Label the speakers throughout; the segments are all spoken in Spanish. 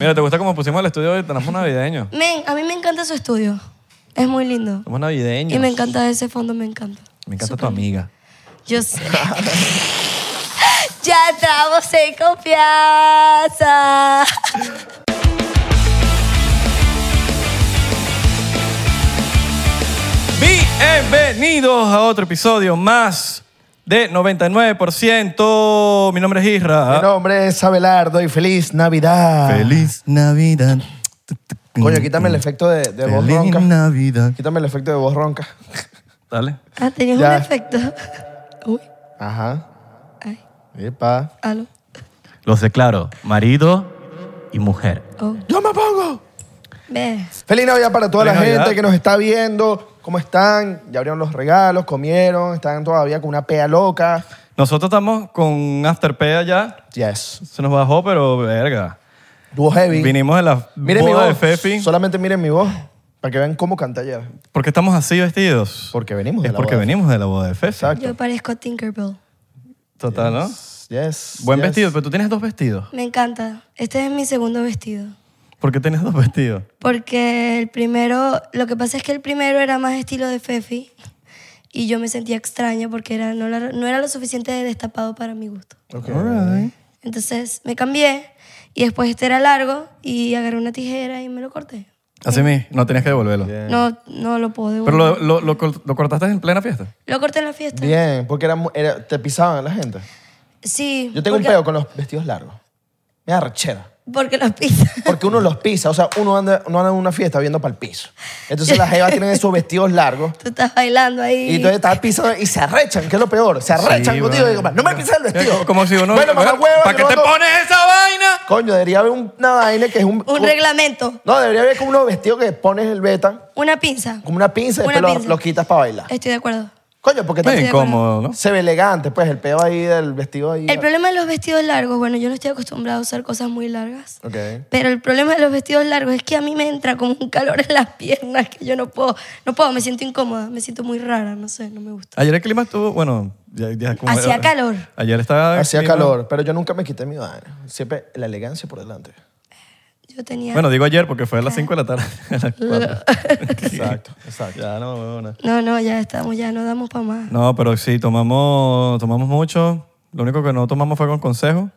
Speaker 1: Mira, ¿te gusta cómo pusimos el estudio hoy? Tenemos navideño.
Speaker 2: Men, a mí me encanta su estudio. Es muy lindo.
Speaker 1: Somos navideños.
Speaker 2: Y me encanta ese fondo, me encanta.
Speaker 1: Me encanta tu amiga.
Speaker 2: Yo sé. ya entramos en confianza.
Speaker 1: Bienvenidos a otro episodio más de 99%. Mi nombre es
Speaker 3: Mi
Speaker 1: Isra.
Speaker 3: nombre es Abelardo y feliz Navidad.
Speaker 1: Ah. Feliz Navidad.
Speaker 3: Coño, quítame el efecto de, de voz
Speaker 1: Feliz
Speaker 3: ronca.
Speaker 1: Navidad.
Speaker 3: Quítame el efecto de voz ronca.
Speaker 1: Dale.
Speaker 2: Ah, tenías
Speaker 3: Ya.
Speaker 2: un efecto. Uy,
Speaker 3: Ajá.
Speaker 2: ay,
Speaker 3: Epa.
Speaker 2: aló.
Speaker 1: Los declaro marido y mujer.
Speaker 2: Oh,
Speaker 3: ¡Yo me pongo!
Speaker 2: ve.
Speaker 3: Feliz Navidad para toda
Speaker 1: Feliz
Speaker 3: la gente
Speaker 1: Navidad.
Speaker 3: que nos está viendo. ¿Cómo están? Ya abrieron los regalos, comieron, están todavía con una pea loca.
Speaker 1: Nosotros estamos con Afterpea ya.
Speaker 3: Yes.
Speaker 1: Se nos bajó, pero verga.
Speaker 3: Dúo heavy.
Speaker 1: Vinimos de la
Speaker 3: miren mi
Speaker 1: boda de
Speaker 3: voz.
Speaker 1: Fefi.
Speaker 3: Solamente miren mi voz para que vean cómo canta ayer.
Speaker 1: ¿Por qué estamos así vestidos?
Speaker 3: Porque venimos de
Speaker 1: Es
Speaker 3: la
Speaker 1: porque
Speaker 3: boda.
Speaker 1: venimos de la boda de Fefi.
Speaker 3: Exacto.
Speaker 2: Yo parezco Tinkerbell.
Speaker 1: Total, ¿no?
Speaker 3: Yes.
Speaker 1: Buen
Speaker 3: yes.
Speaker 1: vestido, pues. pero tú tienes dos vestidos.
Speaker 2: Me encanta. Este es mi segundo vestido.
Speaker 1: ¿Por qué tienes dos vestidos?
Speaker 2: Porque el primero, lo que pasa es que el primero era más estilo de Fefi y yo me sentía extraña porque era, no, la- no era lo suficiente destapado para mi gusto.
Speaker 3: Ok.
Speaker 1: Alright.
Speaker 2: Entonces me cambié y después este era largo y agarré una tijera y me lo corté.
Speaker 1: Así mismo, no tenías que devolverlo.
Speaker 2: No, no lo puedo devolver.
Speaker 1: Pero lo, lo- lo col- lo cortaste en plena fiesta.
Speaker 2: Lo corté en la fiesta.
Speaker 3: Bien, porque era mu- era- te pisaban la gente.
Speaker 2: Sí.
Speaker 3: Yo tengo
Speaker 2: porque,
Speaker 3: un peo con los vestidos largos. Me da rechera.
Speaker 2: Porque los pisa.
Speaker 3: Porque uno los pisa. O sea, uno anda, uno anda en una fiesta viendo para el piso. Entonces las jevas tienen esos vestidos largos.
Speaker 2: Tú estás bailando ahí.
Speaker 3: Y entonces estás pisando y se arrechan, que es lo peor. Se arrechan
Speaker 1: Sí,
Speaker 3: contigo y digo,
Speaker 1: bueno.
Speaker 3: no me pises el vestido.
Speaker 1: Como, como si uno.
Speaker 3: Bueno, mamá hueva,
Speaker 1: ¿Para qué
Speaker 3: yo
Speaker 1: te
Speaker 3: ando-
Speaker 1: pones esa vaina?
Speaker 3: Coño, debería haber una vaina que es un.
Speaker 2: un reglamento.
Speaker 3: No, debería haber como unos vestidos que pones el beta,
Speaker 2: Una pinza.
Speaker 3: como una pinza y
Speaker 2: Una
Speaker 3: después lo-
Speaker 2: pinza.
Speaker 3: Lo, quitas para bailar.
Speaker 2: Estoy de acuerdo.
Speaker 3: Coño, porque
Speaker 1: Muy
Speaker 3: también
Speaker 2: de acuerdo.
Speaker 1: incómodo, ¿no?
Speaker 3: se ve elegante, pues, el peo ahí del vestido ahí.
Speaker 2: El problema de los vestidos largos, bueno, yo no estoy acostumbrada a usar cosas muy largas.
Speaker 3: Ok.
Speaker 2: Pero el problema de los vestidos largos es que a mí me entra como un calor en las piernas que yo no puedo, no puedo, me siento incómoda, me siento muy rara, no sé, no me gusta.
Speaker 1: Ayer el clima estuvo, bueno, ya, ya como-
Speaker 2: Hacía calor.
Speaker 1: Ayer estaba. el
Speaker 3: Hacía
Speaker 1: clima-
Speaker 3: calor, pero yo nunca me quité mi vaina. Siempre la elegancia por delante.
Speaker 2: Yo tenía...
Speaker 1: Bueno, digo ayer porque fue a las 5 de la tarde. a las cuatro.
Speaker 3: Exacto, exacto.
Speaker 1: Ya no, huevona.
Speaker 2: no, no, ya estamos, ya no damos para más.
Speaker 1: No, pero sí, tomamos, tomamos mucho. Lo único que no tomamos fue con consejo.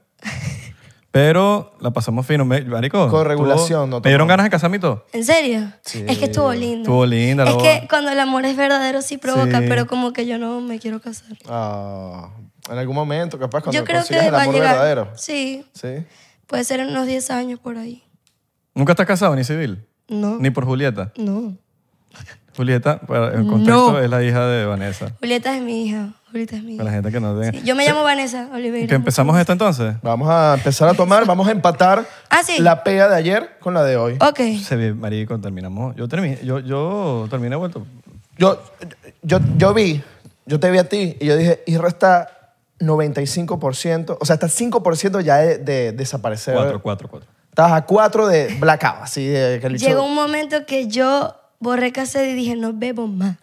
Speaker 1: Pero la pasamos fino. Me- Marico.
Speaker 3: Con regulación,
Speaker 1: estuvo-
Speaker 3: no
Speaker 1: Me dieron
Speaker 3: tomamos.
Speaker 1: ganas de casarme y todo.
Speaker 2: ¿En serio? Es que estuvo lindo.
Speaker 1: Estuvo linda la
Speaker 2: Es
Speaker 1: boda.
Speaker 2: que cuando el amor es verdadero sí provoca,
Speaker 1: Sí.
Speaker 2: pero como que yo no me quiero casar.
Speaker 3: Ah, en algún momento, capaz, cuando
Speaker 2: yo creo que
Speaker 3: consigas el
Speaker 2: va a
Speaker 3: amor
Speaker 2: llegar.
Speaker 3: verdadero.
Speaker 2: Sí,
Speaker 3: Sí.
Speaker 2: puede ser en unos 10 años por ahí.
Speaker 1: Nunca estás casado, ni civil.
Speaker 2: No,
Speaker 1: Ni por Julieta.
Speaker 2: no.
Speaker 1: Julieta, para- en contexto,
Speaker 2: No.
Speaker 1: es la hija de Vanessa.
Speaker 2: Julieta es mi hija, Julieta es mi
Speaker 1: Para
Speaker 2: hija.
Speaker 1: la gente que no tenga.
Speaker 2: Sí, Yo me llamo Vanessa Oliveira.
Speaker 1: ¿Que empezamos esto entonces?
Speaker 3: Vamos a empezar a tomar, vamos a empatar
Speaker 2: Ah, sí. Oh.
Speaker 3: la pega de ayer con la de hoy.
Speaker 2: Ok.
Speaker 1: Se ve, marico, terminamos. Yo terminé, yo, yo terminé vuelto.
Speaker 3: Yo, yo, yo vi, yo te vi a ti y yo dije, Isra está 95%, o sea, está 5% ya de, de desaparecer.
Speaker 1: Cuatro, cuatro, cuatro.
Speaker 3: Estabas a 4 de blackout, así de que el bicho-
Speaker 2: Llegó un momento que yo borré cassette y dije, no bebo más.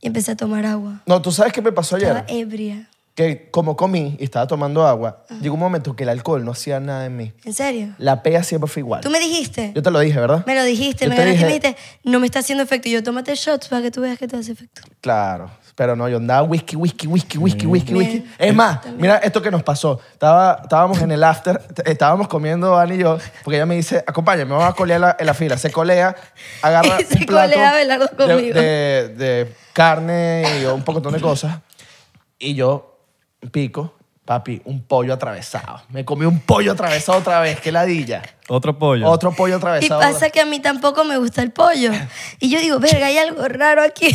Speaker 2: Y empecé a tomar agua.
Speaker 3: No, tú sabes qué me pasó ayer.
Speaker 2: Estaba ebria.
Speaker 3: Que como comí y estaba tomando agua, llegó un momento que el alcohol no hacía nada en mí.
Speaker 2: ¿En serio?
Speaker 3: La pega siempre fue igual.
Speaker 2: Tú me dijiste.
Speaker 3: Yo te lo dije, ¿verdad?
Speaker 2: Me lo dijiste,
Speaker 3: Yo
Speaker 2: me
Speaker 3: te
Speaker 2: ganaste y me
Speaker 3: dije-
Speaker 2: dijiste, no me está haciendo efecto. Y yo, tómate shots para que tú veas que te hace efecto.
Speaker 3: Claro, pero no, yo andaba whisky, whisky, whisky, whisky, whisky, whisky. Es más, mira esto que nos pasó. Estaba, estábamos en el after, t- estábamos comiendo Ani y yo, porque ella me dice, acompáñame, vamos a colear la- en la fila. Se colea, agarra
Speaker 2: Y se
Speaker 3: un plato
Speaker 2: colea Abelardo
Speaker 3: de-
Speaker 2: conmigo.
Speaker 3: De, de carne y un pocotón de cosas. Y yo pico, papi, un pollo atravesado. Me comí un pollo atravesado otra vez, qué ladilla.
Speaker 1: Otro pollo.
Speaker 3: Otro pollo
Speaker 2: Y
Speaker 3: atravesado.
Speaker 2: pasa que a mí tampoco me gusta el pollo. Y yo digo, verga, hay algo raro aquí.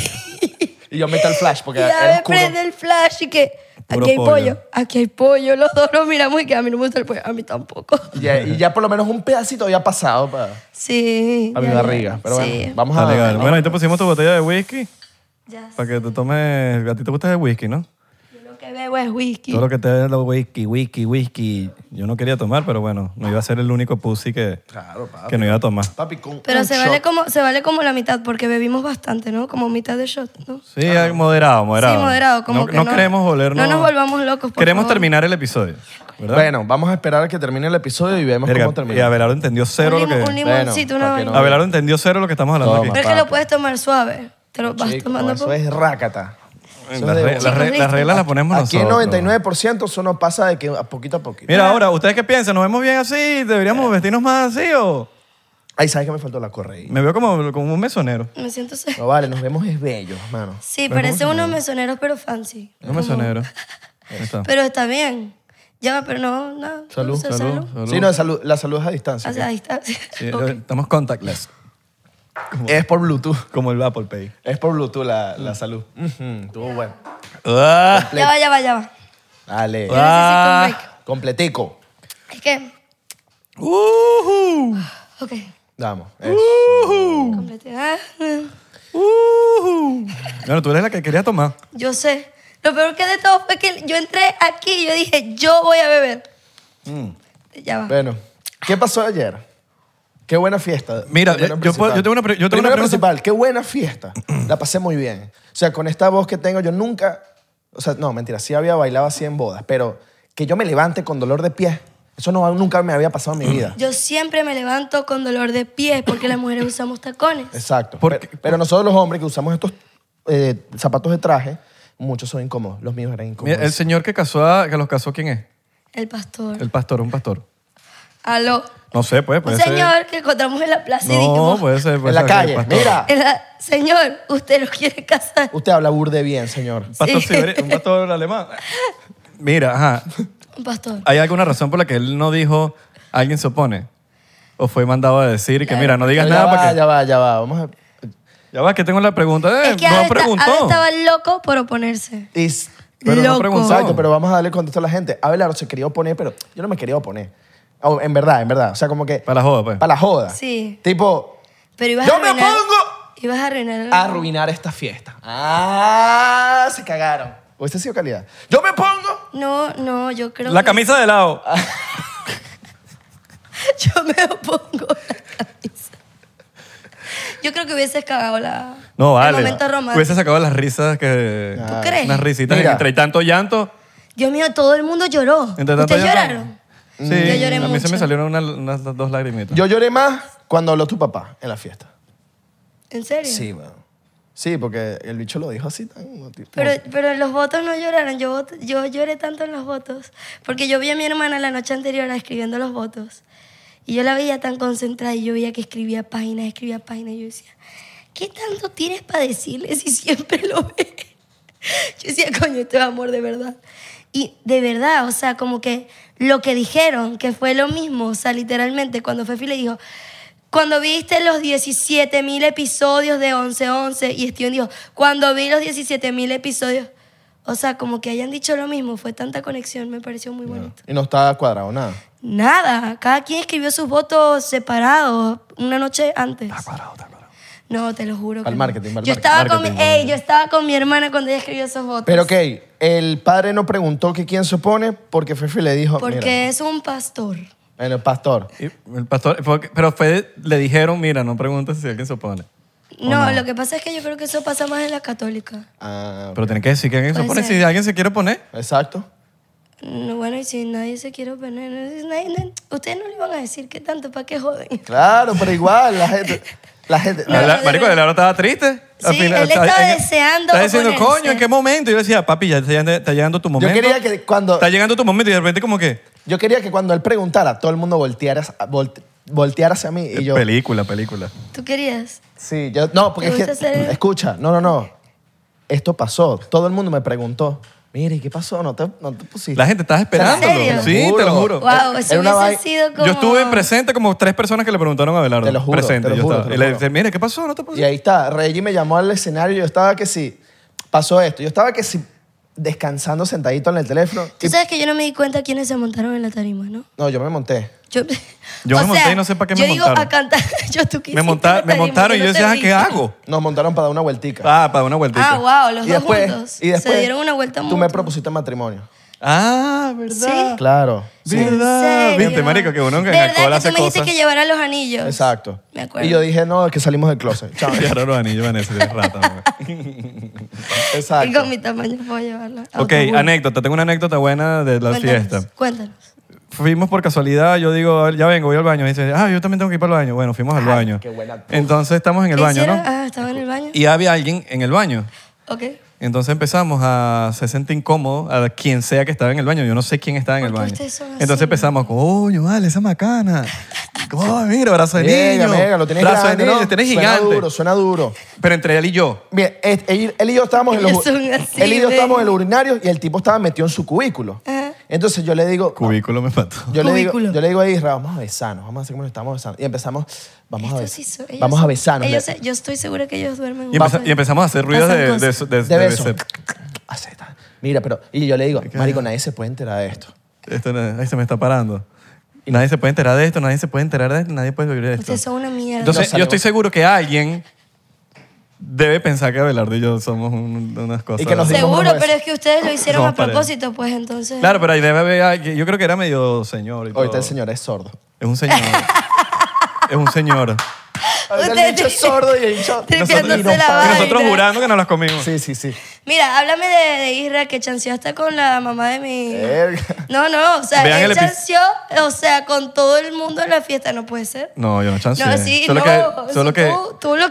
Speaker 3: Y yo meto el flash
Speaker 2: Y
Speaker 3: porque
Speaker 2: ya
Speaker 3: era
Speaker 2: me
Speaker 3: oscuro.
Speaker 2: prende el flash y que
Speaker 1: Puro
Speaker 2: aquí hay
Speaker 1: pollo.
Speaker 2: pollo. aquí hay pollo. Los dos nos miramos y que a mí no me gusta el pollo, a mí tampoco.
Speaker 3: Y ya, y ya por lo menos un pedacito había pasado para...
Speaker 2: Sí.
Speaker 3: A mi
Speaker 2: ya,
Speaker 3: barriga. Pero
Speaker 2: sí.
Speaker 3: bueno, vamos a
Speaker 1: Está legal.
Speaker 3: vamos-
Speaker 1: Bueno, ahí te pusimos tu botella de whisky
Speaker 2: Ya sé.
Speaker 1: para que te tomes. A ti te gusta el whisky, ¿no?
Speaker 2: Yo lo que bebo es whisky.
Speaker 1: Todo lo que te dé lo whisky, whisky, whisky. Yo no quería tomar, pero bueno, no iba a ser el único pussy que,
Speaker 3: Claro, papi.
Speaker 1: que no iba a tomar.
Speaker 3: Papi, con
Speaker 2: Pero
Speaker 3: un
Speaker 2: se
Speaker 3: shot.
Speaker 2: vale, como, se vale como la mitad, porque bebimos bastante, ¿no? Como mitad de shot, ¿no?
Speaker 1: Sí, moderado, moderado.
Speaker 2: Sí, moderado, como
Speaker 1: no,
Speaker 2: que
Speaker 1: no
Speaker 2: no-
Speaker 1: queremos volvernos...
Speaker 2: no nos volvamos locos, por
Speaker 1: Queremos
Speaker 2: favor.
Speaker 1: terminar el episodio, ¿verdad?
Speaker 3: Bueno, vamos a esperar a que termine el episodio y vemos
Speaker 1: Verga,
Speaker 3: cómo
Speaker 1: y
Speaker 3: termina.
Speaker 1: Abelardo entendió cero
Speaker 2: un,
Speaker 1: lo que...
Speaker 2: lim- un limoncito, una
Speaker 3: Bueno, para que no-
Speaker 2: vaina.
Speaker 1: Abelardo entendió cero lo que estamos hablando
Speaker 3: Toma.
Speaker 1: aquí.
Speaker 2: Pero es que
Speaker 3: papi.
Speaker 2: lo puedes tomar suave. Te lo vas
Speaker 3: Chico,
Speaker 2: tomando
Speaker 3: eso
Speaker 2: por-
Speaker 3: es rácata.
Speaker 1: Las,
Speaker 3: Eso es de-
Speaker 1: re- las re-
Speaker 2: Chicos,
Speaker 1: las reglas las ponemos
Speaker 3: Aquí el
Speaker 1: nosotros.
Speaker 3: 99% eso no pasa de que a poquito a poquito.
Speaker 1: Mira, ahora, ¿ustedes qué piensan? ¿Nos vemos bien así? ¿Deberíamos vestirnos más así o...?
Speaker 3: Ay, ¿sabes que me faltó la correí?
Speaker 1: Me veo como, como un mesonero.
Speaker 2: Me siento... se-
Speaker 3: No vale, nos vemos es bello, hermano.
Speaker 2: Sí, parece unos mesoneros, pero fancy.
Speaker 1: Un mesonero. Ahí está.
Speaker 2: Pero está bien. Ya, pero no, no. no
Speaker 3: Salud,
Speaker 2: sé,
Speaker 1: salud. Salud.
Speaker 3: Sí, no, salud- la salud es a distancia.
Speaker 2: O sea, ahí está.
Speaker 1: Sí,
Speaker 2: Ok.
Speaker 1: Estamos contactless,
Speaker 3: Es por Bluetooth.
Speaker 1: como el Apple Pay.
Speaker 3: Es por Bluetooth la, la salud. Ujú, Estuvo bueno.
Speaker 1: Ah,
Speaker 2: Ya va, ya va, ya va.
Speaker 3: Dale.
Speaker 2: Yo necesito
Speaker 3: Ah.
Speaker 2: un
Speaker 3: Completico.
Speaker 2: break. Es que...
Speaker 1: ujú,
Speaker 2: Ok.
Speaker 3: Vamos.
Speaker 1: Uh.
Speaker 2: Complete. Ah,
Speaker 1: ujú. Bueno, tú eres la que quería tomar.
Speaker 2: yo sé. Lo peor que de todo fue que yo entré aquí y yo dije, yo voy a beber.
Speaker 3: Mm.
Speaker 2: Ya va.
Speaker 3: Bueno, ¿qué pasó ayer? Qué buena fiesta.
Speaker 1: Mira, eh,
Speaker 3: Primero
Speaker 1: yo- yo puedo- yo tengo una pre- yo tengo
Speaker 3: Primero
Speaker 1: una pregunta.
Speaker 3: principal, qué buena fiesta. La pasé muy bien. O sea, con esta voz que tengo, yo nunca. O sea, no, mentira, sí había bailado así en bodas, pero que yo me levante con dolor de pie, eso no, nunca me había pasado en mi vida.
Speaker 2: Yo siempre me levanto con dolor de pies porque las mujeres usamos tacones.
Speaker 3: Exacto.
Speaker 1: ¿Por
Speaker 3: Pero,
Speaker 1: qué?
Speaker 3: pero nosotros los hombres que usamos estos eh, zapatos de traje, muchos son incómodos. Los míos eran
Speaker 1: Mira,
Speaker 3: incómodos.
Speaker 1: el señor que casó a- que los casó, ¿quién es?
Speaker 2: El pastor.
Speaker 1: El pastor, un pastor.
Speaker 2: Aló.
Speaker 1: No sé, pues, puede, puede
Speaker 2: Un
Speaker 1: ser.
Speaker 2: señor que encontramos en la plaza
Speaker 1: No,
Speaker 2: y
Speaker 1: pues.
Speaker 2: dijimos,
Speaker 1: puede ser. puede
Speaker 3: en la
Speaker 1: ser,
Speaker 3: calle.
Speaker 1: el pastor.
Speaker 3: Mira,
Speaker 2: en la- señor, usted nos quiere casar.
Speaker 3: usted habla burde bien, señor.
Speaker 1: Pastor
Speaker 2: Sí.
Speaker 1: siberi- un pastor alemán. Mira, ajá.
Speaker 2: Un pastor.
Speaker 1: ¿Hay alguna razón por la que él no dijo alguien se opone? ¿O fue mandado a decir que, mira, no digas
Speaker 3: Ya
Speaker 1: nada
Speaker 3: va,
Speaker 1: para que...
Speaker 3: ya va, ya va. Vamos a...
Speaker 1: Ya va, que tengo la pregunta. Eh,
Speaker 2: es que
Speaker 1: no
Speaker 2: Abel esta-
Speaker 1: preguntó.
Speaker 2: Abel estaba loco por oponerse.
Speaker 3: Es-
Speaker 1: Pero no
Speaker 2: loco.
Speaker 1: preguntó.
Speaker 3: Exacto, pero vamos a darle contexto a la gente. Abelardo se quería oponer, pero yo no me quería oponer. O- en verdad, en verdad. O sea, como que...
Speaker 1: Para la joda, pues.
Speaker 3: Para la joda.
Speaker 2: Sí.
Speaker 3: Tipo,
Speaker 2: Pero ibas a
Speaker 3: yo me
Speaker 2: arruinar,
Speaker 3: opongo
Speaker 2: Ibas a arruinar.
Speaker 3: a arruinar esta fiesta. Ah, se cagaron. Hubiese sido calidad. Yo me pongo...
Speaker 2: No, no, yo creo
Speaker 1: La
Speaker 2: que-
Speaker 1: camisa de lado.
Speaker 2: Yo me opongo a la camisa. Yo creo que hubieses cagado la...
Speaker 1: No, vale.
Speaker 2: El momento romántico.
Speaker 1: Hubiese sacado las risas que...
Speaker 2: ¿Tú crees?
Speaker 1: Unas risitas
Speaker 3: Ah. Mira.
Speaker 1: entre tanto llanto.
Speaker 2: Dios mío, todo el mundo lloró.
Speaker 1: Entre tanto
Speaker 2: ¿Ustedes
Speaker 1: llanto.
Speaker 2: lloraron?
Speaker 1: Sí,
Speaker 2: Yo lloré
Speaker 1: a mí se
Speaker 2: mucho.
Speaker 1: me salieron una- unas dos lagrimitas.
Speaker 3: Yo lloré más cuando habló tu papá en la fiesta.
Speaker 2: ¿En serio?
Speaker 3: Sí, weón. Sí, porque el bicho lo dijo así tan... tipo-
Speaker 2: Pero, pero en los votos no lloraron. Yo, vot- yo lloré tanto en los votos. Porque yo vi a mi hermana la noche anterior escribiendo los votos. Y yo la veía tan concentrada y yo veía que escribía páginas, escribía páginas. Y yo decía, ¿qué tanto tienes para decirle si siempre lo ves? Yo decía, coño, esto es amor de verdad. Y de verdad, o sea, como que lo que dijeron, que fue lo mismo, o sea, literalmente, cuando Fefi le dijo, cuando viste los 17 mil episodios de 11-11, y Steven dijo, cuando vi los 17 mil episodios, o sea, como que hayan dicho lo mismo, fue tanta conexión, me pareció muy bonito.
Speaker 3: Y no estaba cuadrado nada.
Speaker 2: Nada, cada quien escribió sus votos separados una noche antes. No, te lo juro.
Speaker 3: Pa'l
Speaker 2: que no.
Speaker 3: marketing, pa'l
Speaker 2: yo
Speaker 3: marketing.
Speaker 2: estaba con mi,
Speaker 1: Marketing,
Speaker 2: ey, yo estaba con mi hermana cuando ella escribió esos votos.
Speaker 3: Pero ok, el padre no preguntó que quién se opone porque Fefi le dijo...
Speaker 2: Porque
Speaker 3: Mira,
Speaker 2: es un pastor.
Speaker 3: en el pastor.
Speaker 1: Y el pastor, fue- pero fue- le dijeron, mira, no preguntes si alguien se opone.
Speaker 2: No, lo que pasa es que yo creo que eso pasa más en la católica.
Speaker 3: Ah,
Speaker 1: Pero tiene que decir que alguien se
Speaker 2: Puede
Speaker 1: opone.
Speaker 2: ser.
Speaker 1: Si alguien se quiere oponer,
Speaker 3: Exacto.
Speaker 2: No, bueno, y si nadie se quiere oponer, no- nadie- nadie- ustedes no le iban a decir qué tanto, ¿para qué joden?
Speaker 3: Claro, pero igual, la gente. La gente
Speaker 2: No,
Speaker 1: Marico,
Speaker 2: de
Speaker 1: Marico,
Speaker 2: verdad.
Speaker 1: Abelardo estaba triste. Al
Speaker 2: Sí, él estaba
Speaker 1: está-
Speaker 2: deseando
Speaker 1: Estaba diciendo,
Speaker 2: oponerse.
Speaker 1: coño, ¿en qué momento? Y yo decía, papi, ya está llegando, está llegando tu momento.
Speaker 3: quería que cuando-
Speaker 1: Está llegando tu momento y de repente como que...
Speaker 3: yo quería que cuando él preguntara, todo el mundo volteara, volte- volteara hacia mí y yo.
Speaker 1: Película, película.
Speaker 2: ¿Tú querías?
Speaker 3: Sí, yo. No, porque es
Speaker 2: ¿Te
Speaker 3: que.
Speaker 2: gusta hacer-
Speaker 3: Escucha, no, no, no. Esto pasó. Todo el mundo me preguntó. Mire, ¿y ¿qué pasó? No te, no te pusiste.
Speaker 1: La gente estaba esperándolo.
Speaker 2: serio?
Speaker 1: Sí, te lo juro.
Speaker 2: Wow, eso
Speaker 3: Era una
Speaker 2: hubiese
Speaker 3: vai-
Speaker 2: sido como...
Speaker 1: Yo estuve presente como tres personas que le preguntaron a Abelardo.
Speaker 3: Te lo juro,
Speaker 1: Presente,
Speaker 3: te lo
Speaker 1: yo
Speaker 3: juro,
Speaker 1: estaba.
Speaker 3: te lo
Speaker 1: y le
Speaker 3: juro.
Speaker 1: dice, mira, ¿qué pasó? ¿No te pasó?
Speaker 3: Y ahí está. Reggie me llamó al escenario y yo estaba que sí. Pasó esto. Yo estaba que sí, descansando sentadito en el teléfono.
Speaker 2: Tú
Speaker 3: Y-
Speaker 2: sabes que yo no me di cuenta quiénes se montaron en la tarima, ¿no?
Speaker 3: no, yo me monté.
Speaker 2: Yo,
Speaker 1: Yo
Speaker 2: o
Speaker 1: me monté
Speaker 2: sea,
Speaker 1: y no sé para qué
Speaker 2: yo
Speaker 1: me
Speaker 2: digo
Speaker 1: montaron.
Speaker 2: a cantar. Yo tú quisiste
Speaker 1: Me, monta- me
Speaker 2: montarismo,
Speaker 1: montaron y
Speaker 2: no
Speaker 1: yo
Speaker 2: te
Speaker 1: decía, "Ah,
Speaker 2: vi".
Speaker 1: ¿qué hago?
Speaker 3: Nos montaron para dar una vueltica.
Speaker 1: Ah, para una vueltita.
Speaker 2: Ah, wow, los
Speaker 3: y
Speaker 2: dos
Speaker 3: después,
Speaker 2: juntos.
Speaker 3: y después
Speaker 2: Se dieron una vuelta
Speaker 3: Tú me
Speaker 2: mutua.
Speaker 3: propusiste matrimonio.
Speaker 1: Ah, ¿verdad?
Speaker 3: Claro.
Speaker 2: ¿En
Speaker 1: ¿Verdad?
Speaker 2: serio?
Speaker 1: Viste, marico, que uno en
Speaker 2: ¿Verdad
Speaker 1: alcohol
Speaker 2: que
Speaker 1: hace
Speaker 2: tú me dijiste
Speaker 1: cosas.
Speaker 2: que llevara los anillos?
Speaker 3: Exacto.
Speaker 2: Me acuerdo.
Speaker 3: Y yo dije, no, es que salimos del closet. Chao.
Speaker 1: Y ahora los anillos Vanessa, eres rata. man.
Speaker 2: Y con
Speaker 3: Exacto.
Speaker 2: mi tamaño puedo llevarla.
Speaker 1: ok, anécdota. Tengo una anécdota buena de la fiesta.
Speaker 2: Ah, Cuéntanos.
Speaker 1: Fuimos por casualidad, yo digo, "Ah, ya vengo, voy al baño. Y dice, ah, yo también tengo que ir para el baño. Bueno, fuimos al baño.
Speaker 3: qué buena.
Speaker 1: Entonces estamos en el
Speaker 2: ¿Qué
Speaker 1: baño,
Speaker 2: hicieron?
Speaker 1: ¿no?
Speaker 2: Ah, estaba en el baño.
Speaker 1: Y había alguien en el baño.
Speaker 2: Ok.
Speaker 1: Entonces empezamos a se sentir incómodo a quien sea que estaba en el baño. Yo no sé quién estaba en el
Speaker 2: ¿Por qué
Speaker 1: baño.
Speaker 2: ustedes son así?
Speaker 1: Entonces empezamos, coño, vale, esa macana. Oh, mira, brazo de
Speaker 3: Mega,
Speaker 1: niño.
Speaker 3: mega, lo tienes
Speaker 1: brazo
Speaker 3: grande,
Speaker 1: de niño,
Speaker 3: ¿no?
Speaker 1: tenés
Speaker 3: Suena
Speaker 1: gigante.
Speaker 3: duro, suena duro.
Speaker 1: Pero entre él y yo,
Speaker 3: Bien, él, él- él y yo estábamos en los,
Speaker 2: Ellos son así,
Speaker 3: él y yo
Speaker 2: ven.
Speaker 3: estábamos en los urinarios y el tipo estaba metido en su cubículo.
Speaker 2: Ajá.
Speaker 3: Entonces yo le digo,
Speaker 1: cubículo me mató.
Speaker 3: yo le digo,
Speaker 2: Cubículo.
Speaker 3: yo le digo a Isra, vamos a besarnos, vamos a hacer como nos estamos besando. Y empezamos, vamos a
Speaker 2: Estos
Speaker 3: besarnos.
Speaker 2: sí son- ellos
Speaker 3: vamos a
Speaker 2: son-
Speaker 3: besarnos.
Speaker 2: ellos
Speaker 3: Le-
Speaker 2: se- yo estoy segura que ellos duermen.
Speaker 1: Y, empeza-
Speaker 2: juntos.
Speaker 1: y empezamos a hacer ruidos
Speaker 2: Pasan
Speaker 1: de, de,
Speaker 2: cosas.
Speaker 1: de-
Speaker 3: de
Speaker 1: de
Speaker 3: beso.
Speaker 1: beso.
Speaker 3: Acepta. Mira, pero. Y yo le digo, Marico, nadie se puede enterar de esto.
Speaker 1: Esto no- ahí se me está parando. Nadie se puede enterar de esto, nadie se puede enterar de esto, nadie puede vivir de esto.
Speaker 2: Ustedes son una mierda.
Speaker 1: Entonces,
Speaker 3: Nos
Speaker 1: yo
Speaker 3: salimos.
Speaker 1: estoy seguro que alguien debe pensar que Abelardo y yo somos un- unas cosas.
Speaker 3: que nos-
Speaker 2: Seguro,
Speaker 3: Somos unos-
Speaker 2: pero es que ustedes lo hicieron
Speaker 1: Somos
Speaker 2: a propósito, pues entonces.
Speaker 1: Claro, pero ahí debe haber alguien. Yo creo que era medio señor. y todo.
Speaker 3: Ahorita el señor es sordo.
Speaker 1: Es un señor. es un señor.
Speaker 3: Ahorita el
Speaker 2: Ustedes-
Speaker 3: bicho es sordo y el bicho.
Speaker 2: Te
Speaker 3: Nosotros-
Speaker 2: entiendo,
Speaker 3: y nos
Speaker 2: se la
Speaker 3: paga.
Speaker 1: Y
Speaker 2: vaina.
Speaker 1: nosotros jurando que no las comimos.
Speaker 3: Sí, sí, sí.
Speaker 2: Mira, háblame de, de Isra que chanceó hasta con la mamá de mi.
Speaker 3: Verga.
Speaker 2: No, no, o sea,
Speaker 1: Vean el
Speaker 2: él
Speaker 1: epi-
Speaker 2: chanceó, o sea, con todo el mundo en la fiesta, no puede ser.
Speaker 1: No, yo no chanceé.
Speaker 2: No, sí, no, sí, tú- tú lo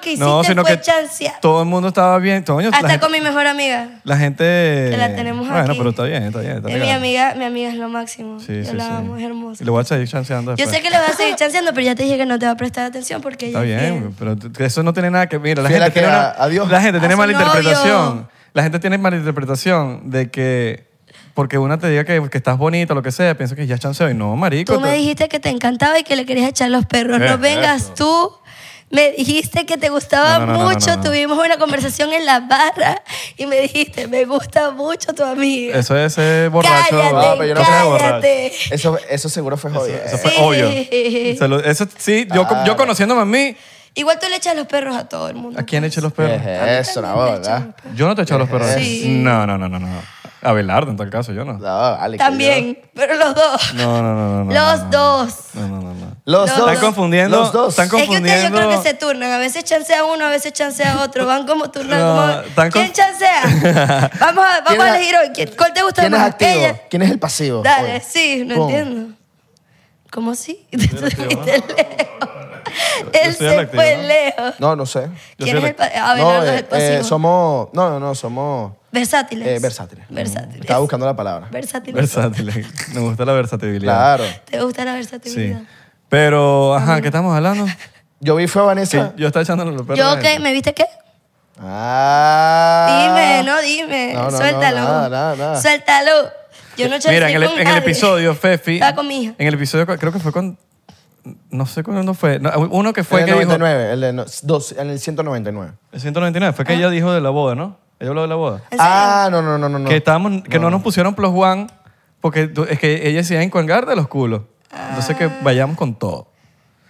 Speaker 2: que hiciste fue chancear.
Speaker 1: Todo el mundo estaba bien. todo- la,
Speaker 2: Hasta
Speaker 1: gente,
Speaker 2: con mi mejor amiga.
Speaker 1: la gente...
Speaker 2: Que la tenemos
Speaker 1: Bueno,
Speaker 2: aquí.
Speaker 1: pero está bien, está bien. Está
Speaker 2: Es mi
Speaker 1: legal.
Speaker 2: amiga, mi amiga es lo máximo.
Speaker 1: Sí,
Speaker 2: Yo
Speaker 1: sí,
Speaker 2: la
Speaker 1: sí.
Speaker 2: amo, es
Speaker 1: Y
Speaker 2: hermosa.
Speaker 1: le voy a seguir chanceando
Speaker 2: Yo
Speaker 1: después.
Speaker 2: sé que le vas a seguir chanceando, pero ya te dije que no te va a prestar atención porque
Speaker 1: Está
Speaker 2: ella es
Speaker 1: bien, pero t- eso no tiene nada que... Mira, la
Speaker 3: Fiel
Speaker 1: gente
Speaker 3: a que
Speaker 1: tiene, una,
Speaker 3: a- a Dios.
Speaker 1: la gente
Speaker 2: A
Speaker 1: tiene
Speaker 2: su
Speaker 1: mala interpretación.
Speaker 2: novio.
Speaker 1: La gente tiene mala interpretación de que... Porque una te diga que, que estás bonita o lo que sea, piensa que ya chanceo. Y no, marico.
Speaker 2: Tú me
Speaker 1: te-
Speaker 2: dijiste que te encantaba y que le querías echar los perros.
Speaker 1: Eh,
Speaker 2: No vengas tú. Me dijiste que te gustaba
Speaker 1: No, no, no, no,
Speaker 2: mucho.
Speaker 1: no, no.
Speaker 2: Tuvimos una conversación en la barra y me dijiste, me gusta mucho tu amiga.
Speaker 1: Eso es ser borracho.
Speaker 2: Cállate,
Speaker 1: Ah,
Speaker 3: pero yo no
Speaker 1: eso es
Speaker 3: soy
Speaker 2: cállate.
Speaker 3: Eso, eso seguro fue jodido.
Speaker 1: Eso fue
Speaker 2: Sí.
Speaker 1: Pues, obvio. Se lo- eso sí, yo,
Speaker 3: Claro.
Speaker 1: yo conociéndome a mí,
Speaker 2: Igual tú le echas los perros a todo el mundo. pues.
Speaker 1: ¿a quién eché los
Speaker 3: ¿Qué
Speaker 1: perros?
Speaker 3: es eso, la boda.
Speaker 1: Yo no te he echado los perros.
Speaker 2: Sí.
Speaker 1: No, no, no, no, no. Abelardo, en tal caso, yo no.
Speaker 3: No, vale, que
Speaker 2: También, pero los dos.
Speaker 1: No, no, no, no. no,
Speaker 2: los
Speaker 1: no,
Speaker 2: dos.
Speaker 1: No, no, no, no.
Speaker 3: yo- Los
Speaker 2: No,
Speaker 3: dos.
Speaker 1: Están confundiendo.
Speaker 3: Los dos.
Speaker 1: Están
Speaker 2: Es que ustedes yo creo
Speaker 1: confundiendo.
Speaker 2: que se turnan. A veces chancea uno, a veces chancea otro. Van como turnan.
Speaker 1: No,
Speaker 2: como-
Speaker 1: están con-
Speaker 2: ¿Quién chancea? vamos a,
Speaker 3: ¿Quién
Speaker 2: vamos a
Speaker 3: es-
Speaker 2: elegir hoy. ¿Quién- ¿Cuál te gusta
Speaker 3: ¿Quién es
Speaker 2: más?
Speaker 3: activo?
Speaker 2: Ella.
Speaker 3: ¿Quién es el pasivo?
Speaker 2: Dale,
Speaker 3: Oye.
Speaker 2: sí, no
Speaker 3: Pum.
Speaker 2: entiendo. ¿Cómo sí? Te fuiste lejos. Él
Speaker 1: soy el
Speaker 2: se
Speaker 1: activo,
Speaker 2: fue
Speaker 1: ¿no?
Speaker 2: lejos.
Speaker 3: No, no sé.
Speaker 1: Yo
Speaker 2: ¿Quién
Speaker 1: soy
Speaker 2: es
Speaker 1: el
Speaker 2: el, pa-
Speaker 3: No,
Speaker 2: Abelardo es
Speaker 3: eh,
Speaker 2: el
Speaker 3: eh,
Speaker 2: pasivo?
Speaker 3: somos. No, no, no, somos.
Speaker 2: Versátiles.
Speaker 3: eh, versátiles.
Speaker 2: Versátiles.
Speaker 3: Estaba buscando la palabra.
Speaker 2: Versátiles.
Speaker 1: Versátil. Me gusta la versatilidad.
Speaker 3: Claro.
Speaker 2: ¿Te gusta la
Speaker 1: Sí.
Speaker 2: versatilidad?
Speaker 1: Pero, ajá, ¿qué estamos hablando?
Speaker 3: Yo vi fue a
Speaker 1: Que
Speaker 3: Vanessa.
Speaker 1: yo estaba echándole los perros. a
Speaker 2: ¿Yo
Speaker 1: la
Speaker 2: qué?
Speaker 1: gente.
Speaker 2: ¿Me viste qué?
Speaker 3: Ah.
Speaker 2: Dime, no dime.
Speaker 3: No, no, no,
Speaker 2: Suéltalo.
Speaker 3: nada, nada, nada.
Speaker 2: Suéltalo. Yo no chanceé
Speaker 1: Mira, en el,
Speaker 2: con
Speaker 1: en el
Speaker 2: nadie.
Speaker 1: episodio, Fefi.
Speaker 2: Estaba con mi hija.
Speaker 1: En el episodio, creo que fue con. No sé cuándo fue. no, uno que fue
Speaker 3: en
Speaker 1: que
Speaker 3: el
Speaker 1: dijo.
Speaker 3: 99, el de no- dos- en el 199.
Speaker 1: El 199, fue que
Speaker 2: Ah.
Speaker 1: ella dijo de la boda, ¿no? Ella habló de la boda.
Speaker 2: ¿En serio?
Speaker 3: Ah, no, no, no, no. no.
Speaker 1: Que, estábamos, que no, nos pusieron plus one porque tú- es que ella se iba a encuangar de los culos. Entonces que
Speaker 2: Ah.
Speaker 1: vayamos con todo.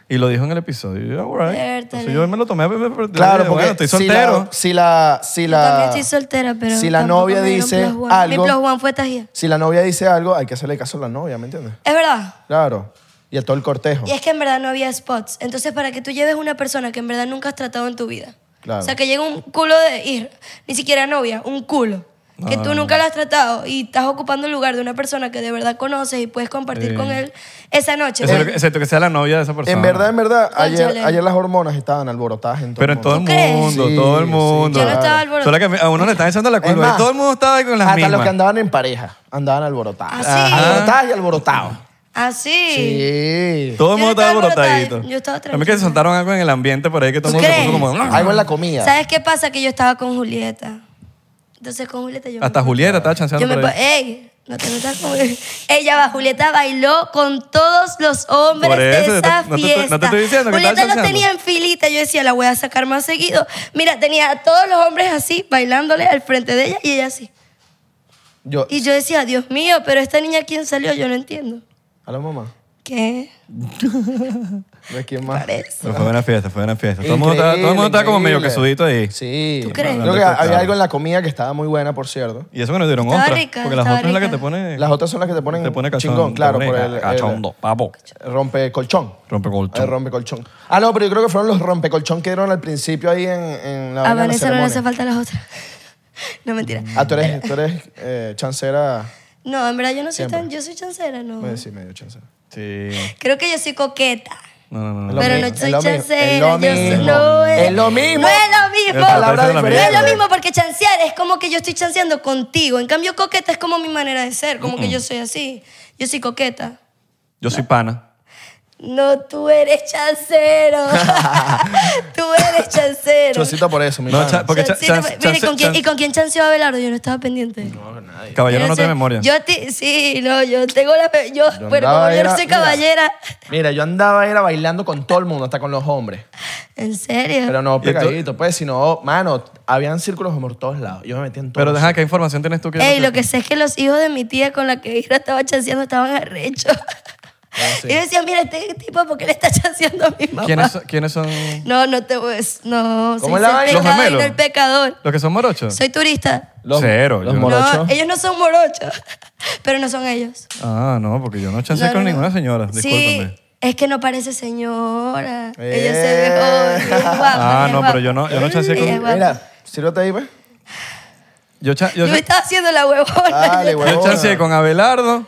Speaker 1: Y lo dijo en el episodio. Y yo, all right.
Speaker 2: Vértale.
Speaker 1: Entonces yo me lo tomé. pues, pero- pero-
Speaker 3: Claro,
Speaker 1: bueno,
Speaker 3: porque
Speaker 1: estoy
Speaker 3: si
Speaker 1: soltero.
Speaker 3: la- Si la, si
Speaker 2: Yo
Speaker 3: la,
Speaker 2: también estoy soltera, pero.
Speaker 3: si la
Speaker 2: tampoco
Speaker 3: novia
Speaker 2: me dieron
Speaker 3: dice
Speaker 2: plus one.
Speaker 3: algo-
Speaker 2: Mi plus one fue tajía.
Speaker 3: si la novia dice algo, hay que hacerle caso a la novia, ¿me entiendes?
Speaker 2: Es verdad.
Speaker 3: Claro. Y a todo el cortejo.
Speaker 2: Y es que en verdad no había spots. Entonces, para que tú lleves una persona que en verdad nunca has tratado en tu vida.
Speaker 3: Claro.
Speaker 2: O sea, que llega un culo de ir, ni siquiera novia, un culo. Que tú nunca la has tratado y estás ocupando el lugar de una persona que de verdad conoces y puedes compartir
Speaker 1: Sí.
Speaker 2: con él esa noche.
Speaker 1: Excepto que- excepto que sea la novia de esa persona.
Speaker 3: En verdad, en verdad, ayer,
Speaker 2: Cónchale.
Speaker 3: ayer las hormonas estaban alborotadas en todo
Speaker 1: Pero
Speaker 3: el
Speaker 1: en todo el
Speaker 2: ¿Tú crees?
Speaker 1: mundo,
Speaker 3: Sí,
Speaker 1: todo el
Speaker 3: sí,
Speaker 1: mundo.
Speaker 2: Yo no estaba
Speaker 1: Claro. Solo que a mí- a uno le están echando la
Speaker 3: Es
Speaker 1: culpa.
Speaker 3: más,
Speaker 1: Y todo el mundo estaba con las
Speaker 3: Hasta
Speaker 1: mismas.
Speaker 3: los que andaban en pareja andaban alborotados.
Speaker 2: Ah, sí. Ajá.
Speaker 3: Alborotadas y alborotados.
Speaker 2: Así.
Speaker 3: Sí.
Speaker 1: Todo el
Speaker 2: Yo no
Speaker 1: mundo estaba
Speaker 2: estaba alborotada,
Speaker 1: alborotadito.
Speaker 2: yo estaba
Speaker 1: A mí que
Speaker 2: tranquila.
Speaker 1: se soltaron algo en el ambiente por ahí que todo el
Speaker 2: ¿Tú
Speaker 1: mundo se puso
Speaker 2: crees?
Speaker 1: como... "Ah",
Speaker 3: Algo en la comida.
Speaker 2: ¿Sabes qué pasa? Que yo estaba con Julieta. Entonces, con Julieta yo. me
Speaker 1: Hasta Julieta estaba chanceando
Speaker 2: Yo me
Speaker 1: por
Speaker 2: pongo,
Speaker 1: ahí.
Speaker 2: ey, no te metas con Ella va, Julieta bailó con todos los hombres
Speaker 1: Por eso,
Speaker 2: de
Speaker 1: yo te-
Speaker 2: esa
Speaker 1: no te estoy-
Speaker 2: fiesta.
Speaker 1: no te estoy diciendo que
Speaker 2: Julieta
Speaker 1: estaba
Speaker 2: los tenía en filita. Yo decía, la voy a sacar más seguido. Mira, tenía a todos los hombres así, bailándole al frente de ella y ella así.
Speaker 3: Yo,
Speaker 2: Y yo decía, Dios mío, pero esta niña, ¿quién salió? Yo no entiendo.
Speaker 3: a la mamá.
Speaker 2: ¿Qué?
Speaker 3: ¿De quién más?
Speaker 2: Parece.
Speaker 1: Pero fue buena fiesta, fue buena fiesta. Todo el mundo estaba, todo el mundo estaba como medio
Speaker 3: Increíble,
Speaker 1: quesudito ahí.
Speaker 3: Sí.
Speaker 2: ¿Tú crees?
Speaker 3: Creo que había algo en la comida que estaba muy buena, por cierto.
Speaker 1: Y eso que nos dieron
Speaker 2: Estaba
Speaker 1: otra.
Speaker 2: rica,
Speaker 1: porque las
Speaker 2: estaba
Speaker 1: otras es la que
Speaker 2: rica.
Speaker 1: te pone,
Speaker 3: Las otras son las que te ponen,
Speaker 1: te pone cachón-
Speaker 3: chingón,
Speaker 1: te
Speaker 3: claro,
Speaker 1: pone
Speaker 3: por el, el-
Speaker 1: cachondo, papo.
Speaker 3: rompe colchón.
Speaker 1: Rompe
Speaker 3: El
Speaker 1: colchón.
Speaker 3: rompe colchón. Ah, no, pero yo creo que fueron los rompecolchón que dieron al principio ahí en, en
Speaker 2: A
Speaker 3: la vaina de
Speaker 2: Vanessa
Speaker 3: la
Speaker 2: no le hace
Speaker 3: ceremonia.
Speaker 2: falta las otras. No, mentira.
Speaker 3: Ah, tú eres, tú eres eh, chancera.
Speaker 2: No, en verdad yo no soy
Speaker 3: Siempre.
Speaker 2: tan... Yo soy chancera, no.
Speaker 1: Pues.
Speaker 3: Voy a decir medio chancera.
Speaker 1: Sí.
Speaker 2: Creo que yo soy coqueta.
Speaker 1: No, no, no.
Speaker 3: Lo
Speaker 2: Pero
Speaker 3: mismo,
Speaker 2: no soy
Speaker 3: es lo mismo, es lo
Speaker 2: chancera. yo soy-
Speaker 3: mismo,
Speaker 2: no
Speaker 3: es lo mismo.
Speaker 2: No es lo mismo.
Speaker 1: Eso,
Speaker 3: Palabra
Speaker 1: eso es la
Speaker 2: No es
Speaker 3: diferente.
Speaker 2: lo mismo porque chancear es como que yo estoy chanceando contigo. En cambio, coqueta es como mi manera de ser, como que yo soy así. Yo soy coqueta.
Speaker 1: Yo soy pana.
Speaker 2: No, tú eres chancero. tú eres chancero.
Speaker 3: Chocito por eso, mi
Speaker 1: No,
Speaker 3: pana.
Speaker 1: cha- porque cha-
Speaker 2: Chancero,
Speaker 1: chan-
Speaker 2: mire,
Speaker 1: chance-
Speaker 2: ¿con quién-
Speaker 1: chan-
Speaker 2: ¿y con quién chanceó Abelardo? Yo no estaba pendiente.
Speaker 1: Caballero no
Speaker 2: sé,
Speaker 1: tiene memoria.
Speaker 2: Yo ti- sí, no, yo tengo la... Yo,
Speaker 3: Yo
Speaker 2: bueno,
Speaker 3: andaba
Speaker 2: como yo
Speaker 3: era-
Speaker 2: no soy
Speaker 3: mira,
Speaker 2: caballera...
Speaker 3: Mira, yo andaba era bailando con todo el mundo, hasta con los hombres.
Speaker 2: ¿En serio?
Speaker 3: Pero no
Speaker 1: Y esto-
Speaker 3: pegadito, pues, sino, mano, habían círculos por todos lados. Yo me metía en todos.
Speaker 1: Pero deja, ¿qué información tienes tú? Que yo no
Speaker 2: Ey,
Speaker 1: sé?
Speaker 2: lo que sé es que los hijos de mi tía con la que Isra estaba chanceando estaban arrechos.
Speaker 1: Ah,
Speaker 3: sí.
Speaker 2: Y yo decía, mira, este tipo, ¿por qué le está chanceando a mi mamá?
Speaker 1: ¿Quiénes, son- ¿Quiénes son
Speaker 2: No, no te voy a decir- No,
Speaker 3: ¿Cómo
Speaker 2: soy
Speaker 3: la
Speaker 2: el
Speaker 3: vaina?
Speaker 1: ¿Los
Speaker 2: pecado y
Speaker 1: gemelos? Ah.
Speaker 2: no el pecador.
Speaker 1: los que son morochos?
Speaker 2: Soy turista.
Speaker 3: Los-
Speaker 1: Cero,
Speaker 3: Los
Speaker 1: yo-
Speaker 2: No,
Speaker 3: morochos.
Speaker 2: ellos no son morochos, pero no son ellos.
Speaker 1: Ah, no, porque yo no chanceé
Speaker 2: No,
Speaker 1: con
Speaker 2: no, no.
Speaker 1: ninguna señora. Discúlpame.
Speaker 2: Sí, es que no parece señora.
Speaker 3: Eh.
Speaker 2: Ella se ve joven, ella es guapa,
Speaker 1: Ah,
Speaker 2: ella es
Speaker 1: no, pero
Speaker 2: guapa.
Speaker 1: yo no- yo no chanceé con-
Speaker 2: Ella es guapa.
Speaker 3: Mira, sírvete ahí, pues.
Speaker 1: Yo, cha- yo,
Speaker 2: Yo me estaba haciendo la huevona.
Speaker 3: Dale,
Speaker 2: yo-
Speaker 1: yo
Speaker 3: huevona.
Speaker 1: chanceé con Abelardo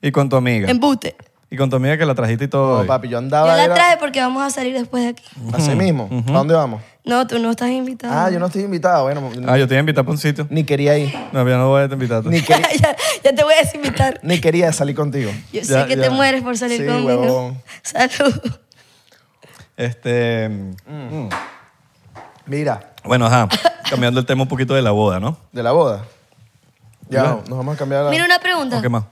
Speaker 1: y con tu amiga.
Speaker 2: Embute.
Speaker 1: Y con tu amiga que la trajiste y todo.
Speaker 3: No,
Speaker 1: hoy.
Speaker 3: papi, yo
Speaker 2: Yo
Speaker 3: andaba
Speaker 2: la
Speaker 3: era-
Speaker 2: traje porque vamos a salir después de
Speaker 3: Ah,
Speaker 2: aquí.
Speaker 3: Así mismo. ¿A dónde vamos?
Speaker 2: No, tú no estás invitado.
Speaker 3: Ah, yo no estoy invitado. Bueno,
Speaker 1: Ah, yo te iba a invitar para un sitio.
Speaker 3: ni quería ir.
Speaker 1: No, yo no voy a invitarte.
Speaker 3: Ni, queri-
Speaker 2: ya, ya te voy a desinvitar.
Speaker 3: ni quería salir contigo.
Speaker 2: Yo
Speaker 1: Ya,
Speaker 2: sé que
Speaker 1: ya.
Speaker 2: te mueres por salir
Speaker 3: Sí,
Speaker 2: conmigo.
Speaker 3: huevón.
Speaker 2: Salud.
Speaker 1: Este. mm.
Speaker 3: Mira,
Speaker 1: Bueno, ajá. Cambiando el tema un poquito de la boda, ¿no?
Speaker 3: de la boda. Ya,
Speaker 1: Mira.
Speaker 3: nos vamos a cambiar la...
Speaker 2: Mira una pregunta.
Speaker 1: ¿O qué más?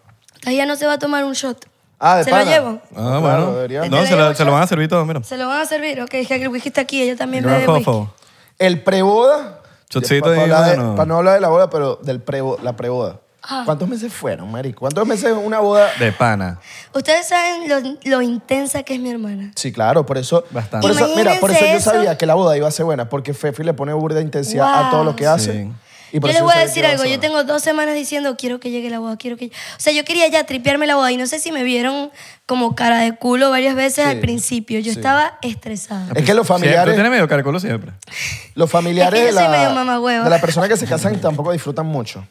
Speaker 2: Ella no se va a tomar un shot.
Speaker 3: Ah, de
Speaker 2: ¿Se
Speaker 3: pana.
Speaker 2: lo llevo?
Speaker 1: Ah,
Speaker 3: Claro,
Speaker 1: bueno.
Speaker 3: deberíamos.
Speaker 1: No,
Speaker 2: Yo le
Speaker 1: se, la-
Speaker 2: llevo
Speaker 1: se lo
Speaker 2: yo.
Speaker 1: van a servir todo, mira.
Speaker 2: ¿Se lo van a servir? Ok, es que el whisky está aquí, ella también
Speaker 1: Gran
Speaker 2: bebe whisky.
Speaker 1: fofo.
Speaker 3: El preboda.
Speaker 1: Chocito
Speaker 3: para,
Speaker 1: y bueno.
Speaker 3: para no hablar de la boda, pero del pre la preboda.
Speaker 2: Ah.
Speaker 3: ¿Cuántos meses fueron, marico? ¿Cuántos meses una boda?
Speaker 1: De pana.
Speaker 2: Ustedes saben lo, lo intensa que es mi hermana.
Speaker 3: Sí, claro, por eso.
Speaker 1: Bastante.
Speaker 3: Por eso, mira, por eso yo
Speaker 2: Imagínense
Speaker 3: sabía
Speaker 2: eso.
Speaker 3: que la boda iba a ser buena, porque Fefi le pone burda de intensidad a
Speaker 2: Wow.
Speaker 3: todo lo que hace.
Speaker 1: Sí.
Speaker 3: Y
Speaker 2: Yo
Speaker 3: por
Speaker 2: les
Speaker 3: eso
Speaker 2: voy a
Speaker 3: sabía que
Speaker 2: decir
Speaker 3: iba ser
Speaker 2: algo. Yo
Speaker 3: buena.
Speaker 2: tengo dos semanas diciendo, quiero que llegue la boda, quiero que... O sea, yo quería ya tripearme la boda y no sé si me vieron como cara de culo varias veces
Speaker 3: Sí,
Speaker 2: al principio. Yo
Speaker 3: sí.
Speaker 2: estaba estresada.
Speaker 3: Es que
Speaker 1: Siempre,
Speaker 3: los familiares.
Speaker 1: tú tienes medio cálculo siempre.
Speaker 3: Los familiares
Speaker 2: Es que
Speaker 3: de
Speaker 2: yo soy medio
Speaker 3: la,
Speaker 2: mamahueva.
Speaker 3: de la persona que se casan tampoco disfrutan mucho.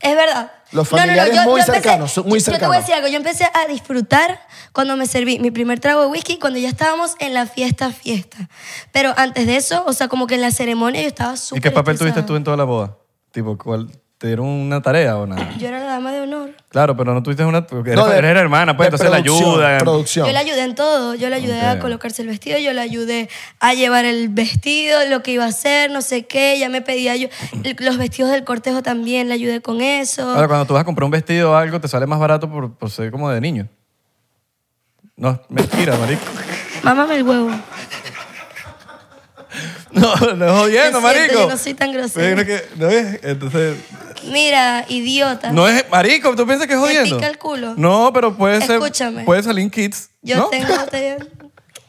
Speaker 2: Es verdad.
Speaker 3: Los
Speaker 2: No, no, no,
Speaker 3: familiares muy cercanos, son muy
Speaker 2: yo- Yo te voy
Speaker 3: cercanos.
Speaker 2: a decir algo. Yo empecé a disfrutar cuando me serví mi primer trago de whisky, cuando ya estábamos en la fiesta, fiesta. Pero antes de eso, o sea, como que en la ceremonia yo estaba súper
Speaker 1: ¿Y qué papel
Speaker 2: estresada.
Speaker 1: tuviste tú en toda la boda? Tipo, ¿cuál, ¿te dieron una tarea o nada?
Speaker 2: Yo era la dama de honor.
Speaker 1: Claro, pero no tuviste una... Porque eres,
Speaker 3: No, de-
Speaker 1: eres hermana, pues,
Speaker 3: de
Speaker 1: entonces la
Speaker 3: producción,
Speaker 1: ayuda.
Speaker 3: Producción.
Speaker 2: Yo la ayudé en todo. Yo la ayudé
Speaker 1: Ok.
Speaker 2: a colocarse el vestido, yo la ayudé a llevar el vestido, lo que iba a hacer, no sé qué. Ya me pedía yo los vestidos del cortejo también, la ayudé con eso.
Speaker 1: Ahora, cuando tú vas a comprar un vestido o algo, te sale más barato por, por ser como de niño. No, es mentira, marico.
Speaker 2: Mámame el huevo.
Speaker 1: No, no es jodiendo,
Speaker 2: Lo siento,
Speaker 1: marico.
Speaker 2: yo no soy tan grosera.
Speaker 1: Yo creo que- ¿no ves? Entonces,
Speaker 2: Mira, idiota.
Speaker 1: no es... Marico, ¿tú piensas que es
Speaker 2: Me
Speaker 1: jodiendo?
Speaker 2: Ah. pica el culo.
Speaker 1: No, pero puede ser...
Speaker 2: Escúchame.
Speaker 1: Puede salir en kids,
Speaker 2: Yo
Speaker 1: ¿no?
Speaker 2: tengo te-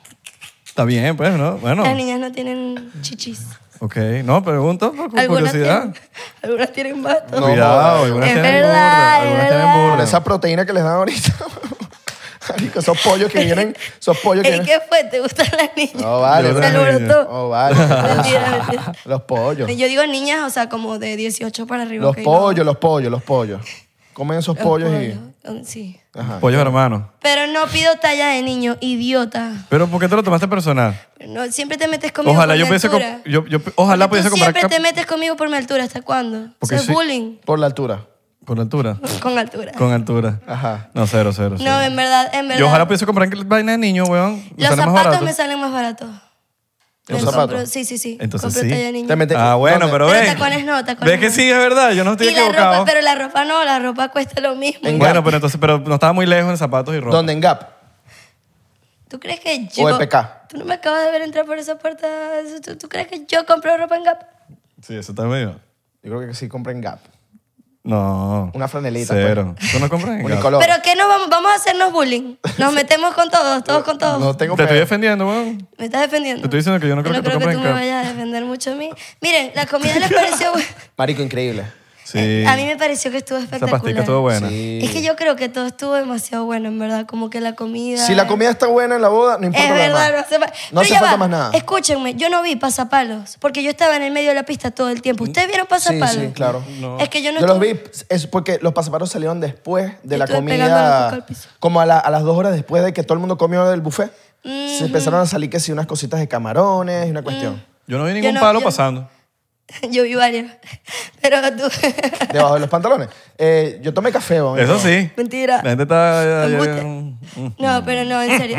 Speaker 1: Está bien, pues, ¿no? Bueno,
Speaker 2: Las niñas no tienen chichis.
Speaker 1: ok. No, pregunto por cu-
Speaker 2: Algunas
Speaker 1: curiosidad.
Speaker 2: tienen, algunas tienen vato.
Speaker 3: No,
Speaker 1: Cuidado,
Speaker 3: joder.
Speaker 1: algunas
Speaker 2: Es
Speaker 1: tienen
Speaker 2: verdad,
Speaker 1: burda,
Speaker 2: es
Speaker 1: algunas
Speaker 2: verdad.
Speaker 1: tienen
Speaker 3: Con
Speaker 1: burda.
Speaker 3: esa proteína que les dan ahorita. Marico, esos pollos que vienen. Esos pollos que
Speaker 2: Ey,
Speaker 3: vienen.
Speaker 2: ¿Qué fue? ¿Te gustan las niñas?
Speaker 3: No, vale,
Speaker 2: Se
Speaker 1: las
Speaker 2: alborotó.
Speaker 3: Oh, vale.
Speaker 2: Mentira, mentira.
Speaker 3: Los pollos.
Speaker 2: Yo digo niñas, o sea, como de 18 para arriba.
Speaker 3: Los
Speaker 2: ok, no.
Speaker 3: pollos, los pollos, los pollos. Comen esos
Speaker 2: Los
Speaker 3: pollos y.
Speaker 2: pollos, Sí.
Speaker 3: Ajá.
Speaker 1: Pollos hermanos.
Speaker 2: Pero no pido talla de niño, idiota.
Speaker 1: Pero ¿por qué te lo tomaste personal?
Speaker 2: No, siempre te metes conmigo
Speaker 1: Ojalá
Speaker 2: por
Speaker 1: yo
Speaker 2: mi
Speaker 1: pudiese...
Speaker 2: altura.
Speaker 1: comp- yo- yo- Ojalá
Speaker 2: Porque
Speaker 1: pudiese
Speaker 2: tú
Speaker 1: comprar...
Speaker 2: siempre
Speaker 1: cap-
Speaker 2: te metes conmigo por mi altura. ¿Hasta cuándo?
Speaker 1: Porque
Speaker 2: Eso es
Speaker 1: sí.
Speaker 2: bullying.
Speaker 3: Por la altura.
Speaker 1: Con altura.
Speaker 2: Con altura.
Speaker 1: Con altura.
Speaker 3: Ajá.
Speaker 1: No, cero, cero. cero.
Speaker 2: No, en verdad, en verdad.
Speaker 1: Yo ojalá pudiese comprar vaina de niño, weón. Me
Speaker 2: Los
Speaker 1: sale más
Speaker 2: zapatos
Speaker 1: barato.
Speaker 2: me salen más baratos.
Speaker 3: ¿Los
Speaker 2: Me
Speaker 3: zapatos?
Speaker 2: compro- Sí, sí, sí.
Speaker 1: Entonces
Speaker 2: Compro
Speaker 1: sí.
Speaker 2: talla de niño.
Speaker 3: Te metes-
Speaker 1: Ah, bueno,
Speaker 3: ¿Dónde?
Speaker 1: pero
Speaker 2: Pero
Speaker 1: ves.
Speaker 2: tacones no, tacones
Speaker 1: Ves que
Speaker 2: no.
Speaker 1: sí, es verdad. Yo no estoy
Speaker 2: y la
Speaker 1: equivocado.
Speaker 2: ropa, pero la ropa no, la ropa cuesta lo mismo.
Speaker 3: En
Speaker 1: Bueno,
Speaker 3: Gap.
Speaker 1: pero entonces, pero no estaba muy lejos en zapatos y ropa.
Speaker 3: ¿Dónde? En Gap.
Speaker 2: ¿Tú crees que yo...
Speaker 3: EPK.
Speaker 2: Tú no me acabas de ver entrar por esa puerta. ¿Tú, tú crees que yo compro ropa en Gap?
Speaker 1: Sí, eso está medio.
Speaker 3: Yo creo que sí compré en Gap.
Speaker 1: No.
Speaker 3: Una franelita, pues.
Speaker 1: Cero. ¿Tú no compras en
Speaker 3: Un
Speaker 1: Gap?
Speaker 3: Nicoló.
Speaker 2: Pero que nos vamos, vamos a hacernos bullying. Nos metemos con todos, todos con todos.
Speaker 3: No tengo
Speaker 1: Te estoy
Speaker 3: pedo.
Speaker 1: defendiendo, weón.
Speaker 2: Me estás defendiendo.
Speaker 1: Te estoy diciendo que yo no creo que tú
Speaker 2: creo que tú
Speaker 1: compres
Speaker 2: me
Speaker 1: en
Speaker 2: vayas a defender mucho a mí. Miren, la comida les pareció bu-
Speaker 3: Marico, increíble.
Speaker 1: Sí.
Speaker 2: Eh, A mí me pareció que estuvo
Speaker 1: Esa
Speaker 2: espectacular.
Speaker 1: pastica estuvo buena.
Speaker 3: Sí.
Speaker 2: Es que yo creo que todo estuvo demasiado bueno, en verdad. Como que la comida.
Speaker 3: Si la comida está buena en la boda, no importa
Speaker 2: Es
Speaker 3: lo
Speaker 2: verdad, no
Speaker 3: demás.
Speaker 2: hace, fa-
Speaker 3: No
Speaker 2: Pero
Speaker 3: hace
Speaker 2: ya
Speaker 3: falta
Speaker 2: va.
Speaker 3: más nada.
Speaker 2: Escúchenme, yo no vi pasapalos, porque yo estaba en el medio de la pista todo el tiempo. ¿Ustedes vieron
Speaker 3: Sí,
Speaker 2: pasapalos?
Speaker 3: sí, claro.
Speaker 2: Es que yo no
Speaker 3: Yo los
Speaker 2: estuve-
Speaker 3: vi, es porque los pasaparos salieron después de la
Speaker 2: Estuve pegando la boca
Speaker 3: comida,
Speaker 2: al piso.
Speaker 3: como a, la- a las dos horas después de que todo el mundo comió del buffet.
Speaker 2: Mm.
Speaker 3: Se empezaron a salir que sí, unas cositas de camarones y una cuestión.
Speaker 1: Yo no vi
Speaker 2: Yo
Speaker 1: ningún
Speaker 2: no-
Speaker 1: palo
Speaker 2: yo-
Speaker 1: pasando.
Speaker 2: Yo vi varios. Pero tú.
Speaker 3: Debajo de los pantalones. Eh, yo tomé café, weón.
Speaker 1: Eso sí.
Speaker 2: Mentira.
Speaker 1: La gente está...
Speaker 2: Embute. No, pero no, en serio.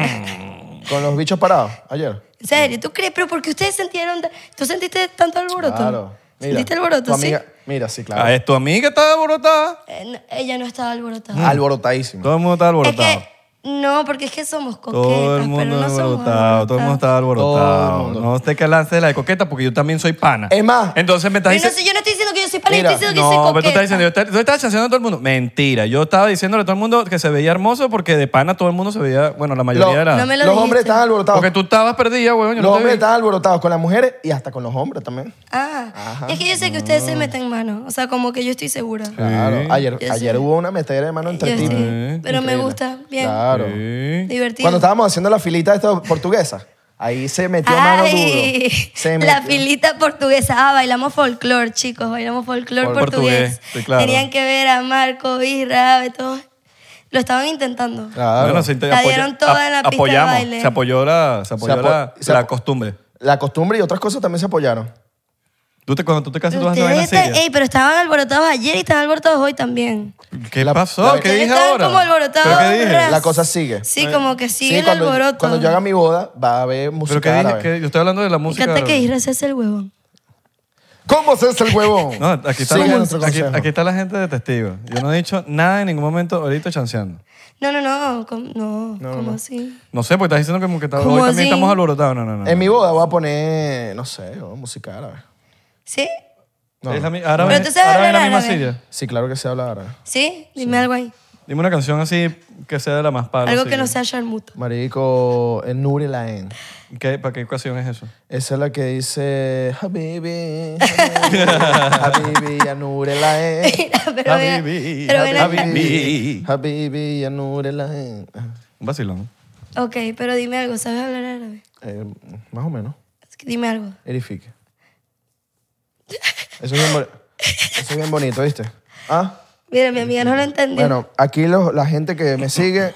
Speaker 3: Con los bichos parados, ayer.
Speaker 2: En serio, ¿tú crees? Pero porque ustedes sintieron. ¿Tú sentiste tanto alboroto?
Speaker 3: Claro. Mira,
Speaker 2: ¿Sentiste
Speaker 3: tu
Speaker 2: alboroto? Sí.
Speaker 3: amiga- Mira, sí, claro.
Speaker 1: Ah, es tu amiga está alborotada.
Speaker 2: Eh, no, ella no estaba alborotada.
Speaker 3: Alborotadísimo.
Speaker 1: Todo el mundo está
Speaker 2: es
Speaker 1: alborotado.
Speaker 2: que. No, porque es que somos coquetas.
Speaker 1: Todo el
Speaker 2: pero
Speaker 1: mundo
Speaker 2: no
Speaker 1: está
Speaker 2: somos
Speaker 1: alborotado, todo el mundo está
Speaker 2: alborotadas.
Speaker 3: Todo el
Speaker 1: alborotado.
Speaker 3: mundo.
Speaker 1: No te que lance la de coqueta porque yo también soy pana.
Speaker 3: Es más-
Speaker 1: Entonces me estás
Speaker 2: Pero no
Speaker 1: diciendo.
Speaker 2: sé, yo no estoy diciendo que yo soy pana, yo
Speaker 3: Mira,
Speaker 2: estoy diciendo que soy
Speaker 1: No, pero tú
Speaker 2: coqueta.
Speaker 1: estás diciendo, yo te- tú estás chanceando a todo el mundo. Mentira, yo estaba diciéndole a todo el mundo que se veía hermoso porque de pana todo el mundo se veía, bueno, la mayoría
Speaker 3: Lo-
Speaker 1: era.
Speaker 2: No me lo
Speaker 3: los hombres
Speaker 2: dijiste.
Speaker 3: están alborotados.
Speaker 1: porque tú estabas perdida, weón. Yo
Speaker 3: los
Speaker 1: no te
Speaker 3: hombres
Speaker 1: vi.
Speaker 3: están alborotados con las mujeres y hasta con los hombres también.
Speaker 2: Ah, es que yo sé que ustedes se meten mano. O sea, como que yo estoy segura.
Speaker 3: Claro. Ayer,
Speaker 2: Yo
Speaker 3: ayer
Speaker 2: sí.
Speaker 3: hubo una metedera de mano entre
Speaker 2: Yo
Speaker 3: ti.
Speaker 2: sí.
Speaker 1: Increíble.
Speaker 2: Pero me gusta. Bien.
Speaker 3: Claro.
Speaker 1: Sí.
Speaker 2: Divertido.
Speaker 3: Cuando estábamos haciendo la filita esta portuguesa, ahí se metió mano duro.
Speaker 2: Ay,
Speaker 3: Se
Speaker 2: la
Speaker 3: metió.
Speaker 2: filita portuguesa. Ah, bailamos folclore, chicos. Bailamos folclore
Speaker 1: Fol-
Speaker 2: portugués.
Speaker 1: portugués, sí, claro.
Speaker 2: Tenían que ver a Marco, Isra, a todos. Lo estaban intentando.
Speaker 3: Claro.
Speaker 1: Bueno, se inte-
Speaker 2: La
Speaker 1: apoya-
Speaker 2: dieron toda en la pista de
Speaker 1: apoyamos,
Speaker 2: baile.
Speaker 1: Se apoyó la, se apoyó
Speaker 3: apo-
Speaker 1: la,
Speaker 3: se
Speaker 1: la
Speaker 3: apo-
Speaker 1: costumbre.
Speaker 3: La costumbre y otras cosas también se apoyaron.
Speaker 1: Tú te, cuando tú te casas, tú vas a
Speaker 2: Ustedes
Speaker 1: vaina
Speaker 2: están-
Speaker 1: seria.
Speaker 2: ey, pero estaban alborotados ayer y estaban alborotados hoy también.
Speaker 1: ¿Qué
Speaker 3: La-
Speaker 1: pasó?
Speaker 3: la-
Speaker 1: ¿Qué dije
Speaker 2: Estaban
Speaker 1: ahora?
Speaker 2: como alborotados,
Speaker 1: ¿Pero qué dije?
Speaker 2: ras.
Speaker 3: La cosa sigue.
Speaker 2: Sí, como que sigue el
Speaker 3: cuando,
Speaker 2: alboroto.
Speaker 3: cuando yo haga mi boda, va a haber
Speaker 1: ¿Pero
Speaker 3: música
Speaker 1: qué dije?
Speaker 3: árabe.
Speaker 1: ¿Qué? Yo estoy hablando de la
Speaker 2: Me
Speaker 1: música.
Speaker 2: encanta que
Speaker 1: árabe.
Speaker 2: Isra se hace el huevón.
Speaker 3: ¿Cómo se hace el huevón?
Speaker 1: No, aquí está,
Speaker 3: Sigue
Speaker 1: la,
Speaker 3: nuestro
Speaker 1: aquí,
Speaker 3: consejo.
Speaker 1: aquí está la gente de testigo. Yo no he dicho nada en ningún momento ahorita chanceando.
Speaker 2: No, no, no, com- no, ¿cómo así?
Speaker 1: No sé, porque estás diciendo como que está-
Speaker 2: ¿Cómo
Speaker 1: hoy también
Speaker 2: así?
Speaker 1: estamos alborotados. No, no, no.
Speaker 3: En mi boda voy a poner, no sé, oh, música árabe.
Speaker 2: ¿Sí?
Speaker 3: No.
Speaker 1: Es la mi- árabe,
Speaker 2: Pero tú sabes
Speaker 1: árabe es la
Speaker 2: hablar
Speaker 1: misma
Speaker 2: árabe.
Speaker 1: siria.
Speaker 3: Sí, claro que se habla árabe.
Speaker 2: ¿Sí? Dime algo ahí.
Speaker 1: Dime una canción así que sea de la más pala.
Speaker 2: algo
Speaker 1: así
Speaker 2: que no sea charmuto.
Speaker 3: Marico, el Nuri Laen.
Speaker 1: ¿Qué- ¿Para qué ocasión es eso?
Speaker 3: Esa es la que dice Habibi, Habibi, Habibi, ya Nuri Laen.
Speaker 2: pero vean-
Speaker 1: Habibi,
Speaker 2: pero ven acá.
Speaker 1: Habibi.
Speaker 3: Habibi, ya Nuri Ah, Laen.
Speaker 1: Un vacilón.
Speaker 2: Ok, pero dime algo, ¿sabes hablar árabe?
Speaker 3: Eh, más o menos.
Speaker 2: Es que Dime algo.
Speaker 3: Edifique. Eso es bien, bo- eso es bien bonito, ¿viste? ¿Ah?
Speaker 2: Mira, mi amiga no lo entendió.
Speaker 3: Bueno, aquí los- la gente que me sigue,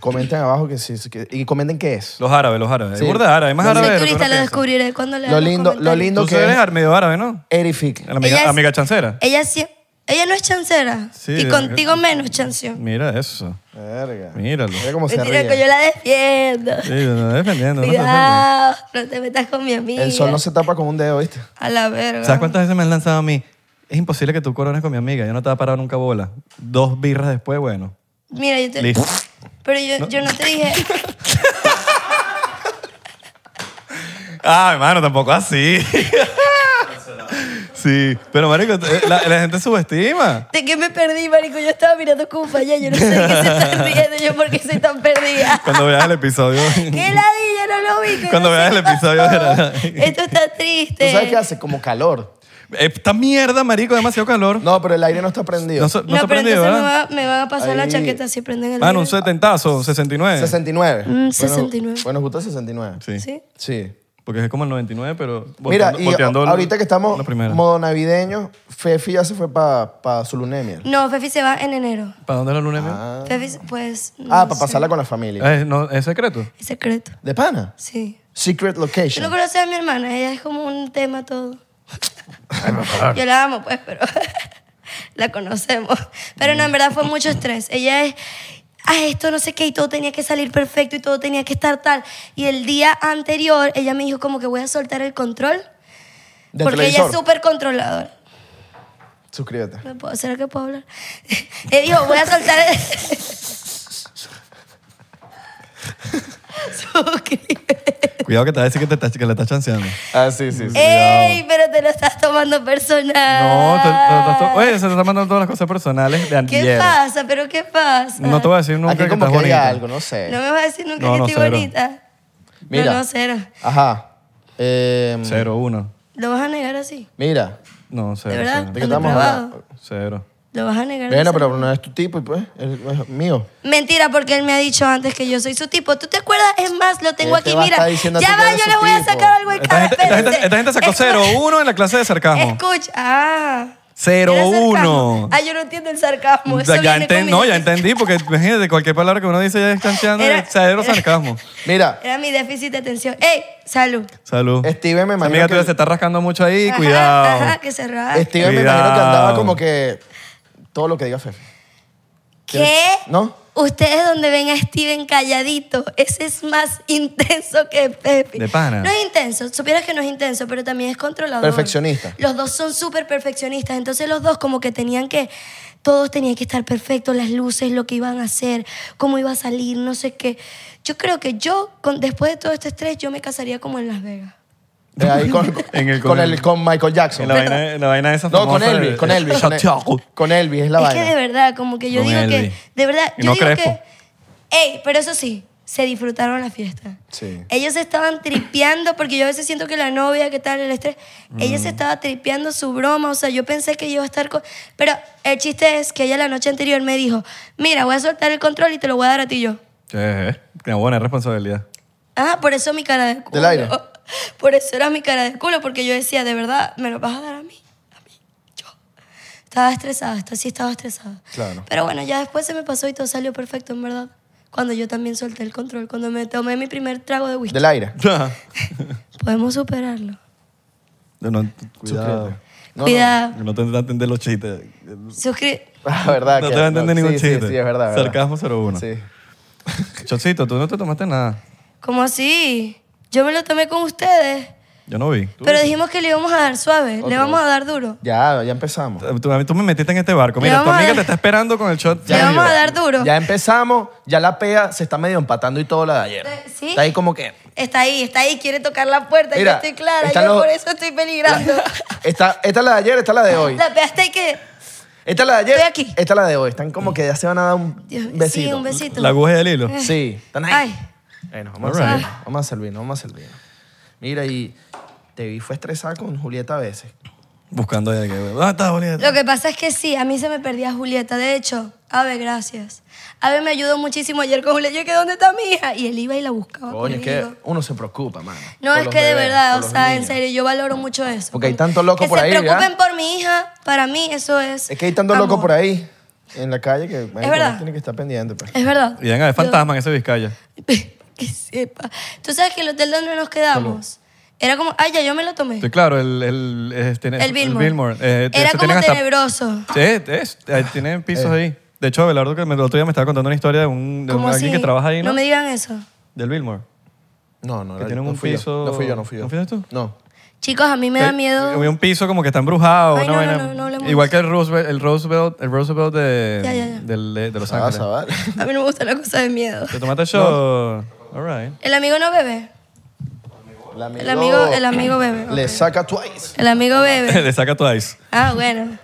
Speaker 3: comenten abajo que sí, que- y comenten qué es.
Speaker 1: Los árabes, los árabes.
Speaker 3: Sí.
Speaker 1: Es burda de árabe, es más
Speaker 2: Soy
Speaker 1: árabe de lo que
Speaker 2: turista,
Speaker 1: uno
Speaker 2: lo
Speaker 1: piensa.
Speaker 2: descubriré cuando le haga
Speaker 3: Lo
Speaker 2: los
Speaker 3: lindo, lo
Speaker 2: comentarios.
Speaker 3: lindo
Speaker 1: Tú
Speaker 3: que es
Speaker 1: eres medio árabe, ¿no?
Speaker 3: Edifique.
Speaker 1: La amiga,
Speaker 2: Ella es-
Speaker 1: amiga chancera.
Speaker 2: Ella sí, ella no es chancera.
Speaker 1: Sí,
Speaker 2: y
Speaker 1: de-
Speaker 2: contigo menos chanción.
Speaker 1: Mira eso.
Speaker 3: Verga.
Speaker 1: Míralo.
Speaker 3: Mira cómo se
Speaker 2: Mentira, que
Speaker 3: ríe.
Speaker 2: yo la defiendo.
Speaker 1: Sí, lo está defendiendo. no te ofendas.
Speaker 2: Cuidado, no te metas con mi amiga.
Speaker 3: El sol no se tapa con un dedo, ¿viste?
Speaker 2: A la verga.
Speaker 1: ¿Sabes cuántas veces me han lanzado a mí? Es imposible que tú corones con mi amiga. Yo no te voy a parar nunca bola. Dos birras después, bueno.
Speaker 2: Mira, yo te...
Speaker 1: Listo.
Speaker 2: Pero yo no, yo no te dije...
Speaker 1: Ah, hermano, tampoco así. sí, pero marico, eh, la, la gente subestima.
Speaker 2: ¿De qué me perdí, marico? Yo estaba mirando con falla. Yo no sé de qué se están riendo. Yo por qué soy tan perdida.
Speaker 1: Cuando veas el episodio.
Speaker 2: ¿Qué ladilla? No lo vi.
Speaker 1: Cuando veas el episodio, verás.
Speaker 2: Esto está
Speaker 3: ¿Tú
Speaker 2: triste.
Speaker 3: sabes qué hace? Como calor.
Speaker 1: Esta mierda, marico, demasiado calor. No,
Speaker 3: No, pero el aire no está prendido.
Speaker 1: so- no
Speaker 2: No,
Speaker 1: está
Speaker 2: pero
Speaker 1: prendido,
Speaker 2: entonces me,
Speaker 1: ¿verdad? Ah,
Speaker 2: va- me van a pasar la
Speaker 3: Ahí.
Speaker 2: chaqueta si prenden el
Speaker 1: Mano, un
Speaker 2: video.
Speaker 1: setentazo, 69.
Speaker 3: 69.
Speaker 2: Mm, 69.
Speaker 3: Bueno, justo 69.
Speaker 1: Sí.
Speaker 2: ¿Sí?
Speaker 3: Sí.
Speaker 1: Porque es como el 99, pero
Speaker 3: Mira,
Speaker 1: volteando-
Speaker 3: y
Speaker 1: volteando
Speaker 3: a-
Speaker 1: el-
Speaker 3: ahorita que estamos
Speaker 1: la primera.
Speaker 3: modo navideño, Fefi ya se fue para pa su luna de miel.
Speaker 2: No, Fefi se va en enero.
Speaker 1: ¿Para dónde es la luna? de miel?
Speaker 2: Fefi, se- pues... no
Speaker 3: Ah, para
Speaker 2: sé.
Speaker 3: pasarla con la familia.
Speaker 1: Eh, no, es secreto.
Speaker 2: Es secreto.
Speaker 3: ¿De pana?
Speaker 2: Sí.
Speaker 3: Secret
Speaker 2: Yo no
Speaker 3: location.
Speaker 2: conoces a mi hermana. Ella es como un tema todo. Yo la amo, pues, pero la conocemos. Pero no, en verdad fue mucho estrés. Ella es, ah, esto no sé qué, y todo tenía que salir perfecto y todo tenía que estar tal. Y el día anterior, ella me dijo como que voy a soltar el control,
Speaker 3: Del
Speaker 2: porque ella
Speaker 3: televisor.
Speaker 2: es súper controladora.
Speaker 3: Suscríbete.
Speaker 2: ¿Me puedo- ¿Será que puedo hablar? Ella dijo, voy a soltar el... Suscríbete.
Speaker 1: Cuidado que te va a decir que, te está- que le estás chanceando.
Speaker 3: Ah, sí, sí, sí.
Speaker 2: ¡Ey! Pero te lo estás tomando personal.
Speaker 1: No, te, te- te- te- oye, se te están mandando todas las cosas personales de
Speaker 2: Ah. ¿Qué
Speaker 1: ayer.
Speaker 2: pasa? ¿Pero qué pasa?
Speaker 1: No te voy a decir nunca
Speaker 3: Aquí
Speaker 1: que
Speaker 3: como
Speaker 1: estás
Speaker 3: que hay
Speaker 1: bonita.
Speaker 3: algo, no sé.
Speaker 2: No me vas a decir nunca
Speaker 1: No,
Speaker 2: que
Speaker 1: no,
Speaker 2: estoy
Speaker 1: cero.
Speaker 2: bonita.
Speaker 3: Mira.
Speaker 2: No, no, cero.
Speaker 3: Ajá. Em,
Speaker 1: Cero, uno.
Speaker 2: ¿Lo vas a negar así?
Speaker 3: Mira.
Speaker 1: No, cero.
Speaker 2: ¿De verdad?
Speaker 1: cero.
Speaker 3: ¿De qué
Speaker 2: Tan
Speaker 3: estamos
Speaker 2: depravado.
Speaker 3: hablando?
Speaker 1: Cero.
Speaker 2: ¿Lo vas a negar
Speaker 3: Bueno,
Speaker 2: así?
Speaker 3: pero no es tu tipo y pues, es mío.
Speaker 2: Mentira, porque él me ha dicho antes que yo soy su tipo. ¿Tú te acuerdas? Es más, lo tengo
Speaker 3: Él te
Speaker 2: aquí,
Speaker 3: va a
Speaker 2: mira.
Speaker 3: estar diciendo a ti
Speaker 2: Ya
Speaker 3: que
Speaker 2: va,
Speaker 3: eres
Speaker 2: yo
Speaker 3: su
Speaker 2: le voy a
Speaker 3: tipo.
Speaker 2: sacar algo en
Speaker 1: Esta
Speaker 2: cada
Speaker 1: gente, esta gente- esta gente sacó
Speaker 2: Escucha-
Speaker 1: cero, uno en la clase de sarcasmo.
Speaker 2: Escucha, ah.
Speaker 1: Cero,
Speaker 2: Era sarcasmo.
Speaker 1: uno.
Speaker 2: Ah, yo no entiendo el sarcasmo. Eso
Speaker 1: Ya- ya
Speaker 2: viene
Speaker 1: enten-
Speaker 2: con mi-
Speaker 1: no, ya entendí, porque imagínate, cualquier palabra que uno dice ya es chanceando,
Speaker 2: Era-
Speaker 1: es cero
Speaker 2: era-
Speaker 1: sarcasmo.
Speaker 3: Mira,
Speaker 2: Era mi déficit de atención. ¡Ey! ¡Salud!
Speaker 1: Salud.
Speaker 3: Steven
Speaker 1: Esa
Speaker 3: me imagino
Speaker 1: Amiga
Speaker 3: que-
Speaker 1: tuya se está rascando mucho ahí,
Speaker 2: Ajá,
Speaker 1: cuidado.
Speaker 2: Ajá, que se rasca.
Speaker 3: Steven me imagino que
Speaker 1: Cuidado.
Speaker 3: andaba como que todo lo que diga Fefe.
Speaker 2: ¿Qué?
Speaker 3: ¿No?
Speaker 2: Ustedes donde ven a Steven calladito, ese es más intenso que Pepe.
Speaker 1: De pana.
Speaker 2: No es intenso, supieras que no es intenso, pero también es controlador.
Speaker 3: Perfeccionista.
Speaker 2: Los dos son súper perfeccionistas, entonces los dos como que tenían que, todos tenían que estar perfectos, las luces, lo que iban a hacer, cómo iba a salir, no sé qué. Yo creo que yo, con- después de todo este estrés, yo me casaría como en Las Vegas.
Speaker 3: Eh, ahí con,
Speaker 1: En el-
Speaker 3: con, el- con Michael Jackson.
Speaker 1: En la, vaina, en la vaina esa
Speaker 3: No, con
Speaker 1: famosa
Speaker 3: Elvis,
Speaker 1: de-
Speaker 3: con Elvis. Con, E-
Speaker 1: Santiago.
Speaker 3: con Elvis es la
Speaker 2: es
Speaker 3: vaina.
Speaker 2: que de verdad, como que yo
Speaker 1: Con
Speaker 2: digo
Speaker 1: Elvis.
Speaker 2: que, de verdad,
Speaker 1: Y
Speaker 2: yo
Speaker 1: no
Speaker 2: digo
Speaker 1: Crespo.
Speaker 2: que, ey, pero eso sí, se disfrutaron la fiesta.
Speaker 3: Sí.
Speaker 2: Ellos estaban tripeando, porque yo a veces siento que la novia, que tal, el estrés, ella
Speaker 1: Mm.
Speaker 2: se estaba tripeando su broma, o sea, yo pensé que iba a estar con... Pero el chiste es que ella la noche anterior me dijo, mira, voy a soltar el control y te lo voy a dar a ti yo.
Speaker 1: Che, eh, una buena responsabilidad.
Speaker 2: Ah, por eso mi cara de culo.
Speaker 3: Del aire.
Speaker 2: Por eso era mi cara de culo, porque yo decía, de verdad, ¿me lo vas a dar a mí? A mí, yo. Estaba estresada, esto sí estaba estresada.
Speaker 3: Claro.
Speaker 2: Pero bueno, ya después se me pasó y todo salió perfecto, en verdad. Cuando yo también solté el control, cuando me tomé mi primer trago de whisky.
Speaker 3: Del aire.
Speaker 2: Podemos superarlo.
Speaker 1: Yo no,
Speaker 3: Cuidado. No,
Speaker 2: Cuidado.
Speaker 1: yo no te voy a entender los chistes.
Speaker 2: Suscri-
Speaker 3: Ah, verdad.
Speaker 1: No
Speaker 3: que-
Speaker 1: te va a entender ningún
Speaker 3: sí, sí,
Speaker 1: chiste.
Speaker 3: Sí, es verdad. verdad.
Speaker 1: Sarcasmo 01.
Speaker 3: Sí.
Speaker 1: Chocito, tú no te tomaste nada.
Speaker 2: ¿Cómo así? Yo me lo tomé con ustedes.
Speaker 1: Yo no vi.
Speaker 2: Pero dijimos que le íbamos a dar suave, le
Speaker 3: Otro.
Speaker 2: vamos a dar duro.
Speaker 3: Ya, ya empezamos.
Speaker 1: Tú, a mí- tú me metiste en este barco.
Speaker 2: Le
Speaker 1: Mira, tu
Speaker 2: vamos a
Speaker 1: amiga
Speaker 2: dar-
Speaker 1: te está esperando con el shot.
Speaker 2: Ya. Le vamos a dar duro.
Speaker 3: Ya empezamos, ya la pea se está medio empatando y todo la de ayer.
Speaker 2: Eh, sí.
Speaker 3: Está ahí como que.
Speaker 2: Está ahí, está ahí, quiere tocar la puerta,
Speaker 3: Mira,
Speaker 2: yo estoy clara, yo
Speaker 3: están los-
Speaker 2: por eso estoy peligrando.
Speaker 3: Está, esta es la de ayer, esta es la de hoy.
Speaker 2: Ah, La peaste y que...
Speaker 3: Esta es la de ayer.
Speaker 2: Estoy aquí.
Speaker 3: Esta es la de hoy. Están como que ya se van a dar un
Speaker 2: Dios,
Speaker 3: besito.
Speaker 2: Sí, un besito.
Speaker 1: La aguja y el hilo.
Speaker 3: Sí, están ahí.
Speaker 2: Eh. Ay.
Speaker 3: Bueno, vamos,
Speaker 1: All
Speaker 3: a
Speaker 1: right.
Speaker 3: servir, vamos a servirnos, vamos a servirnos. Mira, y te vi fue estresada con Julieta a veces.
Speaker 1: Buscando ahí. que- ¿Dónde está Julieta?
Speaker 2: Lo que pasa es que sí, a mí se me perdía Julieta. De hecho, Ave, gracias. Ave me ayudó muchísimo ayer con Julieta. Yo que, ¿dónde está mi hija? Y él iba y la buscaba.
Speaker 3: Coño, es que
Speaker 2: conmigo.
Speaker 3: uno se preocupa, mano.
Speaker 2: Oh, No,
Speaker 3: por
Speaker 2: es
Speaker 3: los
Speaker 2: que de
Speaker 3: bebés,
Speaker 2: verdad,
Speaker 3: por
Speaker 2: o
Speaker 3: los
Speaker 2: sea, en
Speaker 3: niños.
Speaker 2: serio, yo valoro mucho eso.
Speaker 3: Porque hay tanto loco
Speaker 2: que
Speaker 3: por ahí,
Speaker 2: se preocupen
Speaker 3: ¿verdad?
Speaker 2: por mi hija, para mí eso es.
Speaker 3: Es que hay tanto loco
Speaker 2: amor.
Speaker 3: por ahí en la calle que marico,
Speaker 2: verdad.
Speaker 3: uno tiene que estar pendiente. Pues.
Speaker 2: Es verdad.
Speaker 1: Y venga, es fantasma en ese Vizcaya.
Speaker 2: que sepa. Tú sabes que el hotel donde nos quedamos era como, ay, ya yo me lo tomé.
Speaker 1: Estoy claro, el, el, este,
Speaker 2: El Billboard.
Speaker 1: eh,
Speaker 2: Era
Speaker 1: este,
Speaker 2: como
Speaker 1: tienen hasta-
Speaker 2: tenebroso.
Speaker 1: Sí, es, eh, tienen pisos ahí. De hecho, Abelardo, que me- el otro día me estaba contando una historia de, un, de un-
Speaker 2: ¿Cómo
Speaker 1: alguien
Speaker 2: así?
Speaker 1: que trabaja ahí, ¿no?
Speaker 2: No me digan eso.
Speaker 1: Del Billmore.
Speaker 3: No, no,
Speaker 1: Que
Speaker 3: no,
Speaker 1: tienen
Speaker 3: no
Speaker 1: un
Speaker 3: fui
Speaker 1: piso-
Speaker 3: Yo. No fui yo, no fui yo.
Speaker 1: ¿No fuiste tú?
Speaker 3: No.
Speaker 2: Chicos, a mí me da
Speaker 1: Que-
Speaker 2: miedo.
Speaker 1: Eh, Había un piso como que está embrujado.
Speaker 2: Ay,
Speaker 1: una
Speaker 2: no,
Speaker 1: vaina-
Speaker 2: no, no, no hablemos
Speaker 1: Igual
Speaker 2: de
Speaker 1: que el Roosevelt, el Roosevelt, el Roosevelt de,
Speaker 2: Ya, ya, ya.
Speaker 1: del- de, de Los
Speaker 3: Ah,
Speaker 1: Ángeles.
Speaker 3: sabal.
Speaker 2: A mí no me gusta la cosa de miedo.
Speaker 1: ¿Te tomaste shot? All right.
Speaker 2: El amigo no bebe. El amigo, el amigo bebe.
Speaker 3: Le
Speaker 2: ok.
Speaker 3: saca twice.
Speaker 2: El amigo bebe.
Speaker 1: Le saca Twice.
Speaker 2: Ah, bueno.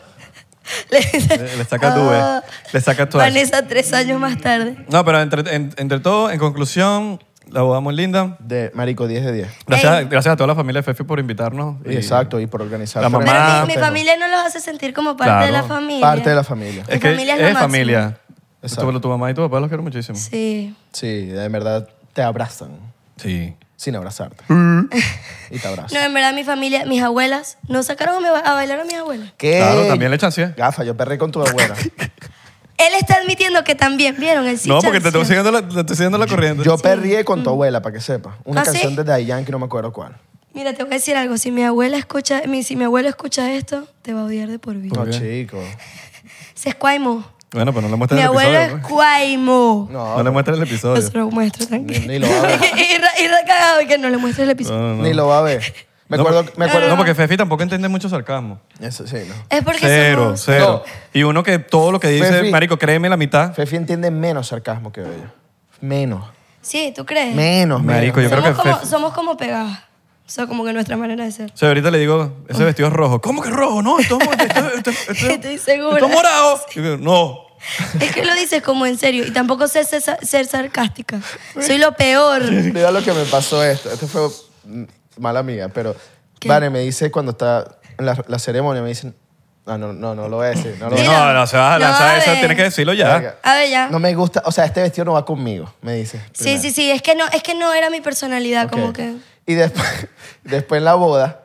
Speaker 2: Le,
Speaker 1: Le, le saca Twice.
Speaker 2: Ah,
Speaker 1: Le saca Twice.
Speaker 2: Vanessa tres años más tarde.
Speaker 1: No, pero entre, en- entre todo, en conclusión, la boda muy linda.
Speaker 3: De Marico 10 de 10.
Speaker 1: Gracias,
Speaker 2: Ey.
Speaker 1: gracias a toda la familia de Fefi por invitarnos. y-
Speaker 3: Exacto, y por organizar.
Speaker 1: La
Speaker 3: pero-
Speaker 1: mamá-
Speaker 2: Pero
Speaker 1: Ah,
Speaker 2: mi, mi
Speaker 1: pero-
Speaker 2: familia no los hace sentir como parte
Speaker 1: Claro.
Speaker 2: de la familia.
Speaker 3: Parte de la familia.
Speaker 1: Es
Speaker 2: Mi
Speaker 1: que
Speaker 2: familia es lo
Speaker 1: es
Speaker 2: máximo.
Speaker 1: familia.
Speaker 3: Exacto.
Speaker 1: Tu, tu mamá y tu papá los quiero muchísimo.
Speaker 2: Sí.
Speaker 3: Sí, de verdad te abrazan
Speaker 1: Sí.
Speaker 3: sin abrazarte.
Speaker 1: Mm.
Speaker 3: y te abrazan.
Speaker 2: No, en verdad mi familia, mis abuelas, no sacaron a, mi ba- a bailar a mis abuelas.
Speaker 3: ¿Qué?
Speaker 1: Claro, también le chancé.
Speaker 3: Gafa, yo perré con tu abuela.
Speaker 2: Él está admitiendo que también, ¿vieron? El sí
Speaker 1: no, porque te
Speaker 2: chanceó.
Speaker 1: estoy siguiendo la, te estoy siguiendo la corriente.
Speaker 3: Yo perrié con tu abuela, para que sepas. Una
Speaker 2: ¿Ah, sí?
Speaker 3: canción de Daddy Yankee, no me acuerdo cuál.
Speaker 2: Mira, te voy a decir algo. Si mi abuela escucha, mi- si mi abuelo escucha esto, te va a odiar de por vida.
Speaker 1: ¿Por
Speaker 3: No,
Speaker 1: qué?
Speaker 3: chico.
Speaker 2: Se escuaimo.
Speaker 1: bueno, pero no le muestres
Speaker 2: Mi
Speaker 1: el
Speaker 2: abuelo
Speaker 1: episodio.
Speaker 2: es
Speaker 1: pues.
Speaker 2: cuaimo.
Speaker 1: No,
Speaker 3: No,
Speaker 1: le muestres el
Speaker 2: Yo
Speaker 1: episodio.
Speaker 2: se lo muestro, tranquilo.
Speaker 3: Ni- ni lo va a ver.
Speaker 2: y, ra- y ra- cagado y que no le muestres el episodio.
Speaker 1: No, no, no.
Speaker 3: ni lo va a ver. Me
Speaker 1: No,
Speaker 3: acuerdo.
Speaker 1: porque-
Speaker 3: Me acuerdo
Speaker 1: No, porque Fefi tampoco entiende mucho sarcasmo.
Speaker 3: Eso, sí, no.
Speaker 2: Es porque
Speaker 1: cero,
Speaker 2: somos...
Speaker 1: cero. Y uno que todo lo que dice,
Speaker 3: Fefi-
Speaker 1: marico, créeme la mitad.
Speaker 3: Fefi entiende menos sarcasmo que ella. Menos.
Speaker 2: Sí, ¿tú crees?
Speaker 3: Menos, menos.
Speaker 1: Marico, yo creo
Speaker 2: somos,
Speaker 1: que...
Speaker 2: como,
Speaker 1: Fef-
Speaker 2: somos como pegados. O sea, como que nuestra manera de ser.
Speaker 1: O sea, ahorita le digo, ese vestido es rojo. ¿Cómo que rojo? No, esto, esto, esto, esto,
Speaker 2: Estoy segura.
Speaker 1: esto es morado. Yo digo, no.
Speaker 2: Es que lo dices como en serio y tampoco sé ser, ser sarcástica. Soy lo peor.
Speaker 3: Mira lo que me pasó esto. Esto fue mm, mala mía, pero
Speaker 2: ¿Qué?
Speaker 3: Vane me dice cuando está en la, la ceremonia, me dicen, no, no, no, no lo voy a decir. No, lo voy a
Speaker 2: Dilo.
Speaker 1: No, no, se va a
Speaker 2: No,
Speaker 1: lanzar
Speaker 2: a
Speaker 1: eso,
Speaker 2: ver.
Speaker 1: tienes que decirlo ya.
Speaker 3: Verga.
Speaker 2: A ver, ya.
Speaker 3: decir. No me gusta, o sea, este vestido no va conmigo, me dice.
Speaker 2: sí, sí, sí. Es que no, es que no era mi personalidad, como que.
Speaker 3: Y después, después en la boda,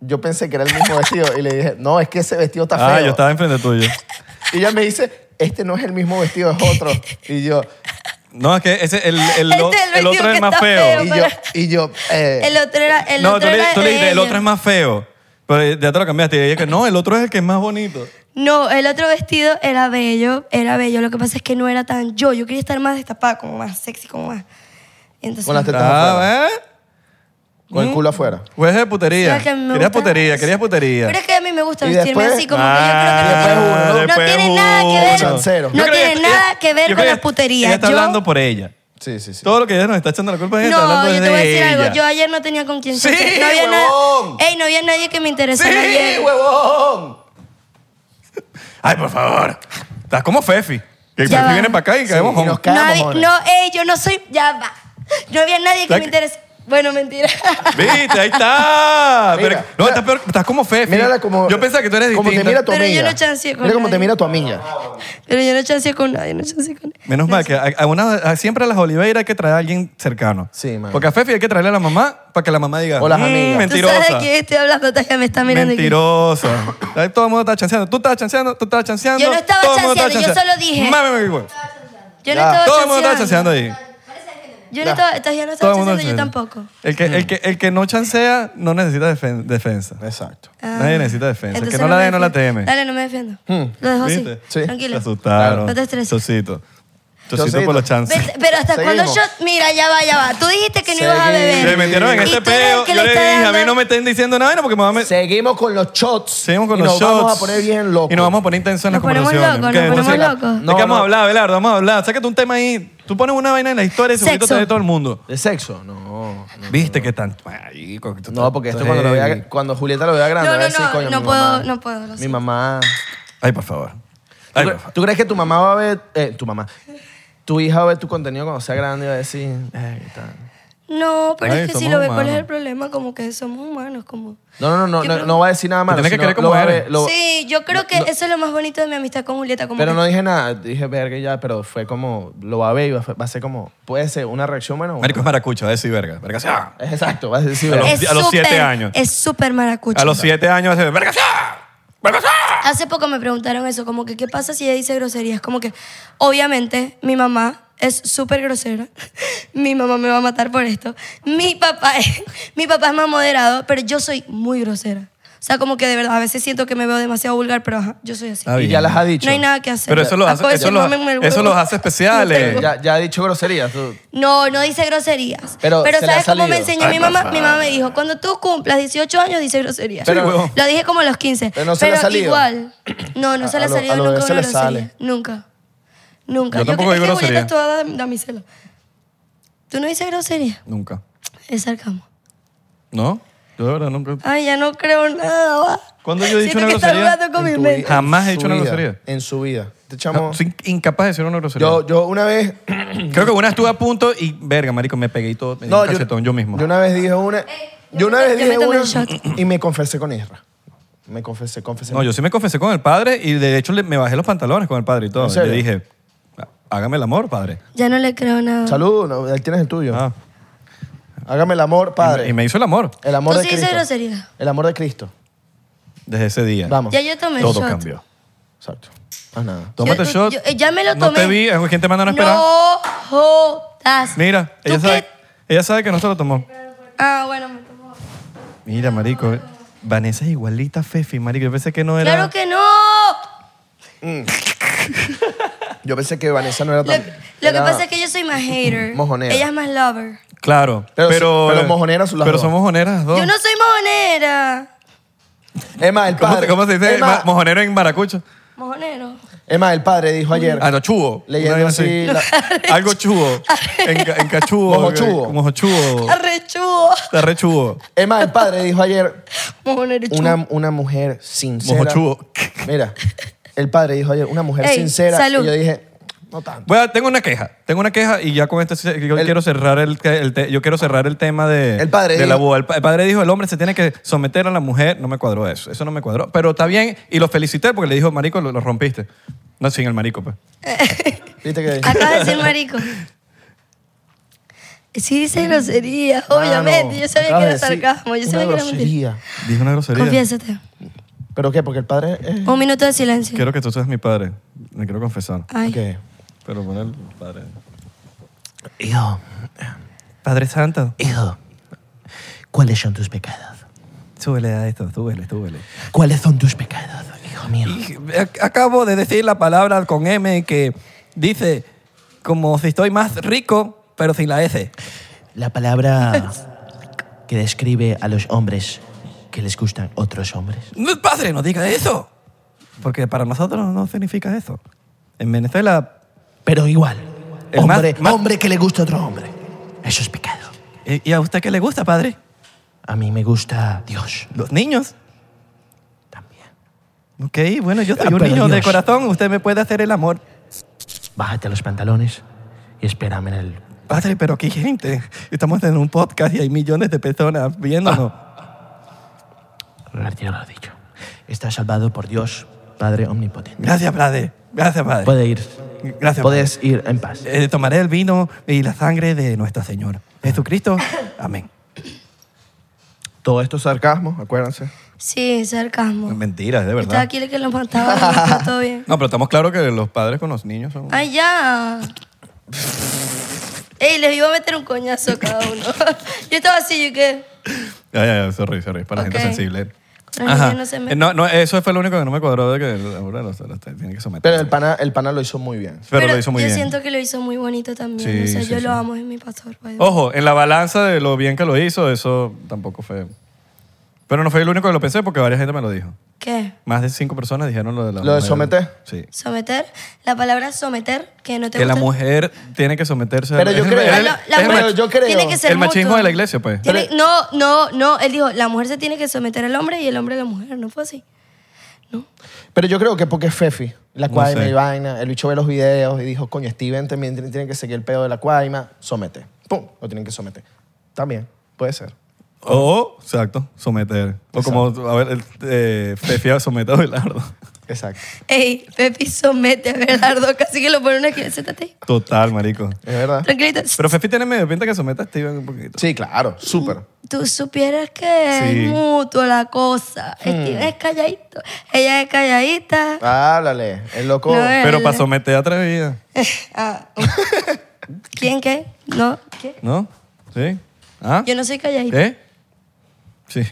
Speaker 3: yo pensé que era el mismo vestido y le dije, no, es que ese vestido está feo.
Speaker 1: Ah, yo estaba enfrente tuyo.
Speaker 3: Y ella me dice, este no es el mismo vestido, es otro. Y yo,
Speaker 1: No, es que ese, el, el,
Speaker 2: Este
Speaker 1: o-
Speaker 2: es el
Speaker 1: el otro es
Speaker 2: vestido que
Speaker 1: el más
Speaker 2: está
Speaker 1: feo.
Speaker 3: y yo, y yo, eh,
Speaker 2: El otro era. El
Speaker 1: no,
Speaker 2: otro
Speaker 1: tú, le,
Speaker 2: era
Speaker 1: tú le
Speaker 2: de
Speaker 1: dijiste, el
Speaker 2: ella.
Speaker 1: otro es más feo. Pero ya te lo cambiaste. Y ella que no, el otro es el que es más bonito.
Speaker 3: Este
Speaker 2: No, el otro vestido era bello, era bello. Lo que pasa es que no era tan yo. Yo quería estar más destapada, como más sexy, como más. Entonces,
Speaker 3: Con las tetas afuera.
Speaker 1: Ah, ¿eh?
Speaker 3: con el culo
Speaker 2: Mm.
Speaker 3: afuera.
Speaker 1: Juez Pues de
Speaker 2: ¿sabes
Speaker 1: putería.
Speaker 2: que a mí me
Speaker 1: Querías
Speaker 2: gusta?
Speaker 1: putería, querías putería.
Speaker 2: Pero es que a mí me gusta
Speaker 3: Y
Speaker 2: vestirme
Speaker 3: después-
Speaker 2: así, como
Speaker 1: Ah,
Speaker 2: que yo creo que.
Speaker 3: después uno,
Speaker 2: no
Speaker 1: después
Speaker 2: tiene nada que ver.
Speaker 1: uno.
Speaker 3: Chancero.
Speaker 2: No
Speaker 1: Yo creo
Speaker 2: tiene
Speaker 1: que-
Speaker 2: nada que ver
Speaker 1: yo
Speaker 2: con
Speaker 1: creo
Speaker 2: la putería.
Speaker 1: Ella está
Speaker 2: Yo-
Speaker 1: hablando por ella.
Speaker 3: Sí, sí, sí.
Speaker 1: Todo lo que ella nos está echando la culpa es ella. está
Speaker 2: No,
Speaker 1: hablando
Speaker 2: yo te
Speaker 1: desde
Speaker 2: voy a decir
Speaker 1: ella.
Speaker 2: algo. Yo ayer no tenía con quién
Speaker 1: Sí,
Speaker 2: sentar. No había
Speaker 3: huevón.
Speaker 2: nada. Ey, no había nadie que me interesara
Speaker 3: ¡Sí,
Speaker 2: ayer.
Speaker 3: huevón!
Speaker 1: Ay, por favor. Estás como Fefi. Que
Speaker 2: Ya
Speaker 1: Fefi
Speaker 2: va.
Speaker 1: viene para acá y
Speaker 3: Sí,
Speaker 1: caemos
Speaker 3: y nos
Speaker 1: juntos.
Speaker 2: No,
Speaker 3: caemos,
Speaker 2: había-
Speaker 3: jóvenes.
Speaker 2: no, ey, yo no soy. Ya va. No había nadie que
Speaker 1: Like-
Speaker 2: me interese. Bueno, mentira.
Speaker 1: Viste, ahí está.
Speaker 3: Mira,
Speaker 1: Pero- no,
Speaker 3: mira.
Speaker 1: estás, peor- estás como Fefi.
Speaker 3: Mírala como.
Speaker 1: Yo pensaba que tú eres
Speaker 3: como
Speaker 1: distinta.
Speaker 3: Te mira tu
Speaker 2: Pero yo
Speaker 3: amiga.
Speaker 2: no chanceé con
Speaker 3: Mira como te
Speaker 2: nadie.
Speaker 3: mira tu amiga.
Speaker 2: Pero yo no chanceé con nadie, no chanceé con nadie.
Speaker 1: Menos mal que a, a una- a- siempre a las Oliveira hay que traer a alguien cercano.
Speaker 3: Sí, man.
Speaker 1: Porque a Fefi hay que traerle a la mamá para que la mamá diga.
Speaker 3: O las
Speaker 1: "Mm,
Speaker 3: amigas".
Speaker 2: Tú sabes de
Speaker 1: Mentirosa.
Speaker 2: quién estoy hablando, Taya me está mirando. y que-
Speaker 1: Mentirosa. Ahí Todo el mundo está chanceando. Tú estabas chanceando, tú estabas chanceando.
Speaker 2: Yo no estaba
Speaker 1: todo el mundo estaba
Speaker 2: chanceando, yo solo dije.
Speaker 1: Mami, me dijo.
Speaker 2: Yo no
Speaker 3: Ya.
Speaker 2: estaba
Speaker 1: Todo el mundo estaba chanceando
Speaker 2: chanceando.
Speaker 1: ahí.
Speaker 2: Yo
Speaker 3: Ya.
Speaker 2: no estaba, Taya no
Speaker 1: Todo
Speaker 2: estaba
Speaker 1: el mundo
Speaker 2: chanceando, yo
Speaker 1: chanceando.
Speaker 2: tampoco.
Speaker 1: El que, el, que, el que no chancea no necesita defen- defensa.
Speaker 3: Exacto.
Speaker 1: Nadie necesita defensa. El
Speaker 2: Ah. Entonces
Speaker 1: que no la
Speaker 2: me
Speaker 1: dé, no la
Speaker 2: defiendo.
Speaker 1: teme. Hmm.
Speaker 2: Dale, no me defiendo. Lo dejo así.
Speaker 1: ¿Viste?
Speaker 3: Sí.
Speaker 1: Te
Speaker 2: Tranquilo.
Speaker 1: asustaron.
Speaker 2: No te estreses.
Speaker 1: Chocito. Chocito
Speaker 3: Chocito.
Speaker 1: por los chances.
Speaker 2: Vete, pero hasta
Speaker 3: Seguimos.
Speaker 2: cuando yo. Mira, ya va, ya va. Tú dijiste que no ibas a
Speaker 3: Seguimos.
Speaker 2: beber.
Speaker 1: Se metieron en
Speaker 2: Y
Speaker 1: este
Speaker 2: tú eres el
Speaker 1: peo.
Speaker 2: que
Speaker 1: Yo le
Speaker 2: está
Speaker 1: dije, a mí
Speaker 2: dando-
Speaker 1: no me estén diciendo nada porque me va a meter.
Speaker 3: Seguimos con los shots.
Speaker 1: Seguimos con
Speaker 3: Y
Speaker 1: los
Speaker 3: nos
Speaker 1: shots.
Speaker 3: Vamos a poner bien locos.
Speaker 1: Y nos vamos a poner intensos en las
Speaker 2: Nos ponemos
Speaker 1: conversaciones.
Speaker 2: locos,
Speaker 1: ¿Qué?
Speaker 2: nos
Speaker 1: Entonces,
Speaker 2: ponemos locos.
Speaker 1: ¿De
Speaker 3: No,
Speaker 1: qué vamos a
Speaker 3: no.
Speaker 1: hablar, Belardo? Vamos a hablar. Sácate un tema ahí. Tú pones una vaina en la historia y segurito te
Speaker 2: Sexo.
Speaker 1: ve todo el mundo.
Speaker 3: ¿De sexo? No.
Speaker 1: ¿Viste qué tan... Marico, que tú
Speaker 3: No, porque esto
Speaker 1: estás
Speaker 3: cuando, lo
Speaker 1: heavy.
Speaker 3: vea, cuando Julieta lo vea grande,
Speaker 2: No,
Speaker 3: va a
Speaker 2: no,
Speaker 3: decir,
Speaker 2: no,
Speaker 3: coño,
Speaker 2: no
Speaker 3: mi
Speaker 2: puedo,
Speaker 3: mamá,
Speaker 2: no puedo, lo
Speaker 3: Mi
Speaker 2: siento.
Speaker 3: mamá.
Speaker 1: Ay, por favor.
Speaker 3: ¿Tú,
Speaker 1: Ay,
Speaker 3: cre-
Speaker 1: por favor.
Speaker 3: tú crees que tu mamá va a ver, eh, tu mamá, tu hija va a ver tu contenido cuando sea grande y va a decir, "Ay, qué tal".
Speaker 2: No, pero
Speaker 1: Ay,
Speaker 2: es que si
Speaker 1: somos
Speaker 2: lo ve, ¿cuál
Speaker 1: humanos.
Speaker 2: es el problema? Como que somos humanos, como.
Speaker 3: No, no, no,
Speaker 2: Yo
Speaker 3: no, no,
Speaker 2: creo-
Speaker 3: no va a decir nada malo.
Speaker 1: tienes que
Speaker 3: sino
Speaker 1: querer como
Speaker 3: lo va a
Speaker 1: eres.
Speaker 3: ver- lo-
Speaker 2: sí, yo creo que eso es lo más bonito de mi amistad con Julieta. Como
Speaker 3: Pero
Speaker 2: que-
Speaker 3: no dije nada, dije verga y ya, pero fue como, lo va a ver y va a va a ser como, puede ser una reacción buena o
Speaker 1: Marico es maracucho, eso y verga. Verga, sí. ah.
Speaker 3: Es Exacto, vas a decir,
Speaker 1: A los-
Speaker 3: verga.
Speaker 2: es
Speaker 1: a los siete
Speaker 2: súper-
Speaker 1: años.
Speaker 2: Es súper maracucho.
Speaker 1: A los siete años hace... ¡Verga, sí! ¡Verga, sí!
Speaker 3: Ah,
Speaker 2: Hace poco me preguntaron eso, como que qué pasa si ella dice groserías. Como que, obviamente, mi mamá es súper grosera. Mi mamá me va a matar por esto. Mi papá es, mi papá es más moderado, pero yo soy muy grosera. O sea, como que de verdad, a veces siento que me veo demasiado vulgar, pero ajá, yo soy así.
Speaker 1: Ah,
Speaker 3: y
Speaker 1: bien.
Speaker 3: ya las ha dicho.
Speaker 2: No hay nada que hacer. Ah,
Speaker 1: Pero
Speaker 2: pues,
Speaker 1: eso los hace-
Speaker 2: Acabo de
Speaker 1: eso
Speaker 2: decir,
Speaker 1: los-
Speaker 2: "Mámenme el
Speaker 1: eso
Speaker 2: huevo".
Speaker 1: los hace especiales.
Speaker 2: No tengo.
Speaker 3: Ya, ya ha dicho groserías. tú.
Speaker 2: No, no dice groserías.
Speaker 3: Pero
Speaker 2: Pero,
Speaker 3: se le ha
Speaker 2: ¿sabes cómo me
Speaker 3: salido.
Speaker 2: enseñó mi mamá? Mi mamá me dijo, cuando tú cumplas 18 años, dice groserías.
Speaker 1: Pero- huevón.
Speaker 2: lo dije como a los 15.
Speaker 3: Pero no se le ha salido.
Speaker 2: igual. No, no
Speaker 3: A-
Speaker 2: se
Speaker 3: a
Speaker 2: le ha
Speaker 3: lo-
Speaker 2: salido
Speaker 3: a lo
Speaker 2: nunca
Speaker 3: de
Speaker 2: una
Speaker 3: se le
Speaker 2: grosería.
Speaker 3: sale.
Speaker 2: Nunca. Nunca.
Speaker 1: Yo tampoco
Speaker 2: creo
Speaker 1: digo
Speaker 2: que
Speaker 1: grosería.
Speaker 2: Julieta es toda dam- damisela. ¿Tú no dices grosería?
Speaker 1: Nunca.
Speaker 2: Es sarcasmo.
Speaker 1: ¿No? Yo de verdad nunca...
Speaker 2: Ay, ya no creo nada. va.
Speaker 1: ¿Cuándo yo he dicho
Speaker 2: Siento
Speaker 1: una
Speaker 2: que
Speaker 1: grosería?
Speaker 2: estás jugando con mi
Speaker 3: En tu
Speaker 2: mente.
Speaker 3: vida,
Speaker 1: Jamás he
Speaker 3: en
Speaker 1: dicho
Speaker 3: su
Speaker 1: una
Speaker 3: vida,
Speaker 1: grosería. Ah,
Speaker 3: En su vida. Te
Speaker 1: No,
Speaker 3: chamo,
Speaker 1: soy incapaz de decir una grosería.
Speaker 3: yo, yo una vez...
Speaker 1: Creo que una estuve a punto y, verga, marico, me pegué y todo. Me di
Speaker 3: No,
Speaker 1: un cachetón yo, mismo.
Speaker 3: Yo una vez dije una... Yo una
Speaker 2: Eh,
Speaker 3: vez
Speaker 2: yo me
Speaker 3: dije
Speaker 2: tomé
Speaker 3: una
Speaker 2: un shot.
Speaker 3: y me confesé con Isra. Me confesé, confesé.
Speaker 1: no, yo sí me confesé con el padre y de hecho le- me bajé los pantalones con el padre y todo.
Speaker 3: ¿En serio?
Speaker 1: Le dije, hágame el amor, padre.
Speaker 2: Ya no le creo nada.
Speaker 3: Salud, no, ahí tienes el tuyo.
Speaker 1: Ah,
Speaker 3: Hágame el amor,
Speaker 1: y
Speaker 3: padre.
Speaker 1: me hizo el amor
Speaker 3: El amor
Speaker 2: Tú
Speaker 3: de
Speaker 2: sí dices
Speaker 3: Cristo.
Speaker 2: grosería.
Speaker 3: El amor de Cristo.
Speaker 1: desde ese día.
Speaker 3: Vamos.
Speaker 2: Ya yo tomé el
Speaker 1: todo
Speaker 2: shot.
Speaker 1: cambió.
Speaker 3: Exacto. Más nada.
Speaker 1: Tómate el
Speaker 2: Yo-
Speaker 1: shot.
Speaker 2: yo- eh, ya me lo
Speaker 1: No te
Speaker 2: tomé.
Speaker 1: vi. ¿Quién te manda no esperar?
Speaker 2: No jodas.
Speaker 1: Mira,
Speaker 2: ¿Tú
Speaker 1: ella sabe,
Speaker 2: qué?
Speaker 1: ella sabe que no se lo tomó.
Speaker 2: Ah, bueno, me tomó.
Speaker 1: Mira, marico. Vanessa es igualita a Fefi, marico. Yo pensé que no era...
Speaker 2: ¡Claro que no!
Speaker 3: Yo pensé que Vanessa no era
Speaker 2: Lo,
Speaker 3: tan...
Speaker 2: lo que pasa es que yo soy más hater.
Speaker 3: Mojonera.
Speaker 2: Ella es más lover.
Speaker 1: Claro,
Speaker 3: Pero-
Speaker 1: pero...
Speaker 3: pero mojoneras son las
Speaker 1: Pero
Speaker 3: dos.
Speaker 1: son mojoneras las dos.
Speaker 2: Yo no soy mojonera.
Speaker 3: Emma, el
Speaker 1: ¿Cómo,
Speaker 3: padre.
Speaker 1: se- cómo se dice
Speaker 3: Emma,
Speaker 1: ma- mojonero en maracucho?
Speaker 2: Mojonero.
Speaker 3: Es más, el padre dijo ayer,
Speaker 1: Ah, no, chubo.
Speaker 3: leyendo
Speaker 1: Una vaina
Speaker 3: así, la-
Speaker 1: Algo chubo. En, ca- en cachubo.
Speaker 3: Mojochubo.
Speaker 1: Mojochubo.
Speaker 2: Arrechudo.
Speaker 1: Está re chubo.
Speaker 3: es más, el padre dijo ayer,
Speaker 2: Mojonerechudo.
Speaker 3: una, una mujer sincera.
Speaker 1: Mojochubo.
Speaker 3: Mira, el padre dijo ayer, una mujer
Speaker 2: Ey,
Speaker 3: sincera.
Speaker 2: salud.
Speaker 3: Y yo dije, no tanto.
Speaker 1: Bueno, tengo una queja. Tengo una queja y ya con esto se- yo,
Speaker 3: El-
Speaker 1: quiero, cerrar el, te- el te- yo quiero cerrar el tema de,
Speaker 3: El padre
Speaker 1: de la
Speaker 3: dijo-
Speaker 1: boda. El, pa- el padre dijo, el hombre se tiene que someter a la mujer. No me cuadró eso. Eso no me cuadró. Pero está bien y lo felicité porque le dijo, marico, lo, lo rompiste. No, sin el marico, pues.
Speaker 3: ¿Viste que
Speaker 2: Acaba de decir marico. Sí dice grosería,
Speaker 3: Ah,
Speaker 2: obviamente. yo sabía que era sarcasmo, yo sabía que era mentira.
Speaker 1: Dijo una grosería.
Speaker 2: Confiésate.
Speaker 3: ¿Pero qué? Porque el padre es...
Speaker 2: Un minuto de silencio.
Speaker 1: Quiero que tú seas mi padre. Me quiero confesar.
Speaker 2: Ay.
Speaker 3: Ok.
Speaker 1: Pero pon el padre.
Speaker 4: Hijo,
Speaker 1: Padre Santo,
Speaker 4: hijo, ¿cuáles son tus pecados?
Speaker 1: súbele a esto, súbele, súbele.
Speaker 4: ¿Cuáles son tus pecados, hijo mío?
Speaker 1: Acabo de decir la palabra con M que dice como si estoy más rico, pero sin la S.
Speaker 4: La palabra que describe a los hombres que les gustan otros hombres.
Speaker 1: No, padre, no diga eso. Porque para nosotros no significa eso. En Venezuela,
Speaker 4: Pero igual,
Speaker 1: El
Speaker 4: hombre,
Speaker 1: más- más-
Speaker 4: hombre que le gusta a otro hombre. Eso es pecado.
Speaker 1: ¿y y a usted qué le gusta, padre?
Speaker 4: A mí me gusta Dios
Speaker 1: Los niños.
Speaker 4: también.
Speaker 1: Ok, bueno, yo soy
Speaker 4: Ah,
Speaker 1: un
Speaker 4: pero
Speaker 1: niño de
Speaker 4: Dios.
Speaker 1: corazón, usted me puede hacer el amor.
Speaker 4: Bájate los pantalones y espérame en el...
Speaker 1: Padre, pero qué gente. Estamos en un podcast y hay millones de personas viéndonos.
Speaker 4: Ah. Retiro lo dicho. Está salvado por Dios, Padre Omnipotente.
Speaker 1: Gracias, padre. Gracias, padre.
Speaker 4: Puede ir.
Speaker 1: Gracias.
Speaker 4: Puedes ir en paz.
Speaker 1: Eh, tomaré el vino y la sangre de nuestro Señor. Jesucristo. Amén.
Speaker 3: Todo esto es sarcasmo, acuérdense.
Speaker 2: Sí, sarcasmo.
Speaker 1: Mentiras, de
Speaker 2: Estaba aquí el que los mataba, los mató, todo bien.
Speaker 1: No, pero estamos claros que los padres con los niños son...
Speaker 2: Ay, ya. Ey, les iba a meter un coñazo a cada uno. yo estaba así, yo qué.
Speaker 1: Ya, ya, ya, sorry, sorry, para
Speaker 2: Ok.
Speaker 1: gente sensible.
Speaker 2: Con los niños no se
Speaker 1: Eh,
Speaker 2: meten.
Speaker 1: No, no, eso fue lo único que no me cuadró de que ahora los, los tienen que someter.
Speaker 3: Pero el pana, el pana lo hizo muy bien.
Speaker 1: Pero lo hizo muy
Speaker 2: yo
Speaker 1: bien.
Speaker 2: siento que lo hizo muy bonito también.
Speaker 1: Sí,
Speaker 2: o sea,
Speaker 1: sí,
Speaker 2: yo
Speaker 1: sí. Oh.
Speaker 2: lo amo, es mi pastor. pues.
Speaker 1: Ojo, en la balanza de lo bien que lo hizo, eso tampoco fue... Pero no fue el único que lo pensé porque varias gente me lo dijo.
Speaker 2: ¿Qué?
Speaker 1: Más de cinco personas dijeron lo de la
Speaker 3: ¿Lo de
Speaker 1: mujer.
Speaker 3: someter?
Speaker 1: Sí.
Speaker 2: Someter. La palabra someter, que no te
Speaker 1: Que la
Speaker 2: gusta.
Speaker 1: mujer tiene que someterse a-
Speaker 3: Pero
Speaker 1: es
Speaker 3: yo
Speaker 1: el-
Speaker 3: creo-
Speaker 1: es
Speaker 2: Ah,
Speaker 1: el-
Speaker 2: no,
Speaker 1: es el
Speaker 2: mujer
Speaker 1: machi-
Speaker 3: yo creo-
Speaker 2: Tiene que ser
Speaker 1: el machismo
Speaker 2: mutuo.
Speaker 1: de la iglesia, pues.
Speaker 2: Tiene- no, no, no. Él dijo, la mujer se tiene que someter al hombre y el hombre a la mujer. No fue así.
Speaker 3: Pero yo creo que porque es Fefi, la
Speaker 1: No
Speaker 3: cuaima
Speaker 1: sé.
Speaker 3: y vaina, el bicho ve los videos y dijo, coño, Steven también tiene- tiene que seguir el pedo de la cuaima, somete. Pum, lo tienen que someter. También, puede ser.
Speaker 1: O, exacto, someter. O como, a ver, el, eh, Fefia somete a Belardo.
Speaker 3: Exacto.
Speaker 2: Ey, Pepi somete a Belardo. Casi que lo pone en una esquina. Siéntate ahí.
Speaker 1: Total, marico.
Speaker 3: Es verdad.
Speaker 2: Tranquilito.
Speaker 1: Ah, Pero Fefi tiene medio pinta que someta a Steven un poquito.
Speaker 3: Sí, claro, súper.
Speaker 2: Tú supieras que
Speaker 1: Sí.
Speaker 2: es mutua la cosa.
Speaker 3: Hmm.
Speaker 2: Steven es calladito. Ella es calladita.
Speaker 3: Háblale, el loco.
Speaker 2: No, eh.
Speaker 1: Pero
Speaker 2: el-
Speaker 1: para someter atrevida,
Speaker 2: Ah, uh. ¿Quién qué? No, ¿qué?
Speaker 1: ¿no? ¿Sí? ¿Ah?
Speaker 2: Yo no soy calladita.
Speaker 1: ¿Qué? Sí.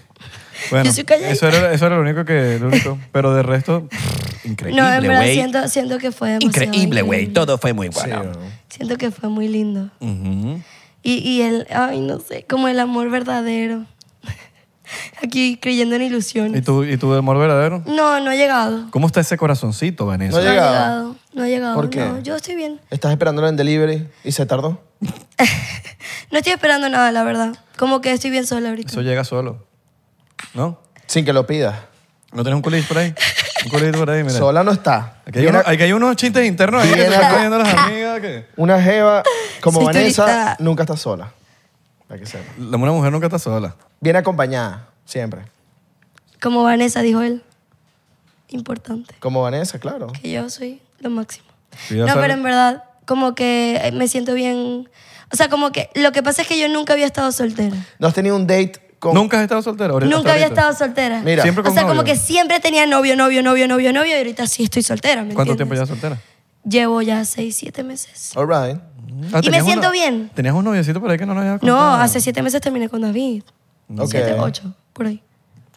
Speaker 1: Bueno,
Speaker 2: Yo soy calladita.
Speaker 1: eso era, eso era lo único que... Lo único. Pero de resto, pff,
Speaker 2: no, en
Speaker 1: increíble,
Speaker 2: verdad
Speaker 1: güey.
Speaker 2: siento, siento que fue demasiado
Speaker 4: Increíble, güey.
Speaker 2: increíble.
Speaker 4: Todo fue muy
Speaker 3: Sí,
Speaker 4: bueno.
Speaker 3: ¿no?
Speaker 2: Siento que fue muy lindo.
Speaker 1: Ujú.
Speaker 2: Y, y el, ay, no sé, como el amor verdadero. Aquí creyendo en
Speaker 1: ¿Y
Speaker 2: ilusiones.
Speaker 1: tu, ¿Y tu amor verdadero?
Speaker 2: No, no he llegado.
Speaker 1: ¿Cómo está ese corazoncito, Vanessa?
Speaker 3: No
Speaker 2: No he
Speaker 3: llegado.
Speaker 2: llegado. No he llegado.
Speaker 3: ¿Por qué?
Speaker 2: No, yo estoy bien.
Speaker 3: Estás esperándolo en delivery y se tardó.
Speaker 2: No estoy esperando nada, la verdad. Como que estoy bien sola ahorita.
Speaker 1: Eso llega solo. ¿No?
Speaker 3: Sin que lo pidas.
Speaker 1: ¿No tienes un culis por ahí? Un culis por ahí, mira.
Speaker 3: Sola no está.
Speaker 1: Aquí hay, uno-
Speaker 3: Viene-
Speaker 1: aquí hay unos chistes internos ahí que te
Speaker 3: Viene
Speaker 1: están
Speaker 3: acá.
Speaker 1: cogiendo las amigas. Que...
Speaker 3: Una jeva como
Speaker 2: Soy
Speaker 3: Vanessa
Speaker 2: turista.
Speaker 3: nunca está sola. Para que sepa.
Speaker 1: La- Una mujer nunca está sola.
Speaker 3: Viene acompañada, siempre.
Speaker 2: Como Vanessa, dijo él. Importante.
Speaker 3: Como Vanessa, claro.
Speaker 2: Que yo soy lo máximo.
Speaker 1: Sí, ya
Speaker 2: no,
Speaker 1: sabes.
Speaker 2: pero en verdad, como que eh, me siento bien. O sea, como que lo que pasa es que yo nunca había estado soltera.
Speaker 3: ¿No has tenido un date con...?
Speaker 1: ¿Nunca has estado soltera? Ahorita-
Speaker 2: Nunca
Speaker 1: hasta
Speaker 2: había
Speaker 1: ahorita.
Speaker 2: estado soltera.
Speaker 3: Mira.
Speaker 1: Siempre con
Speaker 2: o sea,
Speaker 1: novio.
Speaker 2: como que siempre tenía novio, novio, novio, novio, novio, y ahorita sí estoy soltera. ¿me
Speaker 1: ¿Cuánto tiempo
Speaker 2: entiendes?
Speaker 1: ya soltera?
Speaker 2: Llevo ya seis, siete meses.
Speaker 3: All right.
Speaker 1: Ah,
Speaker 2: Y me
Speaker 1: tenías
Speaker 2: siento
Speaker 1: uno-
Speaker 2: bien.
Speaker 1: Tenías un noviecito por ahí que no nos había
Speaker 2: No,
Speaker 1: Ah, contado.
Speaker 2: hace siete meses terminé con David.
Speaker 3: Ok.
Speaker 2: Siete, ocho, por ahí.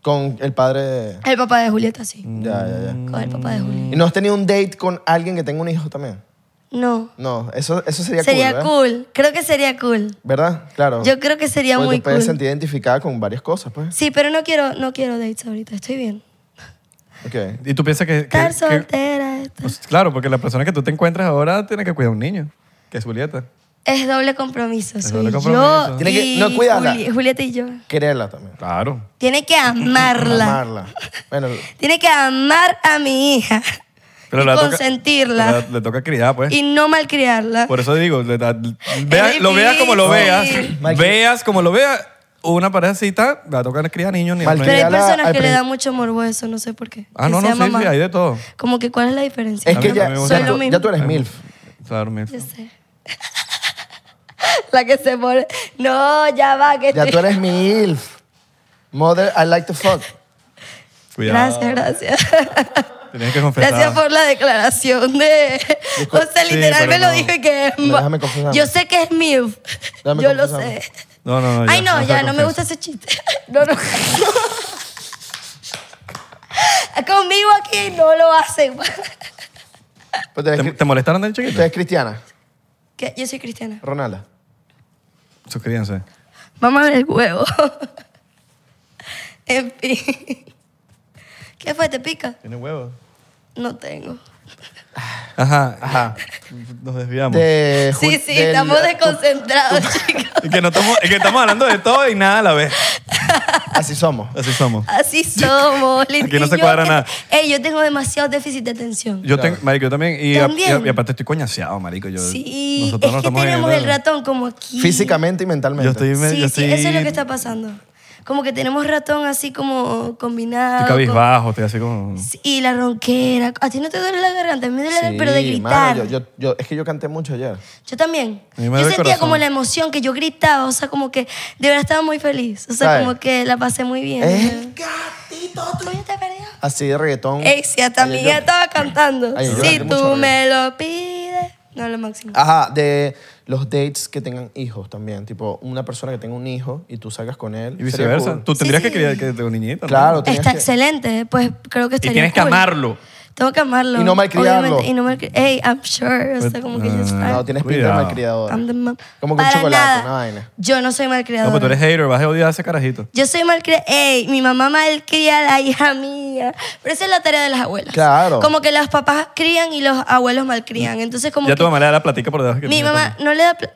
Speaker 3: Con el padre de...
Speaker 2: El papá de Julieta, sí.
Speaker 3: Ya, ya,
Speaker 1: Mm.
Speaker 3: ya.
Speaker 2: Con el papá de Julieta.
Speaker 3: ¿Y no has tenido un date con alguien que tenga un hijo también?
Speaker 2: No.
Speaker 3: No, eso, eso sería,
Speaker 2: Sería,
Speaker 3: cool, ¿verdad?
Speaker 2: cool, Creo que sería cool.
Speaker 3: ¿Verdad? Claro.
Speaker 2: Yo creo que sería
Speaker 3: Porque
Speaker 2: muy
Speaker 3: te puedes
Speaker 2: cool.
Speaker 3: sentir identificada con varias cosas, pues.
Speaker 2: Sí, pero no quiero, no quiero dates ahorita. Estoy bien.
Speaker 3: Ok.
Speaker 1: Y tú piensas que... que-
Speaker 2: Estar
Speaker 1: que-
Speaker 2: soltera. estar-
Speaker 1: pues, claro, porque la persona que tú te encuentras ahora tiene que cuidar a un niño, que es Julieta.
Speaker 2: Es doble compromiso.
Speaker 1: Es
Speaker 2: soy
Speaker 1: doble
Speaker 2: yo
Speaker 1: compromiso.
Speaker 3: Tiene que-
Speaker 2: y
Speaker 3: no, cuídala.
Speaker 2: Juli- Julieta y yo.
Speaker 3: Quererla también.
Speaker 1: Claro.
Speaker 2: Tiene que amarla.
Speaker 3: Amarla. Bueno,
Speaker 2: Tiene que amar a mi hija. y
Speaker 1: le va a tocar-
Speaker 2: consentirla.
Speaker 1: pero le toca criar, pues.
Speaker 2: y no malcriarla.
Speaker 1: Por eso digo, le da- vea- lo
Speaker 2: difícil.
Speaker 1: veas como lo veas,
Speaker 3: Mikey.
Speaker 1: veas como lo veas, una pareja así está, le va a tocar criar niños. Ni
Speaker 3: Mal-
Speaker 2: pero hay
Speaker 3: Malcriarla
Speaker 2: personas
Speaker 3: al
Speaker 2: que le
Speaker 3: prin-
Speaker 2: dan mucho morbo a eso, no sé por qué.
Speaker 1: ah,
Speaker 2: Que
Speaker 1: no, no,
Speaker 2: sea
Speaker 1: sí,
Speaker 2: mamá.
Speaker 1: sí, hay de todo.
Speaker 2: Como que, ¿cuál es la diferencia?
Speaker 3: es que
Speaker 1: también
Speaker 3: ya,
Speaker 1: me gusta.
Speaker 2: soy
Speaker 3: ya,
Speaker 2: lo
Speaker 3: tú,
Speaker 2: mismo.
Speaker 3: ya tú eres MILF.
Speaker 1: Claro, mi-
Speaker 2: Yo sé. la que se pone. No, ya va, que
Speaker 3: Ya
Speaker 2: estoy-
Speaker 3: tú eres MILF. Mother, I like to fuck.
Speaker 1: Cuidado.
Speaker 2: Gracias, gracias.
Speaker 1: Tienes que confesar.
Speaker 2: Gracias por la declaración de. O sea,
Speaker 1: Sí,
Speaker 2: literal
Speaker 1: pero
Speaker 2: me lo
Speaker 1: no.
Speaker 2: dijo y que.
Speaker 3: No, déjame confesarme.
Speaker 2: Yo sé que es MILF.
Speaker 3: Déjame
Speaker 2: Yo lo
Speaker 3: confesarme.
Speaker 2: sé.
Speaker 1: No, no, no.
Speaker 2: Ay, no,
Speaker 1: se
Speaker 2: ya, no me
Speaker 1: confiesa.
Speaker 2: gusta ese chiste. No, no. Conmigo aquí no lo hacen.
Speaker 3: Pero Pues, tú eres,
Speaker 1: ¿Te,
Speaker 3: cri-
Speaker 1: te molestaron del chiquito?
Speaker 3: tú eres cristiana,
Speaker 2: ¿Qué? Yo soy cristiana.
Speaker 3: Ronalda.
Speaker 1: Suscríbanse.
Speaker 2: Vamos a ver el huevo. En fin. ¿Qué fue? ¿Te pica?
Speaker 1: ¿Tiene huevos?
Speaker 2: No tengo.
Speaker 1: Ajá.
Speaker 3: Ajá.
Speaker 1: Nos desviamos.
Speaker 3: De Ju-
Speaker 2: Sí, sí,
Speaker 3: del-
Speaker 2: estamos
Speaker 3: tú-
Speaker 2: desconcentrados, chicos.
Speaker 1: Y que, no estamos, y que estamos hablando de todo y nada a la vez.
Speaker 3: Así somos.
Speaker 1: Así somos.
Speaker 2: Así somos.
Speaker 1: Aquí no se
Speaker 2: Yo-
Speaker 1: cuadra nada.
Speaker 2: Ey, yo tengo demasiado déficit de atención.
Speaker 1: Yo tengo, marico, yo también. Y, a-
Speaker 2: También.
Speaker 1: y aparte estoy coñaseado, marico. Yo,
Speaker 2: sí,
Speaker 1: nosotros no
Speaker 2: es que
Speaker 1: estamos en
Speaker 2: tenemos el ratón como aquí.
Speaker 3: Físicamente y mentalmente.
Speaker 1: Yo estoy.
Speaker 2: Sí,
Speaker 1: yo
Speaker 2: sí,
Speaker 1: estoy-
Speaker 2: eso es lo que está pasando. Como que tenemos ratón así como combinado.
Speaker 1: Estoy cabizbajo, estoy así como.
Speaker 2: con- Sí, Y la ronquera. A ti no te duele la garganta, a mí me duele la
Speaker 3: Sí,
Speaker 2: pero de gritar.
Speaker 3: mano, yo,
Speaker 2: yo,
Speaker 3: yo- yo- es que yo canté mucho ayer.
Speaker 2: también.
Speaker 1: A mí me
Speaker 2: Yo
Speaker 1: duele el
Speaker 2: sentía
Speaker 1: corazón.
Speaker 2: como la emoción que yo gritaba, o sea, como que de verdad estaba muy feliz. O sea,
Speaker 3: ¿Sabes?
Speaker 2: como que la pasé muy bien.
Speaker 3: ¿Eh?
Speaker 2: ¿Tú ya te perdías?
Speaker 3: Así de reggaetón.
Speaker 2: Ey, si hasta mi
Speaker 3: yo-
Speaker 2: hija estaba cantando.
Speaker 3: Ay, yo
Speaker 2: si
Speaker 3: canté mucho Ah,
Speaker 2: tú
Speaker 3: reggae.
Speaker 2: me lo pides. No, lo máximo.
Speaker 3: Ajá, de los dates que tengan hijos también. Tipo, una persona que tenga un hijo y tú salgas con él.
Speaker 1: Y
Speaker 3: sería
Speaker 1: viceversa.
Speaker 3: cool.
Speaker 1: Tú
Speaker 2: Sí,
Speaker 1: tendrías
Speaker 2: sí.
Speaker 1: que criar que tengo niñito. ¿no?
Speaker 3: Claro, tienes
Speaker 2: Está
Speaker 3: que-
Speaker 2: excelente, pues creo que estaría
Speaker 1: tienes que
Speaker 2: cool.
Speaker 1: amarlo.
Speaker 2: Tengo que amarlo.
Speaker 3: Y no malcriarlo.
Speaker 2: obviamente, Y no malcriarlo. Hey, I'm sure. O sea, como que yo
Speaker 1: But,
Speaker 2: soy...
Speaker 1: ah,
Speaker 3: No, tienes pinta de
Speaker 1: Cuidado.
Speaker 3: malcriadora.
Speaker 2: I'm the mom.
Speaker 3: Como con
Speaker 2: Para
Speaker 3: chocolate,
Speaker 2: nada.
Speaker 3: una vaina.
Speaker 2: Yo no soy
Speaker 1: No,
Speaker 2: malcriadora.
Speaker 1: pero tú eres hater, vas a odiar a ese carajito.
Speaker 2: Yo soy malcriada. Ey, mi mamá malcría a la hija mía. Pero esa es la tarea de las abuelas.
Speaker 3: Claro.
Speaker 2: Como que los papás crían y los abuelos malcrían. Entonces, como
Speaker 1: Ya
Speaker 2: que
Speaker 1: tu mamá le da la platica por debajo. que
Speaker 2: mi
Speaker 1: el niño
Speaker 2: mamá no le da... pla-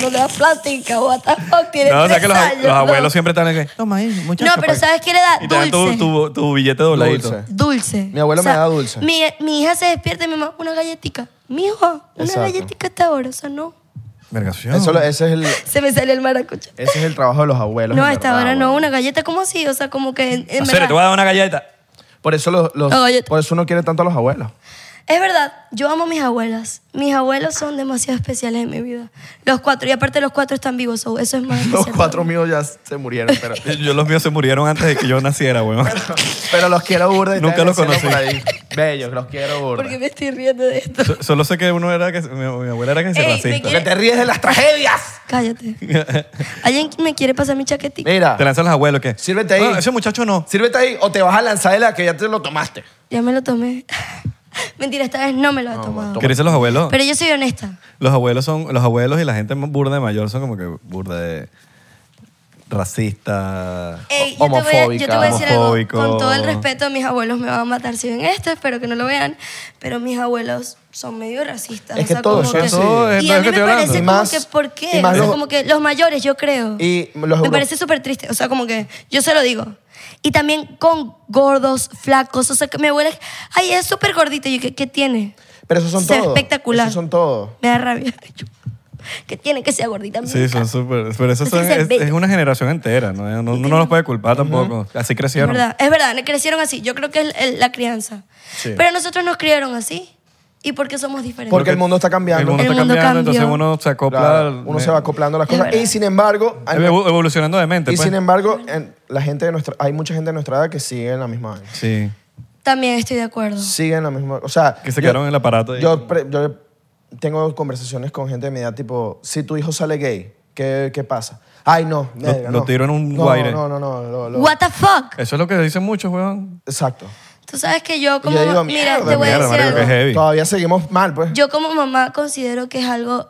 Speaker 2: No le da plática, what the fuck,
Speaker 1: come.
Speaker 2: tiene
Speaker 1: No, o sea
Speaker 2: tres
Speaker 1: que los,
Speaker 2: años,
Speaker 1: los
Speaker 2: ¿no?
Speaker 1: abuelos siempre están en que. Toma ahí, muchacho.
Speaker 2: No, pero
Speaker 1: pa' que-".
Speaker 2: ¿sabes qué le da?
Speaker 1: Y te dan tu,
Speaker 2: Dulce.
Speaker 1: tu, tu billete dobladito.
Speaker 3: Dulce.
Speaker 2: Dulce.
Speaker 3: Mi abuelo me da dulce.
Speaker 2: Mi, mi hija se despierta y mi mamá, una galletica. Mi hijo, una
Speaker 3: Exacto.
Speaker 2: galletica hasta ahora, o sea, no.
Speaker 1: Vergación.
Speaker 3: Eso lo- ese, es el,
Speaker 2: Se me sale el maracucho.
Speaker 1: Eh,
Speaker 3: ese es el trabajo de los abuelos.
Speaker 2: No,
Speaker 3: en
Speaker 2: hasta
Speaker 3: verdad,
Speaker 2: ahora no,
Speaker 3: güey.
Speaker 2: una galleta como así, o sea, como que... en- en
Speaker 1: ah, Hacer,
Speaker 2: verdad.
Speaker 1: te voy a dar una galleta.
Speaker 3: Por eso, los, los-
Speaker 2: La galleta.
Speaker 3: por eso uno quiere tanto a los abuelos.
Speaker 2: Es verdad, yo amo a mis abuelas. Mis abuelos son demasiado especiales en mi vida. Los cuatro, y aparte los cuatro están vivos, so eso es más
Speaker 3: Los
Speaker 2: especial
Speaker 3: cuatro míos ya se murieron, pero,
Speaker 1: Yo, los míos se murieron antes de que yo naciera, weón.
Speaker 3: pero los quiero burda. y
Speaker 1: Nunca
Speaker 3: están
Speaker 1: los
Speaker 3: en el cielo
Speaker 1: conocí.
Speaker 3: por ahí. Bellos, los quiero burda.
Speaker 2: Porque me estoy riendo de esto.
Speaker 1: So- Solo sé que uno era que. Mi, mi abuela era que se
Speaker 2: Ey, me
Speaker 1: racista.
Speaker 3: Porque te ríes de las tragedias.
Speaker 2: Cállate. ¿Alguien me quiere pasar mi chaquetita?
Speaker 3: Mira,
Speaker 1: Te lanzan los abuelos que.
Speaker 3: Sírvete ahí.
Speaker 1: "No, ese muchacho no.
Speaker 3: sírvete ahí o te vas a lanzar de la que ya te lo tomaste.
Speaker 2: Ya me lo tomé. Mentira, esta vez no me lo he tomado.
Speaker 3: toma.
Speaker 1: ¿Qué dicen los abuelos?
Speaker 2: Pero yo soy honesta.
Speaker 1: Los abuelos son, los abuelos y la gente burda de mayor son como que burda de racista.
Speaker 2: Ey, yo, te voy a, yo te voy a decir algo
Speaker 1: homofóbico.
Speaker 2: con todo el respeto, mis abuelos me van a matar si ven esto, espero que no lo vean, pero mis abuelos son medio racistas.
Speaker 3: Es que
Speaker 2: o sea, como
Speaker 3: todos son
Speaker 2: que-
Speaker 3: así.
Speaker 2: Y
Speaker 1: Entonces,
Speaker 2: a
Speaker 1: ¿qué
Speaker 2: mí
Speaker 1: estoy
Speaker 2: me
Speaker 1: hablando?
Speaker 2: parece
Speaker 3: Y
Speaker 2: como
Speaker 3: más-
Speaker 2: que, ¿por qué?
Speaker 3: y más
Speaker 2: O sea,
Speaker 3: los-
Speaker 2: como que los mayores, yo creo.
Speaker 3: Y los
Speaker 2: me
Speaker 3: euro-
Speaker 2: parece súper triste, o sea, como que yo se lo digo. Y también con gordos, flacos, o sea, que mi abuela, ay, es súper gordita, y yo, ¿qué, qué tiene?
Speaker 3: Pero esos son
Speaker 2: Se ve
Speaker 3: todos.
Speaker 2: espectacular.
Speaker 3: Esos son todos.
Speaker 2: Me da rabia. ¿Qué tiene que sea gordita? Me
Speaker 1: Sí, son súper. Pero eso
Speaker 2: Es
Speaker 1: son-
Speaker 2: que se
Speaker 1: es,
Speaker 2: ve.
Speaker 1: es una generación entera, ¿no? Uno, uno no los puede culpar tampoco. Así
Speaker 2: Es
Speaker 1: crecieron.
Speaker 2: verdad, es verdad, crecieron así. Yo creo que es el- la crianza. Pero nosotros nos criaron así. ¿Y por qué somos diferentes?
Speaker 3: Porque el mundo está cambiando.
Speaker 1: El mundo
Speaker 2: El
Speaker 1: está
Speaker 2: mundo
Speaker 1: cambiando,
Speaker 2: cambió.
Speaker 1: entonces uno se acopla.
Speaker 3: Claro,
Speaker 1: al-
Speaker 3: uno se va acoplando las
Speaker 2: Es
Speaker 3: cosas.
Speaker 2: verdad.
Speaker 3: Y sin embargo, hay-
Speaker 1: evo- Evolucionando de mente.
Speaker 3: y
Speaker 1: Pues.
Speaker 3: sin em- embargo, en- la gente de nuestra, hay mucha gente de nuestra edad que sigue en la misma vaina.
Speaker 1: sí.
Speaker 2: También estoy de acuerdo.
Speaker 3: Siguen la misma. O sea.
Speaker 1: Que se quedaron en el aparato ahí.
Speaker 3: Yo, pre- yo tengo conversaciones con gente de mi edad, tipo, si tu hijo sale gay, ¿qué, qué pasa? Ay, no.
Speaker 1: Lo-
Speaker 3: verga,
Speaker 1: lo
Speaker 3: no.
Speaker 1: tiro en un
Speaker 3: no,
Speaker 1: guaire.
Speaker 3: No, no, no. lo- lo-
Speaker 2: What the fuck?
Speaker 1: Eso es lo que dicen muchos, weón.
Speaker 3: Exacto.
Speaker 2: Tú sabes que yo
Speaker 3: Y
Speaker 2: como
Speaker 3: yo digo,
Speaker 2: mira,
Speaker 3: mierda,
Speaker 2: te voy a
Speaker 1: mierda,
Speaker 2: decir
Speaker 1: marico,
Speaker 2: algo.
Speaker 1: qué heavy.
Speaker 3: Todavía seguimos mal, pues.
Speaker 2: Yo como mamá considero que es algo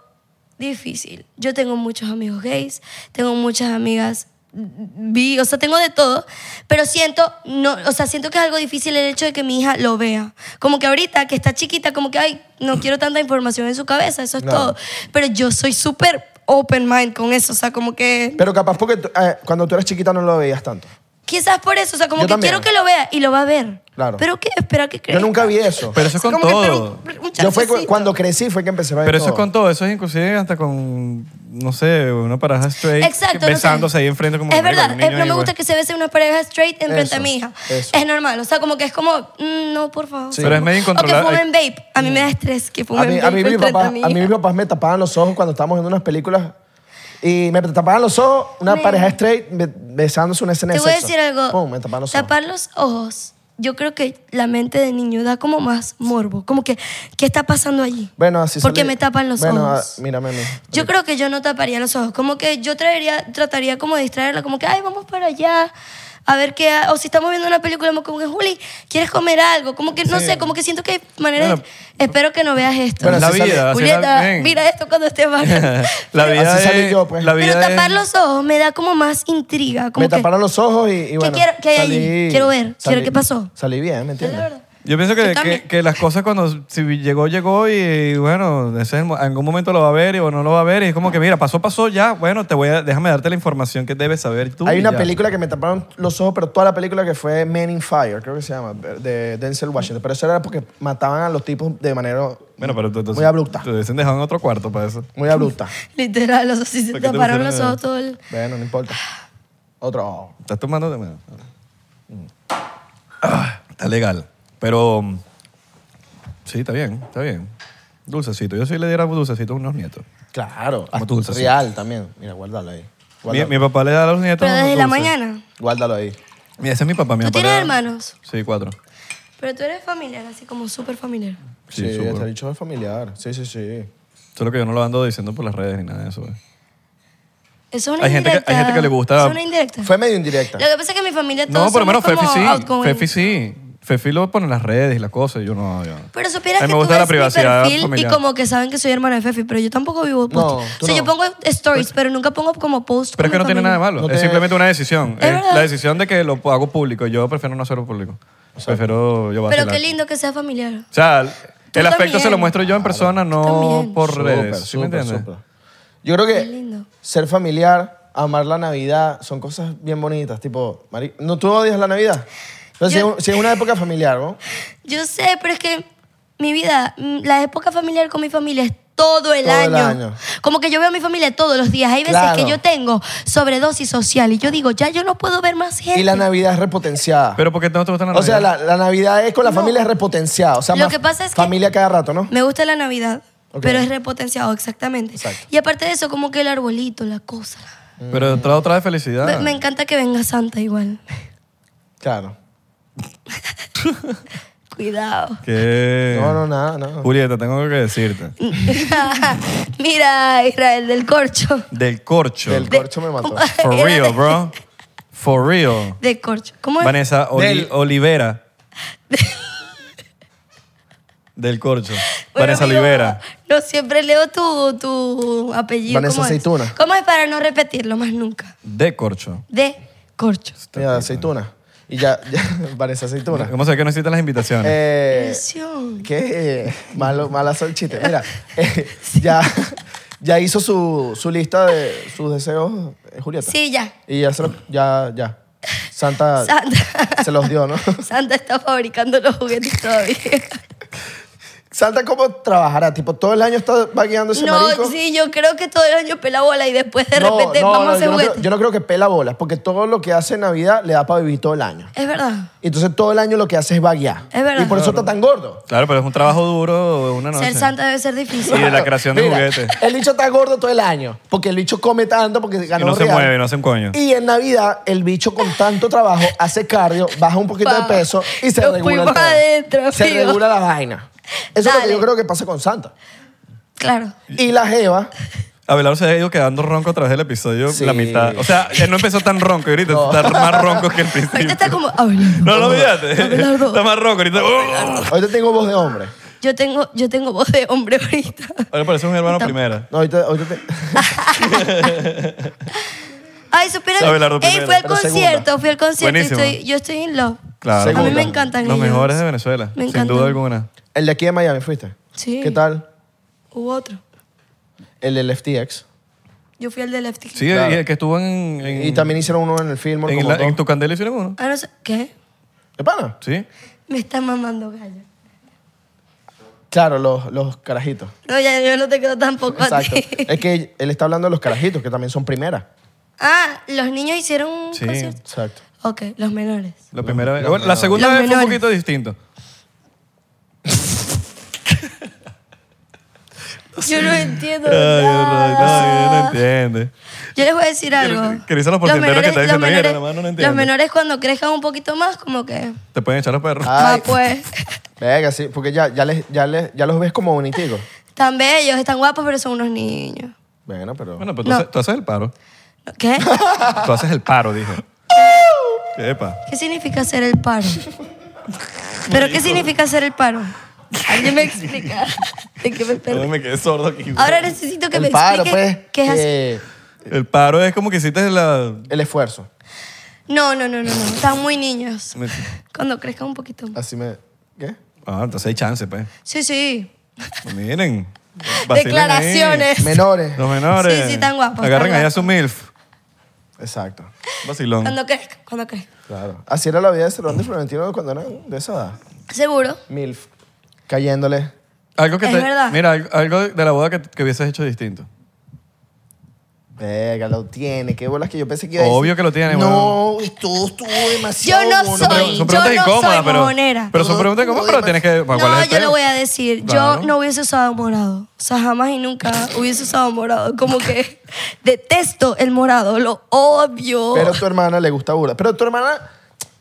Speaker 2: difícil. Yo tengo muchos amigos gays, tengo muchas amigas vi, o sea, tengo de todo, pero siento, no, o sea, siento que es algo difícil el hecho de que mi hija lo vea. Como que ahorita, que está chiquita, como que, ay, no quiero tanta información en su cabeza, eso es
Speaker 3: Claro.
Speaker 2: todo. Pero yo soy súper open mind con eso, o sea, como que...
Speaker 3: Pero capaz porque tú- eh, cuando tú eras chiquita no lo veías tanto.
Speaker 2: Quizás por eso, o sea, como
Speaker 3: Yo
Speaker 2: que
Speaker 3: también.
Speaker 2: quiero que lo vea y lo va a ver.
Speaker 3: Claro.
Speaker 2: Pero que espera que crezca.
Speaker 3: Yo nunca vi eso.
Speaker 1: Pero eso es
Speaker 2: Sí,
Speaker 1: con
Speaker 2: como que, pero
Speaker 1: todo.
Speaker 2: un- un
Speaker 3: Yo fue cu-
Speaker 2: chancecito.
Speaker 3: cuando crecí fue que empecé a ver
Speaker 1: Pero eso es
Speaker 3: todo.
Speaker 1: con todo, eso es inclusive hasta con, no sé, una pareja straight
Speaker 2: Exacto. no sé.
Speaker 1: besándose ahí enfrente como
Speaker 2: Es
Speaker 1: marico,
Speaker 2: verdad,
Speaker 1: el niño
Speaker 2: eh, no
Speaker 1: ahí,
Speaker 2: me gusta
Speaker 1: güey.
Speaker 2: que se bese una pareja straight enfrente
Speaker 3: Eso,
Speaker 2: a mi hija.
Speaker 3: eso.
Speaker 2: Es normal, o sea, como que es como, mm, no, por favor.
Speaker 1: Sí. Pero es medio incontrolable.
Speaker 2: O que fumen vape. A mí me da estrés que
Speaker 3: A
Speaker 2: fumen
Speaker 3: mí,
Speaker 2: vape
Speaker 3: a, mí, mis
Speaker 2: enfrente
Speaker 3: papás,
Speaker 2: a mi
Speaker 3: a mí mis
Speaker 2: hija.
Speaker 3: papás me tapaban los ojos cuando estábamos viendo unas películas y me tapaban los ojos una
Speaker 2: Nena.
Speaker 3: pareja straight be- besándose una escena
Speaker 2: Te
Speaker 3: de
Speaker 2: voy a
Speaker 3: sexo.
Speaker 2: decir algo.
Speaker 3: Pum, me tapaban los ojos.
Speaker 2: Tapar los ojos. Yo creo que la mente de niño da como más morbo. Como que, ¿qué está pasando allí?
Speaker 3: Bueno, así
Speaker 2: Porque
Speaker 3: salí-
Speaker 2: me tapan los
Speaker 3: Bueno,
Speaker 2: ojos.
Speaker 3: ah, mírame a mí.
Speaker 2: Yo creo que yo no taparía los ojos. Como que yo traería, trataría como de distraerla, como que, ay, vamos para allá, a ver qué. ha-". O si estamos viendo una película, como que, Juli, ¿quieres comer algo? Como que, no sé, como que siento que hay maneras. de-
Speaker 1: Bueno,
Speaker 2: espero que no veas esto.
Speaker 3: Pero
Speaker 1: Es la
Speaker 3: así sale-
Speaker 1: vida, así la-
Speaker 2: Julieta,
Speaker 1: ven.
Speaker 2: mira esto cuando estés bajando.
Speaker 1: La
Speaker 2: Pero-
Speaker 1: vida
Speaker 3: Así salí
Speaker 1: es-
Speaker 3: yo, pues.
Speaker 1: la vida
Speaker 2: Pero
Speaker 1: es-
Speaker 2: tapar los ojos me da como más intriga. Como
Speaker 3: me
Speaker 2: que,
Speaker 3: taparon los ojos y, y bueno.
Speaker 2: quiero- qué hay allí? Quiero ver, quiero qué pasó.
Speaker 3: Salí bien, ¿me entiendes?
Speaker 1: Yo pienso
Speaker 2: Que
Speaker 1: que,
Speaker 2: cambie.
Speaker 1: que- que las cosas cuando si llegó, llegó y bueno, ese es el mo- en algún momento lo va a ver y, o no lo va a ver y es como que mira, pasó, pasó, ya, bueno, te voy a, déjame darte la información que debes saber tú.
Speaker 3: Hay
Speaker 1: y
Speaker 3: una
Speaker 1: ya.
Speaker 3: película que me taparon los ojos, pero toda la película que fue Men in Fire, creo que se llama, de Denzel Washington. Pero eso era porque mataban a los tipos de manera
Speaker 1: Bueno, pero tú- entonces-
Speaker 3: muy abrupta.
Speaker 1: Te hubiesen dejado en otro cuarto para eso.
Speaker 3: Muy abrupta.
Speaker 2: Literal, o sea, si se
Speaker 1: ¿Por qué te
Speaker 2: taparon los
Speaker 1: pusieron-
Speaker 2: ojos todo el.
Speaker 3: bueno, no importa. Otro ojo.
Speaker 1: Estás tomando de menos. Ah, está legal. Pero. mm, Sí, está bien, está bien. Dulcecito. Yo sí le diera dulcecito a unos nietos.
Speaker 3: Claro.
Speaker 1: Como tú, Ceci.
Speaker 3: Ah, Real también. Mira, guárdalo ahí.
Speaker 1: Mi,
Speaker 3: Guárdalo,
Speaker 1: mi papá le da a los nietos.
Speaker 2: Pero desde
Speaker 1: unos
Speaker 2: la
Speaker 1: dulces.
Speaker 2: mañana.
Speaker 3: guárdalo ahí.
Speaker 1: Mira, ese es mi papá. Mi
Speaker 2: ¿Tú
Speaker 1: papá le
Speaker 2: tienes
Speaker 1: da-
Speaker 2: hermanos?
Speaker 1: Sí, cuatro.
Speaker 2: Pero tú eres familiar, así como súper familiar.
Speaker 1: Sí,
Speaker 3: Sí,
Speaker 1: súper.
Speaker 3: está dicho de familiar. Sí, sí, sí.
Speaker 1: Solo que yo no lo ando diciendo por las redes ni nada de eso. pues. güey.
Speaker 2: Eso es una
Speaker 1: Hay gente que-
Speaker 2: indirecta.
Speaker 1: hay gente que le gusta-
Speaker 2: Eso es una indirecta.
Speaker 3: Fue medio
Speaker 2: Lo
Speaker 3: indirecta.
Speaker 2: que pasa es que mi familia todos
Speaker 1: No, por lo menos
Speaker 2: somos
Speaker 1: Fefi
Speaker 2: como
Speaker 1: sí.
Speaker 2: outgoing.
Speaker 1: Fefi sí. Fefi lo pone en las redes y las cosas. Y yo no, yo no.
Speaker 2: Pero supieras
Speaker 1: A
Speaker 2: que
Speaker 1: mí me
Speaker 2: tú
Speaker 1: gusta
Speaker 2: ves
Speaker 1: la privacidad
Speaker 2: mi perfil
Speaker 1: familiar.
Speaker 2: y como que saben que soy hermana de Fefi, pero yo tampoco vivo post.
Speaker 3: No,
Speaker 2: o
Speaker 3: tú
Speaker 2: sea,
Speaker 3: no.
Speaker 2: yo pongo stories, pero nunca pongo como post.
Speaker 1: Pues- Pero es que
Speaker 2: con
Speaker 1: no
Speaker 2: mi
Speaker 1: tiene nada de
Speaker 2: familia.
Speaker 1: malo.
Speaker 3: No
Speaker 1: es
Speaker 3: te-
Speaker 1: simplemente una decisión.
Speaker 2: Es
Speaker 1: Es
Speaker 2: verdad.
Speaker 1: la decisión de que lo hago público. Yo prefiero no hacerlo público. Prefiero yo
Speaker 2: Pero
Speaker 1: vacilar.
Speaker 2: qué lindo que sea familiar.
Speaker 1: O sea, el
Speaker 2: Tú
Speaker 1: aspecto
Speaker 2: también.
Speaker 1: se lo muestro yo en persona, no
Speaker 2: también.
Speaker 1: por
Speaker 3: Súper,
Speaker 1: redes. ¿Sí me
Speaker 3: súper,
Speaker 1: entiendes?
Speaker 3: súper. Yo creo
Speaker 2: Qué
Speaker 3: que
Speaker 2: lindo.
Speaker 3: ser familiar, amar la Navidad, son cosas bien bonitas. Tipo, mari- ¿no tú odias la Navidad? Pero si,
Speaker 2: Yo-
Speaker 3: es, si es una época familiar, ¿no?
Speaker 2: Yo sé, pero es que mi vida, mm, la época familiar con mi familia es todo el,
Speaker 3: Todo el
Speaker 2: año.
Speaker 3: año.
Speaker 2: Como que yo veo a mi familia todos los días. Hay veces
Speaker 3: Claro.
Speaker 2: que yo tengo sobredosis social y yo digo, ya yo no puedo ver más gente.
Speaker 3: Y la Navidad es repotenciada.
Speaker 1: Pero porque no te gusta la
Speaker 3: o sea,
Speaker 1: Navidad?
Speaker 3: la, la Navidad es con la familia es repotenciada. O sea,
Speaker 2: Lo
Speaker 3: más
Speaker 2: que pasa es que-
Speaker 3: familia cada rato, ¿no?
Speaker 2: Me gusta la Navidad,
Speaker 3: Ok.
Speaker 2: pero es repotenciado, exactamente.
Speaker 3: Exacto.
Speaker 2: Y aparte de eso, como que el arbolito, la cosa.
Speaker 1: Pero trae otra de
Speaker 3: Ah.
Speaker 1: felicidad.
Speaker 2: Me, me encanta que venga Santa igual.
Speaker 3: Claro.
Speaker 2: Cuidado.
Speaker 1: ¿Qué?
Speaker 3: No, no, nada, no.
Speaker 1: Julieta, tengo algo que decirte.
Speaker 2: Mira, Israel del corcho.
Speaker 1: Del corcho.
Speaker 3: Del corcho me mató.
Speaker 1: For
Speaker 2: Era
Speaker 1: real,
Speaker 2: de-
Speaker 1: bro. For real.
Speaker 2: De corcho. ¿Cómo es?
Speaker 1: Vanessa Oli-
Speaker 3: Del-
Speaker 1: Olivera. Del corcho.
Speaker 2: Bueno,
Speaker 1: Vanessa
Speaker 2: amigo,
Speaker 1: Olivera.
Speaker 2: No siempre leo tu, tu apellido.
Speaker 3: Vanessa
Speaker 2: ¿Cómo es?
Speaker 3: Aceituna.
Speaker 2: ¿Cómo es para no repetirlo más nunca?
Speaker 1: De corcho.
Speaker 2: De corcho.
Speaker 3: Mira, aceituna. Y ya, ya parece aceituna.
Speaker 1: ¿Cómo sabes que no necesitas las invitaciones?
Speaker 3: Eh,
Speaker 2: Presión.
Speaker 3: Qué eh, malo, mala son chiste. Mira, eh, ya, ya hizo su, su lista de sus deseos, eh, Julieta.
Speaker 2: Sí, ya.
Speaker 3: Y ya, se lo- ya, ya. Santa,
Speaker 2: Santa.
Speaker 3: Ah, se los dio, ¿no?
Speaker 2: Santa está fabricando los juguetes todavía.
Speaker 3: Santa, ¿cómo trabajará? Tipo, todo el año está vagueando ese
Speaker 2: No,
Speaker 3: marico.
Speaker 2: sí, yo creo que todo el año pela bola y después de
Speaker 3: No,
Speaker 2: repente
Speaker 3: no,
Speaker 2: vamos
Speaker 3: no,
Speaker 2: a hacer
Speaker 3: yo, no creo,
Speaker 2: juguetes.
Speaker 3: yo no creo que pela bolas, porque todo lo que hace en Navidad le da para vivir todo el año.
Speaker 2: Es verdad.
Speaker 3: Entonces todo el año lo que hace es vaguear.
Speaker 2: Es verdad.
Speaker 3: Y por eso está tan gordo.
Speaker 1: Claro, pero es un trabajo duro de una noche.
Speaker 2: Ser santa debe ser difícil.
Speaker 1: Y de la creación de
Speaker 3: Mira,
Speaker 1: juguetes.
Speaker 3: El bicho está gordo todo el año, porque el bicho come tanto, porque ganó
Speaker 1: Y no se
Speaker 3: real.
Speaker 1: mueve, no hace un coño.
Speaker 3: Y en Navidad, el bicho con tanto trabajo hace cardio, baja un poquito de
Speaker 2: Pa,
Speaker 3: peso y se
Speaker 2: nos
Speaker 3: regula. el
Speaker 2: fuimos
Speaker 3: tema.
Speaker 2: adentro,
Speaker 3: se
Speaker 2: amigo.
Speaker 3: regula la vaina. Eso es lo que
Speaker 2: Dale.
Speaker 3: yo creo que pasa con Santa.
Speaker 2: Claro.
Speaker 3: Y la Jeva,
Speaker 1: Abelardo se ha ido quedando ronco a través del episodio,
Speaker 3: Sí.
Speaker 1: la mitad. O sea, él no empezó tan ronco y ahorita está más ronco que el principio.
Speaker 2: Ahorita está como. Abelardo.
Speaker 1: No, no, fíjate.
Speaker 2: Abelardo.
Speaker 1: Está más ronco ahorita. ¡Oh!
Speaker 3: ahorita tengo voz de hombre.
Speaker 2: Yo tengo, yo tengo voz de hombre ahorita.
Speaker 1: Ahora parece un hermano
Speaker 2: Está-
Speaker 1: primera.
Speaker 3: No, ahorita, ahorita te-
Speaker 2: Ay, supieron.
Speaker 1: Sabe Lardo
Speaker 2: Ey,
Speaker 1: primero,
Speaker 2: fui al
Speaker 3: pero
Speaker 2: concierto, fui al concierto. y
Speaker 1: Buenísimo.
Speaker 2: estoy- yo estoy in love.
Speaker 1: Claro.
Speaker 2: A mí
Speaker 3: Segunda.
Speaker 2: me encantan
Speaker 1: Los
Speaker 2: ellos.
Speaker 1: mejores de Venezuela,
Speaker 2: Me
Speaker 1: sin
Speaker 2: encantan.
Speaker 1: duda alguna.
Speaker 3: El de aquí de Miami, ¿fuiste?
Speaker 2: Sí.
Speaker 3: ¿Qué tal?
Speaker 2: Hubo otro.
Speaker 3: El del FTX.
Speaker 2: Yo fui al del FTX.
Speaker 1: Sí,
Speaker 3: Claro.
Speaker 1: y el que estuvo en... en-
Speaker 3: Y también hicieron uno en el film.
Speaker 1: en, la- en tu candela hicieron uno.
Speaker 2: Ah, no sé. ¿Qué?
Speaker 3: ¿Qué pana?
Speaker 1: Sí.
Speaker 2: Me están mamando gallo.
Speaker 3: Claro, los, los carajitos.
Speaker 2: No, ya yo no te creo tampoco
Speaker 3: Exacto.
Speaker 2: a ti.
Speaker 3: es que él está hablando de los carajitos, que también son primeras.
Speaker 2: Ah, los niños hicieron un
Speaker 1: Sí.
Speaker 2: concierto.
Speaker 3: Exacto.
Speaker 2: Ok, los menores.
Speaker 1: La primera vez.
Speaker 3: los
Speaker 1: Bueno, la
Speaker 3: menores.
Speaker 1: segunda
Speaker 2: Los
Speaker 1: vez fue un
Speaker 2: menores.
Speaker 1: poquito distinto.
Speaker 2: Yo no entiendo.
Speaker 1: Ay, no, no, no
Speaker 2: nada.
Speaker 1: entiende.
Speaker 2: Yo les voy a decir algo.
Speaker 1: Quiero- quiero decir los porcenteros que te dicen,
Speaker 2: los,
Speaker 1: "Mira,
Speaker 2: menores,
Speaker 1: nada más no lo
Speaker 2: los
Speaker 1: entiendo".
Speaker 2: menores cuando crezcan un poquito más, como que.
Speaker 1: Te pueden echar los perros.
Speaker 3: Ah. Ay.
Speaker 2: Va pues.
Speaker 3: Venga, sí, porque ya, ya, les, ya, les, ya los ves como boniticos.
Speaker 2: Están bellos, están guapos, pero son unos niños.
Speaker 3: Bueno, pero...
Speaker 1: Bueno, pero tú,
Speaker 2: No.
Speaker 1: haces, tú haces el paro.
Speaker 2: ¿Qué?
Speaker 1: Tú haces el paro, dije. Epa.
Speaker 2: ¿Qué significa hacer el paro? ¿Pero qué significa hacer el paro? Alguien me explica. ¿De qué me perdí?
Speaker 1: Yo me quedé sordo aquí.
Speaker 2: Ahora necesito que me
Speaker 3: el paro,
Speaker 2: expliques
Speaker 3: pues.
Speaker 2: qué es hacer.
Speaker 3: eh,
Speaker 1: El paro es como que hiciste la...
Speaker 3: el esfuerzo.
Speaker 2: No, no, no, no, no. Están muy niños. Cuando crezcan un poquito más.
Speaker 3: Así me... ¿Qué?
Speaker 1: Ah, entonces hay chance, pues.
Speaker 2: Sí, sí.
Speaker 1: Miren. vacilen ahí.
Speaker 2: Declaraciones.
Speaker 3: Menores.
Speaker 1: Los menores.
Speaker 2: Sí, sí, están guapos, están
Speaker 1: Agarren allá
Speaker 2: guapos.
Speaker 1: su MILF.
Speaker 3: Exacto.
Speaker 1: Vacilón.
Speaker 2: Cuando crezcan, cuando crezcan.
Speaker 3: Claro. Así era la vida de Cervantes y Florentino cuando eran de esa edad.
Speaker 2: Seguro.
Speaker 3: Milf. Cayéndole.
Speaker 1: Algo que
Speaker 2: Es
Speaker 1: te-
Speaker 2: verdad.
Speaker 1: Mira, al- algo de la boda que, que hubieses hecho distinto.
Speaker 3: Venga, lo tiene. Qué bolas que yo pensé que iba a
Speaker 1: Obvio
Speaker 3: decir.
Speaker 1: que lo tiene,
Speaker 3: No, todo estuvo demasiado
Speaker 2: Yo no
Speaker 3: mono.
Speaker 2: soy-
Speaker 1: Pero
Speaker 2: yo
Speaker 1: son preguntas
Speaker 2: no
Speaker 1: incómodas,
Speaker 2: soy mojonera.
Speaker 1: pero. Pero son preguntas incómodas, pero tienes que. ¿cuál
Speaker 2: No,
Speaker 1: es el
Speaker 2: yo
Speaker 1: peo?
Speaker 2: lo voy a decir.
Speaker 1: Claro.
Speaker 2: Yo no hubiese usado morado. O sea, jamás y nunca hubiese usado morado. Como que detesto el morado, lo obvio.
Speaker 3: Pero tu hermana le gusta burda. Pero tu hermana...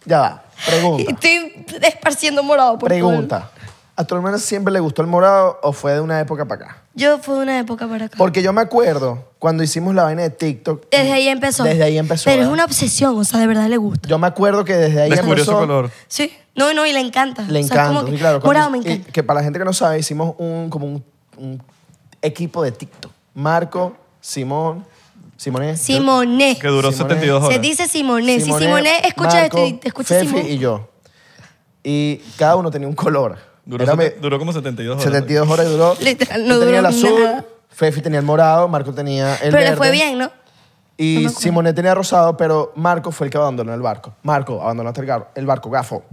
Speaker 3: Ya va.
Speaker 2: Y
Speaker 3: Pregunta.
Speaker 2: estoy esparciendo morado por todo el-
Speaker 3: Pregunta. ¿A tu hermana siempre le gustó el morado o fue de una época para acá?
Speaker 2: Yo fue de una época para acá.
Speaker 3: Porque yo me acuerdo cuando hicimos la vaina de TikTok.
Speaker 2: Desde ahí empezó.
Speaker 3: Desde ahí empezó.
Speaker 2: Pero es
Speaker 3: ¿eh?
Speaker 2: una obsesión, o sea, de verdad le gusta.
Speaker 3: Yo me acuerdo que desde ahí
Speaker 1: Descubrió su
Speaker 3: empezó.
Speaker 1: color.
Speaker 2: Sí. No, no, y le encanta.
Speaker 3: Le
Speaker 2: O sea, es
Speaker 3: encanta.
Speaker 2: como que,
Speaker 3: sí, claro, cuando-
Speaker 2: morado me
Speaker 3: y
Speaker 2: encanta.
Speaker 3: que para la gente que no sabe, hicimos un, como un, un equipo de TikTok. Marco, Simón, Simone.
Speaker 2: Simoné.
Speaker 1: Que duró
Speaker 3: Simonet.
Speaker 1: 72 horas.
Speaker 2: Se dice Simoné. Si Simoné escucha
Speaker 3: Marco,
Speaker 2: esto y te escucha
Speaker 3: Fefi
Speaker 2: Simón.
Speaker 3: y yo. Y cada uno tenía un color.
Speaker 1: Duró,
Speaker 3: Era
Speaker 1: sete-
Speaker 3: mi-
Speaker 1: duró como 72 horas.
Speaker 3: 72 horas y duró.
Speaker 2: Literal, no
Speaker 3: Yo tenía el
Speaker 2: duró
Speaker 3: azul,
Speaker 2: nada.
Speaker 3: Fefi tenía el morado, Marco tenía el
Speaker 2: Pero
Speaker 3: verde.
Speaker 2: le fue bien, ¿no? No
Speaker 3: Y
Speaker 2: me acuerdo.
Speaker 3: Simone tenía rosado, pero Marco fue el que abandonó el barco. Marco, abandonaste el, gar- el barco, gafo.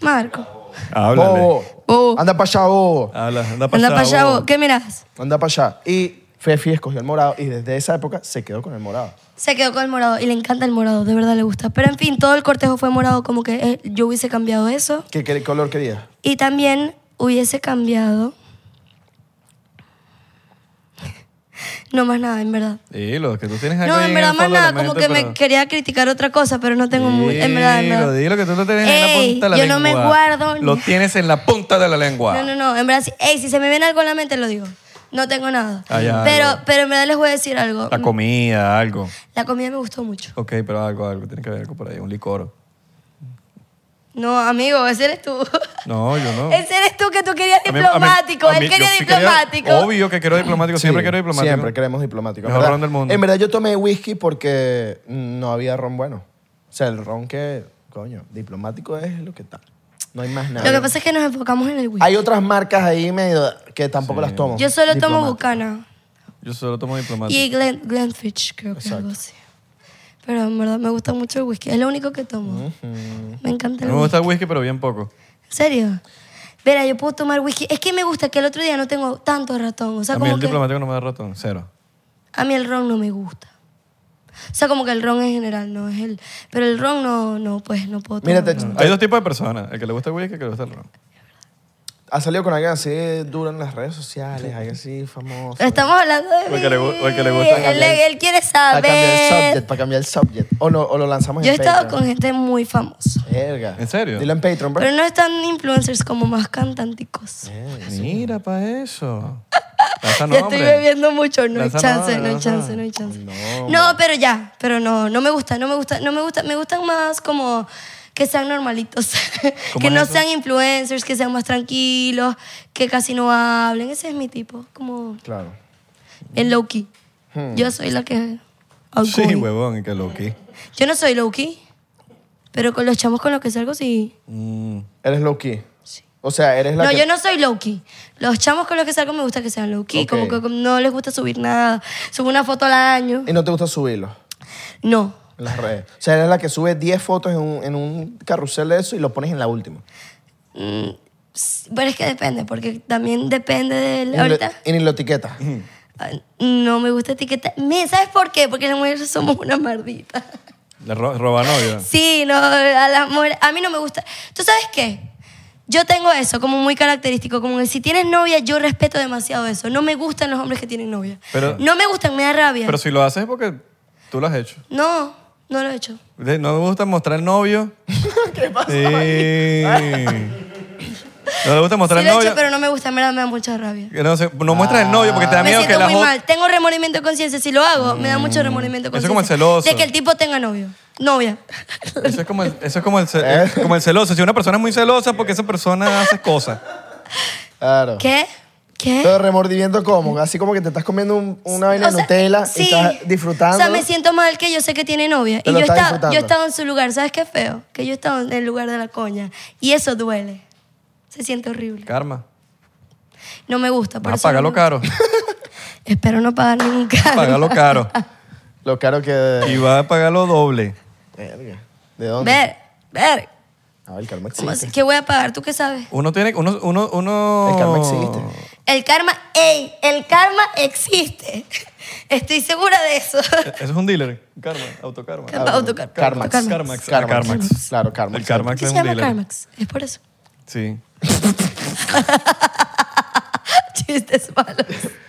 Speaker 2: Marco.
Speaker 1: Háblale.
Speaker 3: Bobo.
Speaker 2: Bobo.
Speaker 3: Anda para allá, bobo.
Speaker 1: Habla, anda para
Speaker 2: Anda para allá vos. ¿Qué miras?
Speaker 3: Anda para allá. Y Fefi escogió el morado y desde esa época se quedó con el morado.
Speaker 2: Se quedó con el morado y le encanta el morado, de verdad le gusta. Pero en fin, todo el cortejo fue morado, como que eh, yo hubiese cambiado eso.
Speaker 3: ¿Qué, qué color quería?
Speaker 2: Y también hubiese cambiado. No más nada, en verdad.
Speaker 1: Y lo que tú tienes algo
Speaker 2: No,
Speaker 1: ahí
Speaker 2: en
Speaker 1: el
Speaker 2: verdad más
Speaker 1: fondo de la
Speaker 2: nada, como que
Speaker 1: mente,
Speaker 2: me
Speaker 1: pero-
Speaker 2: quería criticar otra cosa, pero no tengo muy. En verdad, en
Speaker 1: Dilo,
Speaker 2: verdad.
Speaker 1: dilo, que tú lo tienes en la
Speaker 2: Ey,
Speaker 1: punta de la
Speaker 2: yo
Speaker 1: lengua.
Speaker 2: no me guardo ni-
Speaker 1: Lo tienes en la punta de la lengua.
Speaker 2: No, no, no. En verdad, si, ey, si se me viene algo en la mente, lo digo. No tengo nada.
Speaker 1: Ah, ya,
Speaker 2: pero,
Speaker 1: algo.
Speaker 2: pero en verdad les voy a decir algo.
Speaker 1: La comida, algo.
Speaker 2: La comida me gustó mucho.
Speaker 1: Ok, pero algo, algo. Tiene que haber algo por ahí, un licor.
Speaker 2: No, amigo, ese eres tú.
Speaker 1: No, yo no.
Speaker 2: Ese eres tú que tú querías
Speaker 1: A mí- a mí-
Speaker 2: diplomático.
Speaker 1: a mí-
Speaker 2: Él
Speaker 1: yo
Speaker 2: quería
Speaker 1: sí
Speaker 2: diplomático.
Speaker 1: obvio que quiero diplomático. Siempre quiero diplomático.
Speaker 3: Siempre queremos diplomático. En
Speaker 1: Mejor
Speaker 3: verdad-
Speaker 1: ron del mundo.
Speaker 3: En verdad yo tomé whisky porque no había ron bueno. O sea, el ron que, coño, diplomático es lo que tal. No hay más nada.
Speaker 2: Lo que pasa es que nos enfocamos en el whisky.
Speaker 3: Hay otras marcas ahí medio que tampoco las tomo.
Speaker 2: Yo solo tomo
Speaker 3: Diplomático.
Speaker 2: Bucana
Speaker 1: Yo solo tomo diplomático.
Speaker 2: y Glen, Glenfiddich, creo que algo así. Pero en verdad me gusta mucho el whisky. Es lo único que tomo. Me encanta el
Speaker 1: No me
Speaker 2: whisky.
Speaker 1: gusta el whisky, pero bien poco.
Speaker 2: ¿En serio? Verá, yo puedo tomar whisky. Es que me gusta que el otro día no tengo tanto ratón. O sea,
Speaker 1: a mí
Speaker 2: como
Speaker 1: el
Speaker 2: que
Speaker 1: diplomático no me da ratón. Cero.
Speaker 2: a mí el ron no me gusta. O sea, como que el ron en general no es el... Pero el ron no, no pues no puedo tomar.
Speaker 3: Mira, te-
Speaker 1: Hay dos tipos de personas. El que le gusta el whisky y el que le gusta el ron.
Speaker 3: ¿Has salido con alguien así duro en las redes sociales? Alguien así famoso.
Speaker 2: Pero estamos hablando de
Speaker 1: O el que le gu- o el que le
Speaker 2: mí.
Speaker 1: gusta
Speaker 2: Él, él quiere
Speaker 3: Para cambiar
Speaker 2: saber.
Speaker 3: el subject, para cambiar el subject. O lo, o lo lanzamos
Speaker 2: Yo he
Speaker 3: en
Speaker 2: estado con
Speaker 3: Patreon.
Speaker 2: gente muy famosa.
Speaker 3: Verga.
Speaker 1: ¿En serio?
Speaker 3: Dilo en Patreon, pues. bro.
Speaker 2: Pero no están influencers como más cantanticos.
Speaker 3: Eh,
Speaker 1: Mira para eso. Lanza
Speaker 2: Ya estoy
Speaker 1: nombre.
Speaker 2: bebiendo mucho, no hay
Speaker 1: Lanza
Speaker 2: chance,
Speaker 1: nombre,
Speaker 2: no hay
Speaker 1: lanza
Speaker 2: chance, no
Speaker 1: nombre.
Speaker 2: hay chance. No, pero ya, pero no, no me gusta, no me gusta, no me gusta, me gustan más como que sean normalitos,
Speaker 1: ¿Cómo
Speaker 2: que
Speaker 1: es
Speaker 2: no
Speaker 1: eso?
Speaker 2: sean influencers, que sean más tranquilos, que casi no hablen, ese es mi tipo, como
Speaker 3: Claro.
Speaker 2: el low key. Yo soy la que
Speaker 1: Hmm. Sí,
Speaker 2: alcohólico.
Speaker 1: huevón, que loqui.
Speaker 2: Yo no soy low-key, pero con los chamos con los que salgo sí.
Speaker 1: Mm,
Speaker 3: Eres low key. O sea, eres la
Speaker 2: No,
Speaker 3: que-
Speaker 2: yo no soy low-key. Los chamos con los que salgo me gusta que sean low-key,
Speaker 3: Ok.
Speaker 2: como que no les gusta subir nada. Subo una foto al año.
Speaker 3: Y no te gusta subirlo
Speaker 2: No.
Speaker 3: en las redes. O sea, eres la que sube 10 fotos en un, en un carrusel de eso y lo pones en la última.
Speaker 2: Mm, s- Pero es que depende, porque también depende
Speaker 3: Y
Speaker 2: del...
Speaker 3: ni lo-
Speaker 2: Ahorita...
Speaker 3: Y ni lo etiquetas.
Speaker 2: Ah, No me gusta etiquetar. Me- ¿Sabes por qué? Porque las mujeres somos una mardita.
Speaker 1: le ro- roba novio.
Speaker 2: Sí, no, a las mujeres. A mí no me gusta. ¿Tú sabes qué? Yo tengo eso como muy característico, como que si tienes novia, yo respeto demasiado eso. No me gustan los hombres que tienen novia.
Speaker 1: Pero-
Speaker 2: no me gustan, me da rabia.
Speaker 1: Pero si lo haces es porque tú lo has hecho.
Speaker 2: no, no lo he hecho.
Speaker 1: De- No me gusta mostrar novio.
Speaker 3: ¿Qué pasa?
Speaker 1: Sí. No le gusta mostrar
Speaker 2: Sí lo he
Speaker 1: novio.
Speaker 2: hecho, pero no me gusta, me da, me da mucha rabia.
Speaker 1: Que No, se- no muestras el novio porque te da
Speaker 2: Me
Speaker 1: miedo que
Speaker 2: siento
Speaker 1: la
Speaker 2: muy
Speaker 1: otra.
Speaker 2: mal. Tengo remordimiento de conciencia. Si lo hago, me da mucho remordimiento de
Speaker 1: Eso es
Speaker 2: conciencia.
Speaker 1: como el celoso.
Speaker 2: De que el tipo tenga novio. Novia.
Speaker 1: Eso es como el, eso es como el, ce-
Speaker 3: ¿Eh?
Speaker 1: es como el celoso. Si una persona es muy celosa, porque esa persona hace cosas.
Speaker 3: Claro.
Speaker 2: ¿Qué? ¿Qué?
Speaker 3: Pero remordimiento como, así como que te estás comiendo un- una vaina
Speaker 2: O sea,
Speaker 3: de Nutella
Speaker 2: sí.
Speaker 3: y estás disfrutando.
Speaker 2: O sea, me siento mal que yo sé que tiene novia.
Speaker 3: Te
Speaker 2: y
Speaker 3: lo
Speaker 2: yo
Speaker 3: estás
Speaker 2: estaba,
Speaker 3: disfrutando.
Speaker 2: yo estaba en su lugar. ¿Sabes qué feo? Que yo estaba en el lugar de la coña. Y eso duele. Se siente horrible.
Speaker 1: Karma.
Speaker 2: No me gusta. Por
Speaker 1: Vas a
Speaker 2: eso no
Speaker 1: pagarlo
Speaker 2: me-
Speaker 1: Ah, caro.
Speaker 2: Espero no pagar ningún caro.
Speaker 1: Pagarlo caro.
Speaker 3: Lo caro
Speaker 1: Y
Speaker 3: que.
Speaker 1: va a pagarlo doble.
Speaker 3: Verga. ¿De dónde?
Speaker 2: Ver, ver.
Speaker 3: Ah, el karma
Speaker 2: ¿Cómo
Speaker 3: existe.
Speaker 2: así? ¿Qué voy a pagar? ¿Tú qué sabes?
Speaker 1: Uno tiene. Uno, uno, uno...
Speaker 3: El
Speaker 2: Oh.
Speaker 3: karma existe.
Speaker 2: El karma, ey, el karma existe. Estoy segura de eso.
Speaker 1: Eh, Eso es un dealer. Karma. Autokarma.
Speaker 2: Karma, autokarma,
Speaker 3: Karmax.
Speaker 2: autokarma.
Speaker 1: Karmax. Ah,
Speaker 3: Karmax.
Speaker 1: Karmax.
Speaker 3: Claro, Karmax.
Speaker 1: El Karmax
Speaker 2: ¿Qué
Speaker 1: es
Speaker 2: se
Speaker 1: un
Speaker 2: llama
Speaker 1: dealer.
Speaker 2: Karmax? Es por eso.
Speaker 1: Sí.
Speaker 2: Chistes malos.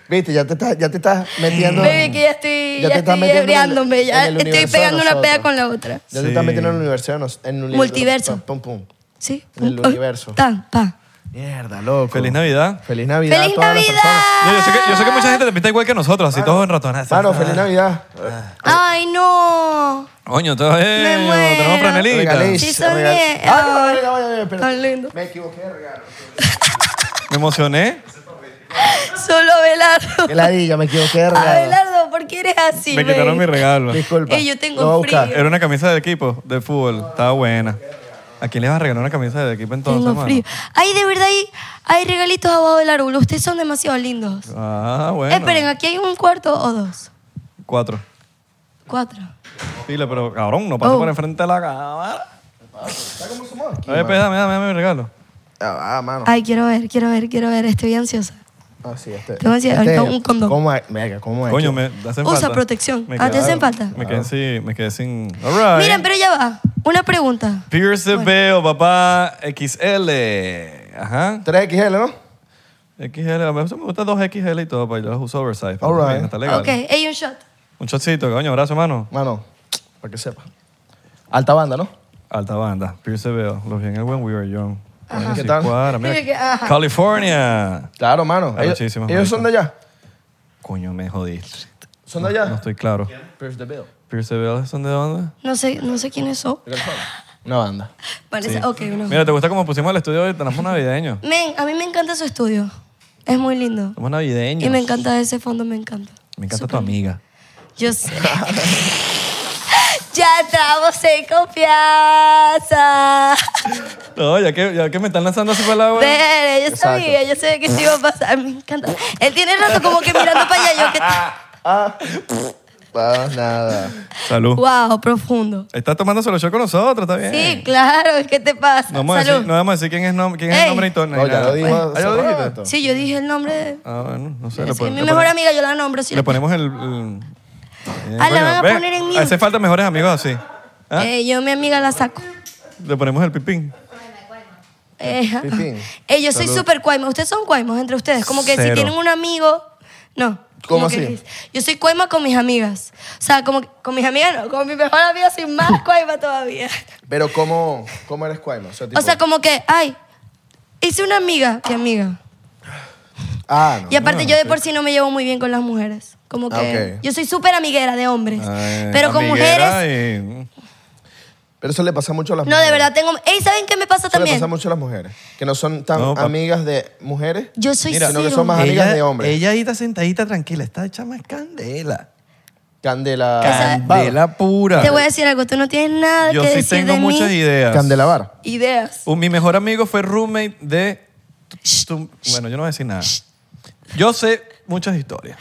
Speaker 3: Viste, ya te estás, ya te estás metiendo.
Speaker 2: Baby, que ya estoy,
Speaker 3: Ya
Speaker 2: ya
Speaker 3: te estás
Speaker 2: estoy
Speaker 3: metiendo en el-
Speaker 2: ebriándome, ya
Speaker 3: en el
Speaker 2: estoy
Speaker 3: universo de
Speaker 2: pegando una
Speaker 3: nosotros.
Speaker 2: pea con la otra.
Speaker 3: Ya
Speaker 1: Sí.
Speaker 3: te estás metiendo en el universo. de nos- En el universo-
Speaker 2: Multiverso.
Speaker 3: Pum, pum. pum.
Speaker 2: ¿Sí?
Speaker 3: Del
Speaker 2: Oh,
Speaker 3: universo.
Speaker 2: Tan, pa.
Speaker 3: Mierda, loco.
Speaker 1: Feliz Navidad.
Speaker 3: Feliz Navidad
Speaker 2: ¡Feliz
Speaker 3: a todas las
Speaker 2: Navidad!
Speaker 3: personas.
Speaker 1: Yo, yo sé que, yo sé que mucha gente te pinta igual que nosotros, así todos en ratonazo.
Speaker 3: Mano, feliz Navidad.
Speaker 1: Ah.
Speaker 2: Ay, no.
Speaker 1: Coño, todo
Speaker 3: Eh,
Speaker 2: Me muero.
Speaker 1: Tenemos franelita.
Speaker 3: Regalé.
Speaker 2: Sí, son
Speaker 3: Regalo.
Speaker 2: bien.
Speaker 3: Ah, no, no, regalo, regalo, espera.
Speaker 2: Tan lindo.
Speaker 3: Me equivoqué de regalo.
Speaker 1: Me emocioné.
Speaker 2: Solo Abelardo.
Speaker 3: Qué ladilla, me equivoqué de regalo.
Speaker 2: Abelardo, ¿por qué eres así?
Speaker 1: Me quitaron mi
Speaker 2: baby?
Speaker 1: regalo.
Speaker 3: Disculpa.
Speaker 2: Ey, yo tengo
Speaker 3: Lo voy a buscar.
Speaker 2: frío.
Speaker 1: Era una camisa de equipo de fútbol. Estaba buena. ¿A quién le vas a regalar una camisa de equipo entonces,
Speaker 2: Tengo
Speaker 1: mano?
Speaker 2: frío. Ay, de verdad, hay, hay regalitos abajo del árbol. Ustedes son demasiado lindos. Eh,
Speaker 1: Ah, bueno.
Speaker 2: Esperen, aquí hay un cuarto o dos.
Speaker 1: Cuatro.
Speaker 2: Cuatro.
Speaker 1: Pila, pero cabrón, no pasó
Speaker 2: Oh.
Speaker 1: por enfrente de la cámara.
Speaker 3: ¿Sabes cómo somos aquí?
Speaker 1: A ver, pues, dame, dame, dame mi regalo.
Speaker 3: Ah, ah, mano.
Speaker 2: Ay, quiero ver, quiero ver, quiero ver. Estoy ansiosa.
Speaker 3: Ah, sí, este.
Speaker 2: Te voy a decir, ahorita un condón.
Speaker 3: ¿Cómo es? Venga, ¿cómo es?
Speaker 1: Coño, me hacen
Speaker 2: Usa
Speaker 1: falta.
Speaker 2: protección.
Speaker 1: Me
Speaker 2: Ah, ¿te
Speaker 1: quedé-
Speaker 2: hacen falta?
Speaker 1: Me quedé sin... Me quedé sin... All right.
Speaker 2: Miren, pero ya va. Una pregunta.
Speaker 1: Pierce the Veil, papá. XL. Ajá.
Speaker 3: 3XL, ¿no?
Speaker 1: XL. A mí me gusta 2XL y todo, pero yo los uso oversize. pero
Speaker 3: All
Speaker 1: está
Speaker 3: right.
Speaker 1: bien, Está legal.
Speaker 2: Ok, hay un shot.
Speaker 1: Un chocito, coño. Abrazo, mano.
Speaker 3: Mano, para que sepa. Alta banda, ¿no?
Speaker 1: Alta banda. Pierce the Veil. Los vi en el When We Were Young. Coño,
Speaker 3: ¿Qué
Speaker 1: sí,
Speaker 3: tal?
Speaker 1: cuadra, mira.
Speaker 2: Mira que- ajá.
Speaker 1: California.
Speaker 3: Claro, mano.
Speaker 1: Claro,
Speaker 3: ellos
Speaker 1: muchísimas
Speaker 3: ellos son de allá.
Speaker 1: Coño, me jodiste.
Speaker 3: Son de allá.
Speaker 1: No estoy claro.
Speaker 3: Pierce the Bill.
Speaker 1: ¿Pierce the Veil son de dónde?
Speaker 2: No sé, no sé quiénes son.
Speaker 3: Una banda.
Speaker 2: Parece, ok, no.
Speaker 1: Mira, ¿te gusta cómo pusimos el estudio hoy? Tenemos navideño.
Speaker 2: Men, a mí me encanta su estudio. Es muy lindo.
Speaker 1: Somos navideños.
Speaker 2: Y me encanta ese fondo, me encanta.
Speaker 1: Me encanta
Speaker 2: Súper
Speaker 1: tu amiga.
Speaker 2: lindo. Yo sé. ya estamos en confianza.
Speaker 1: No, ya que, ya que me están lanzando así para el agua.
Speaker 2: Ver, yo
Speaker 3: Exacto.
Speaker 2: sabía, yo sabía que esto iba a pasar. Me encanta. Él tiene rato como que mirando para allá. Yo que...
Speaker 3: Ah, ah, nada.
Speaker 1: Salud.
Speaker 2: Wow, profundo.
Speaker 1: Estás tomando solo show con nosotros, está bien.
Speaker 2: Sí, claro, ¿qué te pasa?
Speaker 1: No vamos, a
Speaker 2: Salud.
Speaker 1: decir, no vamos a decir quién es, nom- quién es
Speaker 2: Ey.
Speaker 1: el nombre y todo. ni
Speaker 3: No, ya
Speaker 1: nada.
Speaker 3: lo dijo.
Speaker 1: Ah,
Speaker 3: hace
Speaker 1: ya lo dijiste.
Speaker 3: rato.
Speaker 2: Sí, yo dije el nombre de...
Speaker 1: Ah, bueno, no sé.
Speaker 2: Sí,
Speaker 1: le pon-
Speaker 2: mi
Speaker 1: le
Speaker 2: mejor
Speaker 1: pone-
Speaker 2: amiga, yo la nombro. Sí,
Speaker 1: Le ponemos el. el- Eh,
Speaker 2: Ah, la
Speaker 1: coño,
Speaker 2: van a
Speaker 1: ¿ves?
Speaker 2: poner en mute.
Speaker 1: Hace falta mejores amigos así. ¿Ah?
Speaker 2: Eh, yo mi amiga la saco.
Speaker 1: Le ponemos el pipín.
Speaker 2: Eh,
Speaker 3: Pipín.
Speaker 2: eh, yo soy súper cuaima. Ustedes son cuaimos entre ustedes. Como que
Speaker 1: Cero.
Speaker 2: si tienen un amigo. No.
Speaker 3: ¿Cómo
Speaker 2: Como que-
Speaker 3: así?
Speaker 2: yo soy cuaima con mis amigas. O sea, como que- con mis amigas no. Con mi mejor amiga soy más cuaima todavía.
Speaker 3: Pero, ¿cómo, cómo eres cuaima? O sea, tipo,
Speaker 2: O sea, como que, ay, hice una amiga. ¿Qué amiga?
Speaker 3: ah, no.
Speaker 2: Y aparte, yo de por sí no me llevo muy bien con las mujeres. Como que
Speaker 3: Ah, ok.
Speaker 2: yo soy súper amiguera de hombres.
Speaker 1: Ay,
Speaker 2: pero con
Speaker 1: amiguera
Speaker 2: mujeres.
Speaker 1: y-
Speaker 3: Pero eso le pasa mucho a las
Speaker 2: No,
Speaker 3: mujeres.
Speaker 2: de verdad tengo. Ey, ¿saben qué me pasa
Speaker 3: Eso le
Speaker 2: también?
Speaker 3: pasa mucho a las mujeres. Que no son tan
Speaker 1: No, pa-
Speaker 3: amigas de mujeres.
Speaker 2: Yo soy
Speaker 3: Mira, sino que
Speaker 2: cero.
Speaker 3: son más- Amigas de hombres.
Speaker 1: Ella ahí está sentadita tranquila. Esta chama es candela.
Speaker 3: Candela.
Speaker 2: Esa-
Speaker 1: Candela pura.
Speaker 2: Te voy a decir algo, tú no tienes nada
Speaker 1: Yo
Speaker 2: que
Speaker 1: sí
Speaker 2: decir
Speaker 1: tengo
Speaker 2: de
Speaker 1: muchas
Speaker 2: mí.
Speaker 1: ideas.
Speaker 3: Candela Bar.
Speaker 2: Ideas.
Speaker 1: Un- mi mejor amigo fue roommate de... tu- bueno, yo no voy a decir nada. Yo sé muchas historias.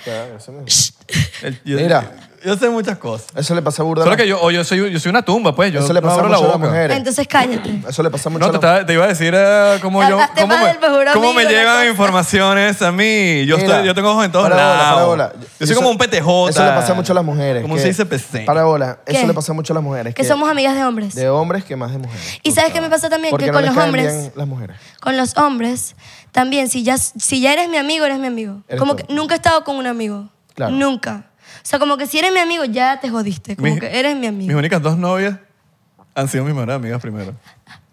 Speaker 1: El- yo-
Speaker 3: Mira.
Speaker 1: Yo sé muchas cosas.
Speaker 3: Eso le pasa a burda.
Speaker 1: Solo que yo, o yo, soy, yo soy una tumba, pues. Yo
Speaker 3: Eso le
Speaker 1: no
Speaker 3: pasa
Speaker 1: abro
Speaker 3: mucho
Speaker 1: la
Speaker 3: a las
Speaker 1: boca.
Speaker 3: mujeres.
Speaker 2: Entonces cállate.
Speaker 3: Eso le pasa mucho
Speaker 1: No, te,
Speaker 3: a las
Speaker 1: estaba- te iba a decir eh, cómo yo.
Speaker 2: Hablaste
Speaker 1: Cómo
Speaker 2: mal
Speaker 1: me,
Speaker 2: del mejor
Speaker 1: cómo me
Speaker 2: amigo, la
Speaker 1: llegan
Speaker 2: cosa.
Speaker 1: informaciones a mí. Yo,
Speaker 3: Mira,
Speaker 1: estoy, yo tengo ojos en todos
Speaker 3: para bola,
Speaker 1: lados.
Speaker 3: para bola.
Speaker 1: Yo soy
Speaker 3: Eso-
Speaker 1: como un PTJ.
Speaker 3: Eso le pasa mucho a las mujeres.
Speaker 1: Como
Speaker 3: que-
Speaker 1: se dice PC.
Speaker 3: Para bola. Eso
Speaker 2: ¿Qué?
Speaker 3: le pasa mucho a las mujeres.
Speaker 2: Que somos amigas de hombres.
Speaker 3: De hombres que más de mujeres.
Speaker 2: y sabes qué me pasa también,
Speaker 3: Porque
Speaker 2: que
Speaker 3: no
Speaker 2: con
Speaker 3: les
Speaker 2: los
Speaker 3: caen
Speaker 2: hombres,
Speaker 3: bien las mujeres.
Speaker 2: con los hombres, también, si ya, si ya eres mi amigo, eres mi amigo.
Speaker 3: Eres
Speaker 2: como
Speaker 3: tú.
Speaker 2: que nunca he estado con un amigo.
Speaker 3: Claro.
Speaker 2: Nunca. O sea, como que si eres mi amigo, ya te jodiste. Como
Speaker 1: Mis-
Speaker 2: que eres mi
Speaker 1: Mis
Speaker 2: amigo.
Speaker 1: únicas dos novias han sido mis mejores amigas primero.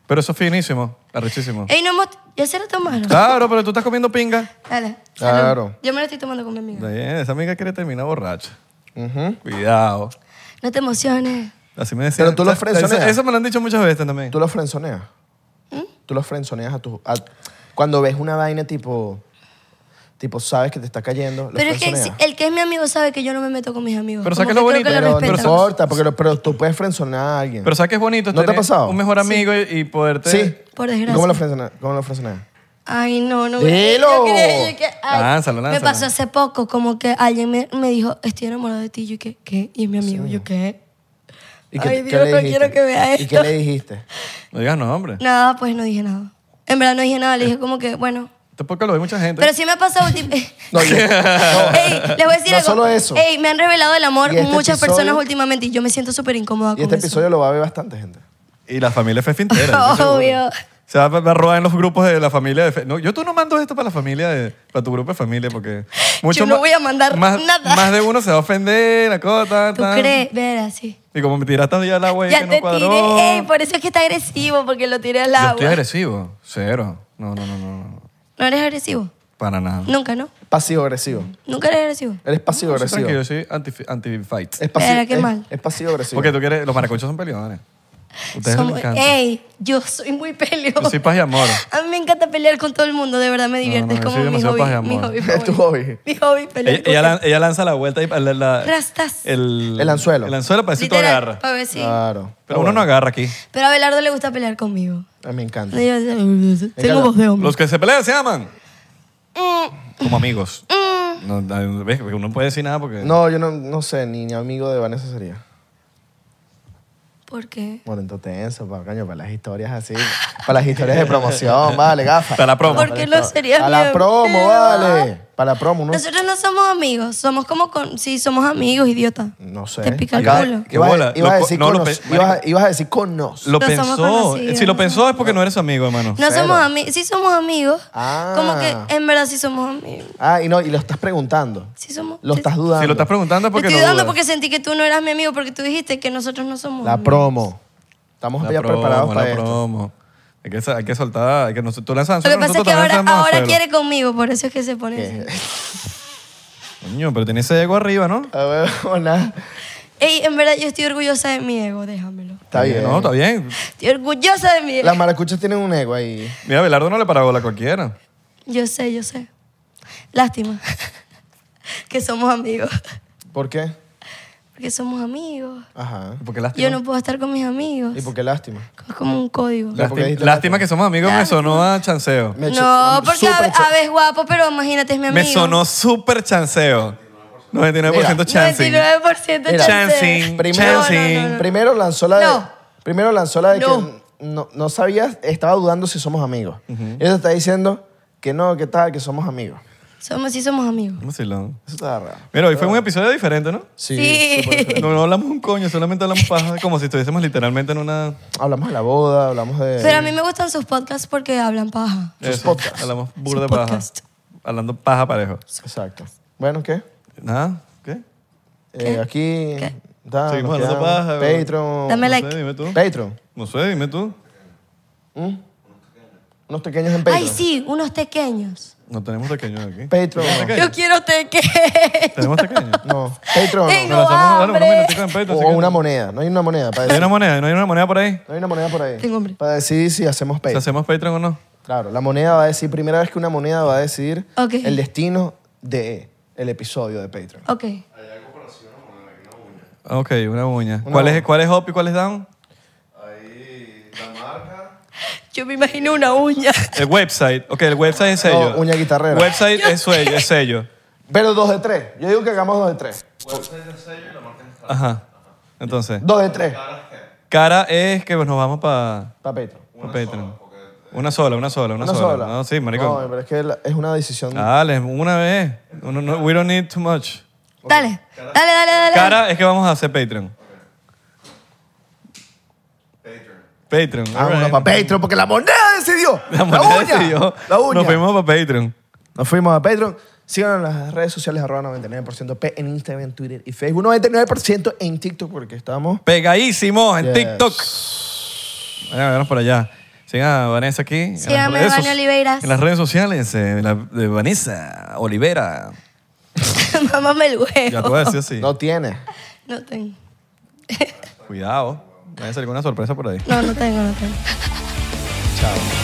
Speaker 1: Pero eso es finísimo, arrechísimo.
Speaker 2: Ey, no hemos... ¿Ya se lo tomaron?
Speaker 1: Claro, pero tú estás comiendo pinga.
Speaker 2: Dale. salud.
Speaker 3: Claro.
Speaker 2: Yo me lo estoy tomando con mi amiga.
Speaker 1: Está bien, Esa amiga quiere terminar borracha.
Speaker 3: Ujú.
Speaker 1: Cuidado.
Speaker 2: No te emociones.
Speaker 1: Así me decían.
Speaker 3: Pero tú lo
Speaker 1: O sea, eso,
Speaker 3: frenzoneas.
Speaker 1: eso me lo han dicho muchas veces también.
Speaker 3: Tú los frenzoneas.
Speaker 2: ¿Mm?
Speaker 3: Tú los frenzoneas a tus. a- Cuando ves una vaina tipo. Tipo, sabes que te está cayendo. los
Speaker 2: Pero es que si-
Speaker 3: frenzoneas.
Speaker 2: el que es mi amigo sabe que yo no me meto con mis amigos.
Speaker 1: Pero
Speaker 2: Como
Speaker 1: saca lo
Speaker 2: que creo
Speaker 1: bonito.
Speaker 2: que
Speaker 3: Pero
Speaker 2: lo
Speaker 3: no
Speaker 1: respeto.
Speaker 2: respetan.
Speaker 3: importa, porque, lo- pero tú puedes frenzonear a alguien.
Speaker 1: Pero ¿sabes qué es bonito?
Speaker 3: ¿No te ha
Speaker 1: tener
Speaker 3: pasado?
Speaker 1: Un mejor amigo y, y poderte...
Speaker 3: sí.
Speaker 2: Por
Speaker 3: ¿Y
Speaker 2: desgracia.
Speaker 3: ¿Cómo lo frenzoneas? ¿Cómo lo frenzoneas?
Speaker 2: Ay, no, no.
Speaker 3: Dilo.
Speaker 2: Yo quería- yo que- ay,
Speaker 3: Ah,
Speaker 1: Lánzalo,
Speaker 2: Me
Speaker 1: lánzalo.
Speaker 2: pasó hace poco, como que alguien me, me dijo, estoy enamorado de ti. Yo, ¿qué? ¿Qué? Y es mi amigo, yo, ¿qué? Ay, Dios, no quiero que vea
Speaker 3: ¿Y
Speaker 2: esto.
Speaker 3: qué le dijiste?
Speaker 1: No digas no, hombre.
Speaker 2: Nada, pues no dije nada. En verdad no dije nada, le dije como que, bueno.
Speaker 1: Tampoco lo ve mucha gente.
Speaker 2: Pero sí me ha pasado últim-
Speaker 3: No, yo-
Speaker 2: Ey, les voy a decir
Speaker 3: No
Speaker 2: algo.
Speaker 3: solo eso.
Speaker 2: Ey, me han revelado el amor
Speaker 3: Y este
Speaker 2: muchas
Speaker 3: episodio-
Speaker 2: personas últimamente y yo me siento súper incómoda
Speaker 3: Y
Speaker 2: con
Speaker 3: este
Speaker 2: eso.
Speaker 3: episodio lo va a ver bastante gente.
Speaker 1: Y la familia fue entera.
Speaker 2: Obvio.
Speaker 1: Se va a, va a rodar en los grupos de la familia de Fe- No, yo tú no mando esto para la familia, de, para tu grupo de familia, porque... Mucho
Speaker 2: Yo no
Speaker 1: más-
Speaker 2: voy a mandar
Speaker 1: más,
Speaker 2: nada.
Speaker 1: Más de uno se va a ofender, la cosa,
Speaker 2: ¿Tú crees? Verá, sí.
Speaker 1: Y como me tiraste ya al agua y que
Speaker 2: Ya
Speaker 1: no
Speaker 2: te
Speaker 1: cuadró.
Speaker 2: tiré. Ey, por eso es que está agresivo, porque lo tiré al
Speaker 1: Yo
Speaker 2: agua.
Speaker 1: estoy agresivo, cero. No, no, no, no, no.
Speaker 2: No eres agresivo.
Speaker 1: para nada.
Speaker 2: Nunca, ¿no?
Speaker 3: Pasivo-agresivo.
Speaker 2: Nunca eres agresivo.
Speaker 3: Eres
Speaker 1: Soy
Speaker 3: pasivo-agresivo.
Speaker 1: tranquilo, yo soy anti- anti-fight.
Speaker 3: Es pasivo.
Speaker 2: Espera, Eh, qué mal.
Speaker 3: Es pasivo-agresivo.
Speaker 1: Porque tú quieres, los maracuchos son peleones. Ustedes
Speaker 2: Somos-
Speaker 1: les encanta.
Speaker 2: ey, yo soy muy peleón.
Speaker 1: Yo soy paz y amor.
Speaker 2: A mí me encanta pelear con todo el mundo, de verdad me divierte.
Speaker 1: no,
Speaker 2: es
Speaker 1: yo
Speaker 2: como
Speaker 1: soy
Speaker 2: mi
Speaker 1: demasiado
Speaker 2: hobby,
Speaker 1: paz y amor.
Speaker 2: mi hobby.
Speaker 3: Es tu hobby.
Speaker 2: Mi hobby pelear.
Speaker 1: Ella, ella lan- ella lanza la vuelta y la, la-
Speaker 2: Rastas.
Speaker 1: El,
Speaker 3: El anzuelo.
Speaker 1: El anzuelo para decir tú
Speaker 2: Literal,
Speaker 1: agarras.
Speaker 2: pa' ver si-
Speaker 3: Claro.
Speaker 1: Pero uno no agarra aquí.
Speaker 2: Pero a Belardo le gusta pelear conmigo.
Speaker 3: A mí me encanta.
Speaker 2: Yo-
Speaker 3: encanta.
Speaker 2: Tengo voz de hombre. Mm,
Speaker 1: Los que se pelean se aman. Como amigos. No, no, ves, uno no puede decir nada porque.
Speaker 3: No, yo no, no sé, ni, ni amigo de Vanessa sería.
Speaker 2: ¿Por qué?
Speaker 3: Momento tenso, para, pues, coño, para las historias así. Para las historias de promoción, vale, gafa.
Speaker 1: Para la promo.
Speaker 2: ¿Por qué no sería
Speaker 3: Para la
Speaker 2: mi
Speaker 3: promo,
Speaker 2: amigo?
Speaker 3: vale. Para la promo, ¿no?
Speaker 2: Nosotros no somos amigos, somos como con... Sí, somos amigos, idiota.
Speaker 3: No sé.
Speaker 2: Te pica el
Speaker 1: Acá-
Speaker 2: culo.
Speaker 1: Qué
Speaker 3: Ibas
Speaker 1: bola.
Speaker 3: a, ibas a
Speaker 1: Lo-
Speaker 3: decir
Speaker 1: no,
Speaker 3: con
Speaker 1: lo
Speaker 3: nos-
Speaker 1: pe-
Speaker 3: ibas, a- ibas a decir con nos.
Speaker 1: Lo
Speaker 2: No somos
Speaker 1: pensó.
Speaker 2: conocidos,
Speaker 1: Si lo
Speaker 2: no
Speaker 1: pensó es porque no eres su amigo, hermano.
Speaker 2: No
Speaker 3: Cero.
Speaker 2: somos amigos, sí somos amigos.
Speaker 3: Ah.
Speaker 2: Como que en verdad sí somos amigos.
Speaker 3: Ah, y no, y lo estás preguntando.
Speaker 2: Sí somos.
Speaker 3: Lo
Speaker 2: sí-
Speaker 3: estás dudando.
Speaker 1: Si lo estás preguntando es porque
Speaker 2: Te estoy
Speaker 1: lo
Speaker 2: dudando
Speaker 1: dudas.
Speaker 2: porque sentí que tú no eras mi amigo porque tú dijiste que nosotros no somos
Speaker 3: La
Speaker 2: amigos.
Speaker 3: promo. Estamos ya
Speaker 1: La promo,
Speaker 3: preparados para
Speaker 1: la
Speaker 3: esto.
Speaker 1: promo. Hay que, sa- hay que soltar. Hay que, nos- tú lanzas
Speaker 2: Lo que
Speaker 1: anzuelo,
Speaker 2: pasa es
Speaker 1: nosotros
Speaker 2: que ahora,
Speaker 1: también lanzamos
Speaker 2: ahora
Speaker 1: anzuelo.
Speaker 2: quiere conmigo, por eso es que se pone así.
Speaker 1: Coño, pero tiene ese ego arriba, ¿no?
Speaker 3: A ver, hola.
Speaker 2: Ey, en verdad yo estoy orgullosa de mi ego, déjamelo.
Speaker 3: Está bien.
Speaker 1: No, está bien.
Speaker 2: Estoy orgullosa de mi ego.
Speaker 3: Las maracuchas tienen un ego ahí.
Speaker 1: Mira, Belardo no le paraba bola a cualquiera.
Speaker 2: Yo sé, yo sé. Lástima que somos amigos.
Speaker 3: ¿Por qué?
Speaker 2: Porque somos amigos.
Speaker 3: Ajá.
Speaker 1: Porque lástima.
Speaker 2: Yo no puedo estar con mis amigos.
Speaker 3: ¿Y por qué lástima?
Speaker 2: Es como un código.
Speaker 3: La-
Speaker 1: Lástima,
Speaker 3: porque dijiste
Speaker 1: lástima que somos amigos, me sonó a chanceo.
Speaker 3: Me
Speaker 2: no,
Speaker 3: cho-
Speaker 2: porque
Speaker 3: súper
Speaker 2: a,
Speaker 3: cho-
Speaker 2: a veces guapo, pero imagínate, es mi amigo.
Speaker 1: Me sonó súper chanceo. 99% chancing.
Speaker 2: 99%
Speaker 3: Mira,
Speaker 1: Chancing.
Speaker 3: Primero-
Speaker 1: Chancing.
Speaker 2: No, no, no, no.
Speaker 3: Primero lanzó la de.
Speaker 2: No.
Speaker 3: Primero lanzó la de
Speaker 2: No.
Speaker 3: que no, no sabías, estaba dudando si somos amigos. Y eso está diciendo que no, que tal, que somos amigos.
Speaker 2: Somos, sí somos amigos.
Speaker 1: Vamos a decirlo.
Speaker 3: Eso está raro.
Speaker 1: Mira, hoy fue un episodio diferente, ¿no?
Speaker 2: Sí.
Speaker 1: No, no hablamos un coño, solamente hablamos paja, como si estuviésemos literalmente en una...
Speaker 3: Hablamos de la boda, hablamos de.
Speaker 2: Pero a mí me gustan sus podcasts porque hablan paja.
Speaker 3: Sus
Speaker 1: Eso,
Speaker 3: podcasts.
Speaker 1: Hablamos burda
Speaker 2: Sus
Speaker 1: paja.
Speaker 2: podcasts.
Speaker 1: Hablando paja parejo.
Speaker 3: Exacto. Bueno, ¿qué?
Speaker 1: ¿Nada? ¿Qué?
Speaker 3: Eh, aquí.
Speaker 2: ¿Qué?
Speaker 3: da,
Speaker 1: Seguimos
Speaker 3: nos
Speaker 1: hablando
Speaker 3: quedamos.
Speaker 1: paja, güey.
Speaker 3: Patreon.
Speaker 2: Dame
Speaker 1: no
Speaker 2: like.
Speaker 1: sé, dime tú.
Speaker 3: Patreon.
Speaker 1: No sé, dime tú.
Speaker 3: ¿Mm? Unos pequeños en Patreon.
Speaker 2: Ay, sí, unos pequeños.
Speaker 1: No tenemos pequeños aquí.
Speaker 3: Patreon.
Speaker 1: ¿Qué?
Speaker 2: Yo quiero tequeños.
Speaker 1: ¿Tenemos pequeños?
Speaker 3: No, Patreon. no.
Speaker 2: Tengo
Speaker 1: Pero estamos dale, unos
Speaker 2: hambre.
Speaker 1: minuticos en Patreon, así
Speaker 3: O
Speaker 1: que-
Speaker 3: una moneda. No hay una moneda para
Speaker 1: ¿Hay
Speaker 3: decir.
Speaker 1: una moneda? ¿No hay una moneda por ahí?
Speaker 3: No hay una moneda por ahí.
Speaker 2: Tengo hambre.
Speaker 3: Para decidir si hacemos
Speaker 1: ¿Si
Speaker 3: Patreon.
Speaker 1: hacemos Patreon o no?
Speaker 3: Claro, la moneda va a decir, primera vez que una moneda va a decidir
Speaker 2: Ok.
Speaker 3: el destino de el episodio de Patreon.
Speaker 2: Ok.
Speaker 1: Ok, una uña. ¿Cuál, Es, ¿Cuál es up y cuál es down?
Speaker 2: Yo me imagino una uña.
Speaker 1: El website. Ok, el website es sello.
Speaker 3: No, uña guitarrera.
Speaker 1: Website
Speaker 2: Yo
Speaker 1: es sello, es sello.
Speaker 3: Pero dos de tres. Yo digo que hagamos dos de tres.
Speaker 1: Ajá. Entonces,
Speaker 3: Dos de tres.
Speaker 1: cara es que nos vamos para
Speaker 3: Papito.
Speaker 1: Patreon. Una sola, una sola, una,
Speaker 3: Una sola.
Speaker 1: No, sí, maricón. Ah,
Speaker 3: No, pero es que la- es una decisión.
Speaker 1: Dale, una vez. No, no, we don't need too much.
Speaker 2: Dale, dale, dale, dale.
Speaker 1: Cara es que vamos a hacer Patreon. Patreon. Patreon.
Speaker 3: Vámonos
Speaker 1: alright.
Speaker 3: para Ah, Patreon porque la moneda decidió. La,
Speaker 1: moneda
Speaker 3: uña.
Speaker 1: decidió.
Speaker 3: La uña.
Speaker 1: Nos fuimos para Patreon.
Speaker 3: Nos fuimos a Patreon. Síganos en las redes sociales, arroba 99% P en Instagram, Twitter y Facebook. 99% en TikTok porque estamos...
Speaker 1: Pegadísimos en
Speaker 3: Yes.
Speaker 1: TikTok. Vayan a vernos por allá. Sigan a Vanessa aquí. en las
Speaker 2: Síganme,
Speaker 1: redes
Speaker 2: Vane
Speaker 1: soci-
Speaker 2: Oliveiras.
Speaker 1: En las redes sociales eh, de, la- de Vanessa Olivera.
Speaker 2: Mámame el huevo.
Speaker 1: Ya te voy a decir así.
Speaker 3: No tiene.
Speaker 2: No tengo.
Speaker 1: Cuidado. Vaya a salir con una sorpresa por ahí.
Speaker 2: No, no tengo, no tengo.
Speaker 3: Chao.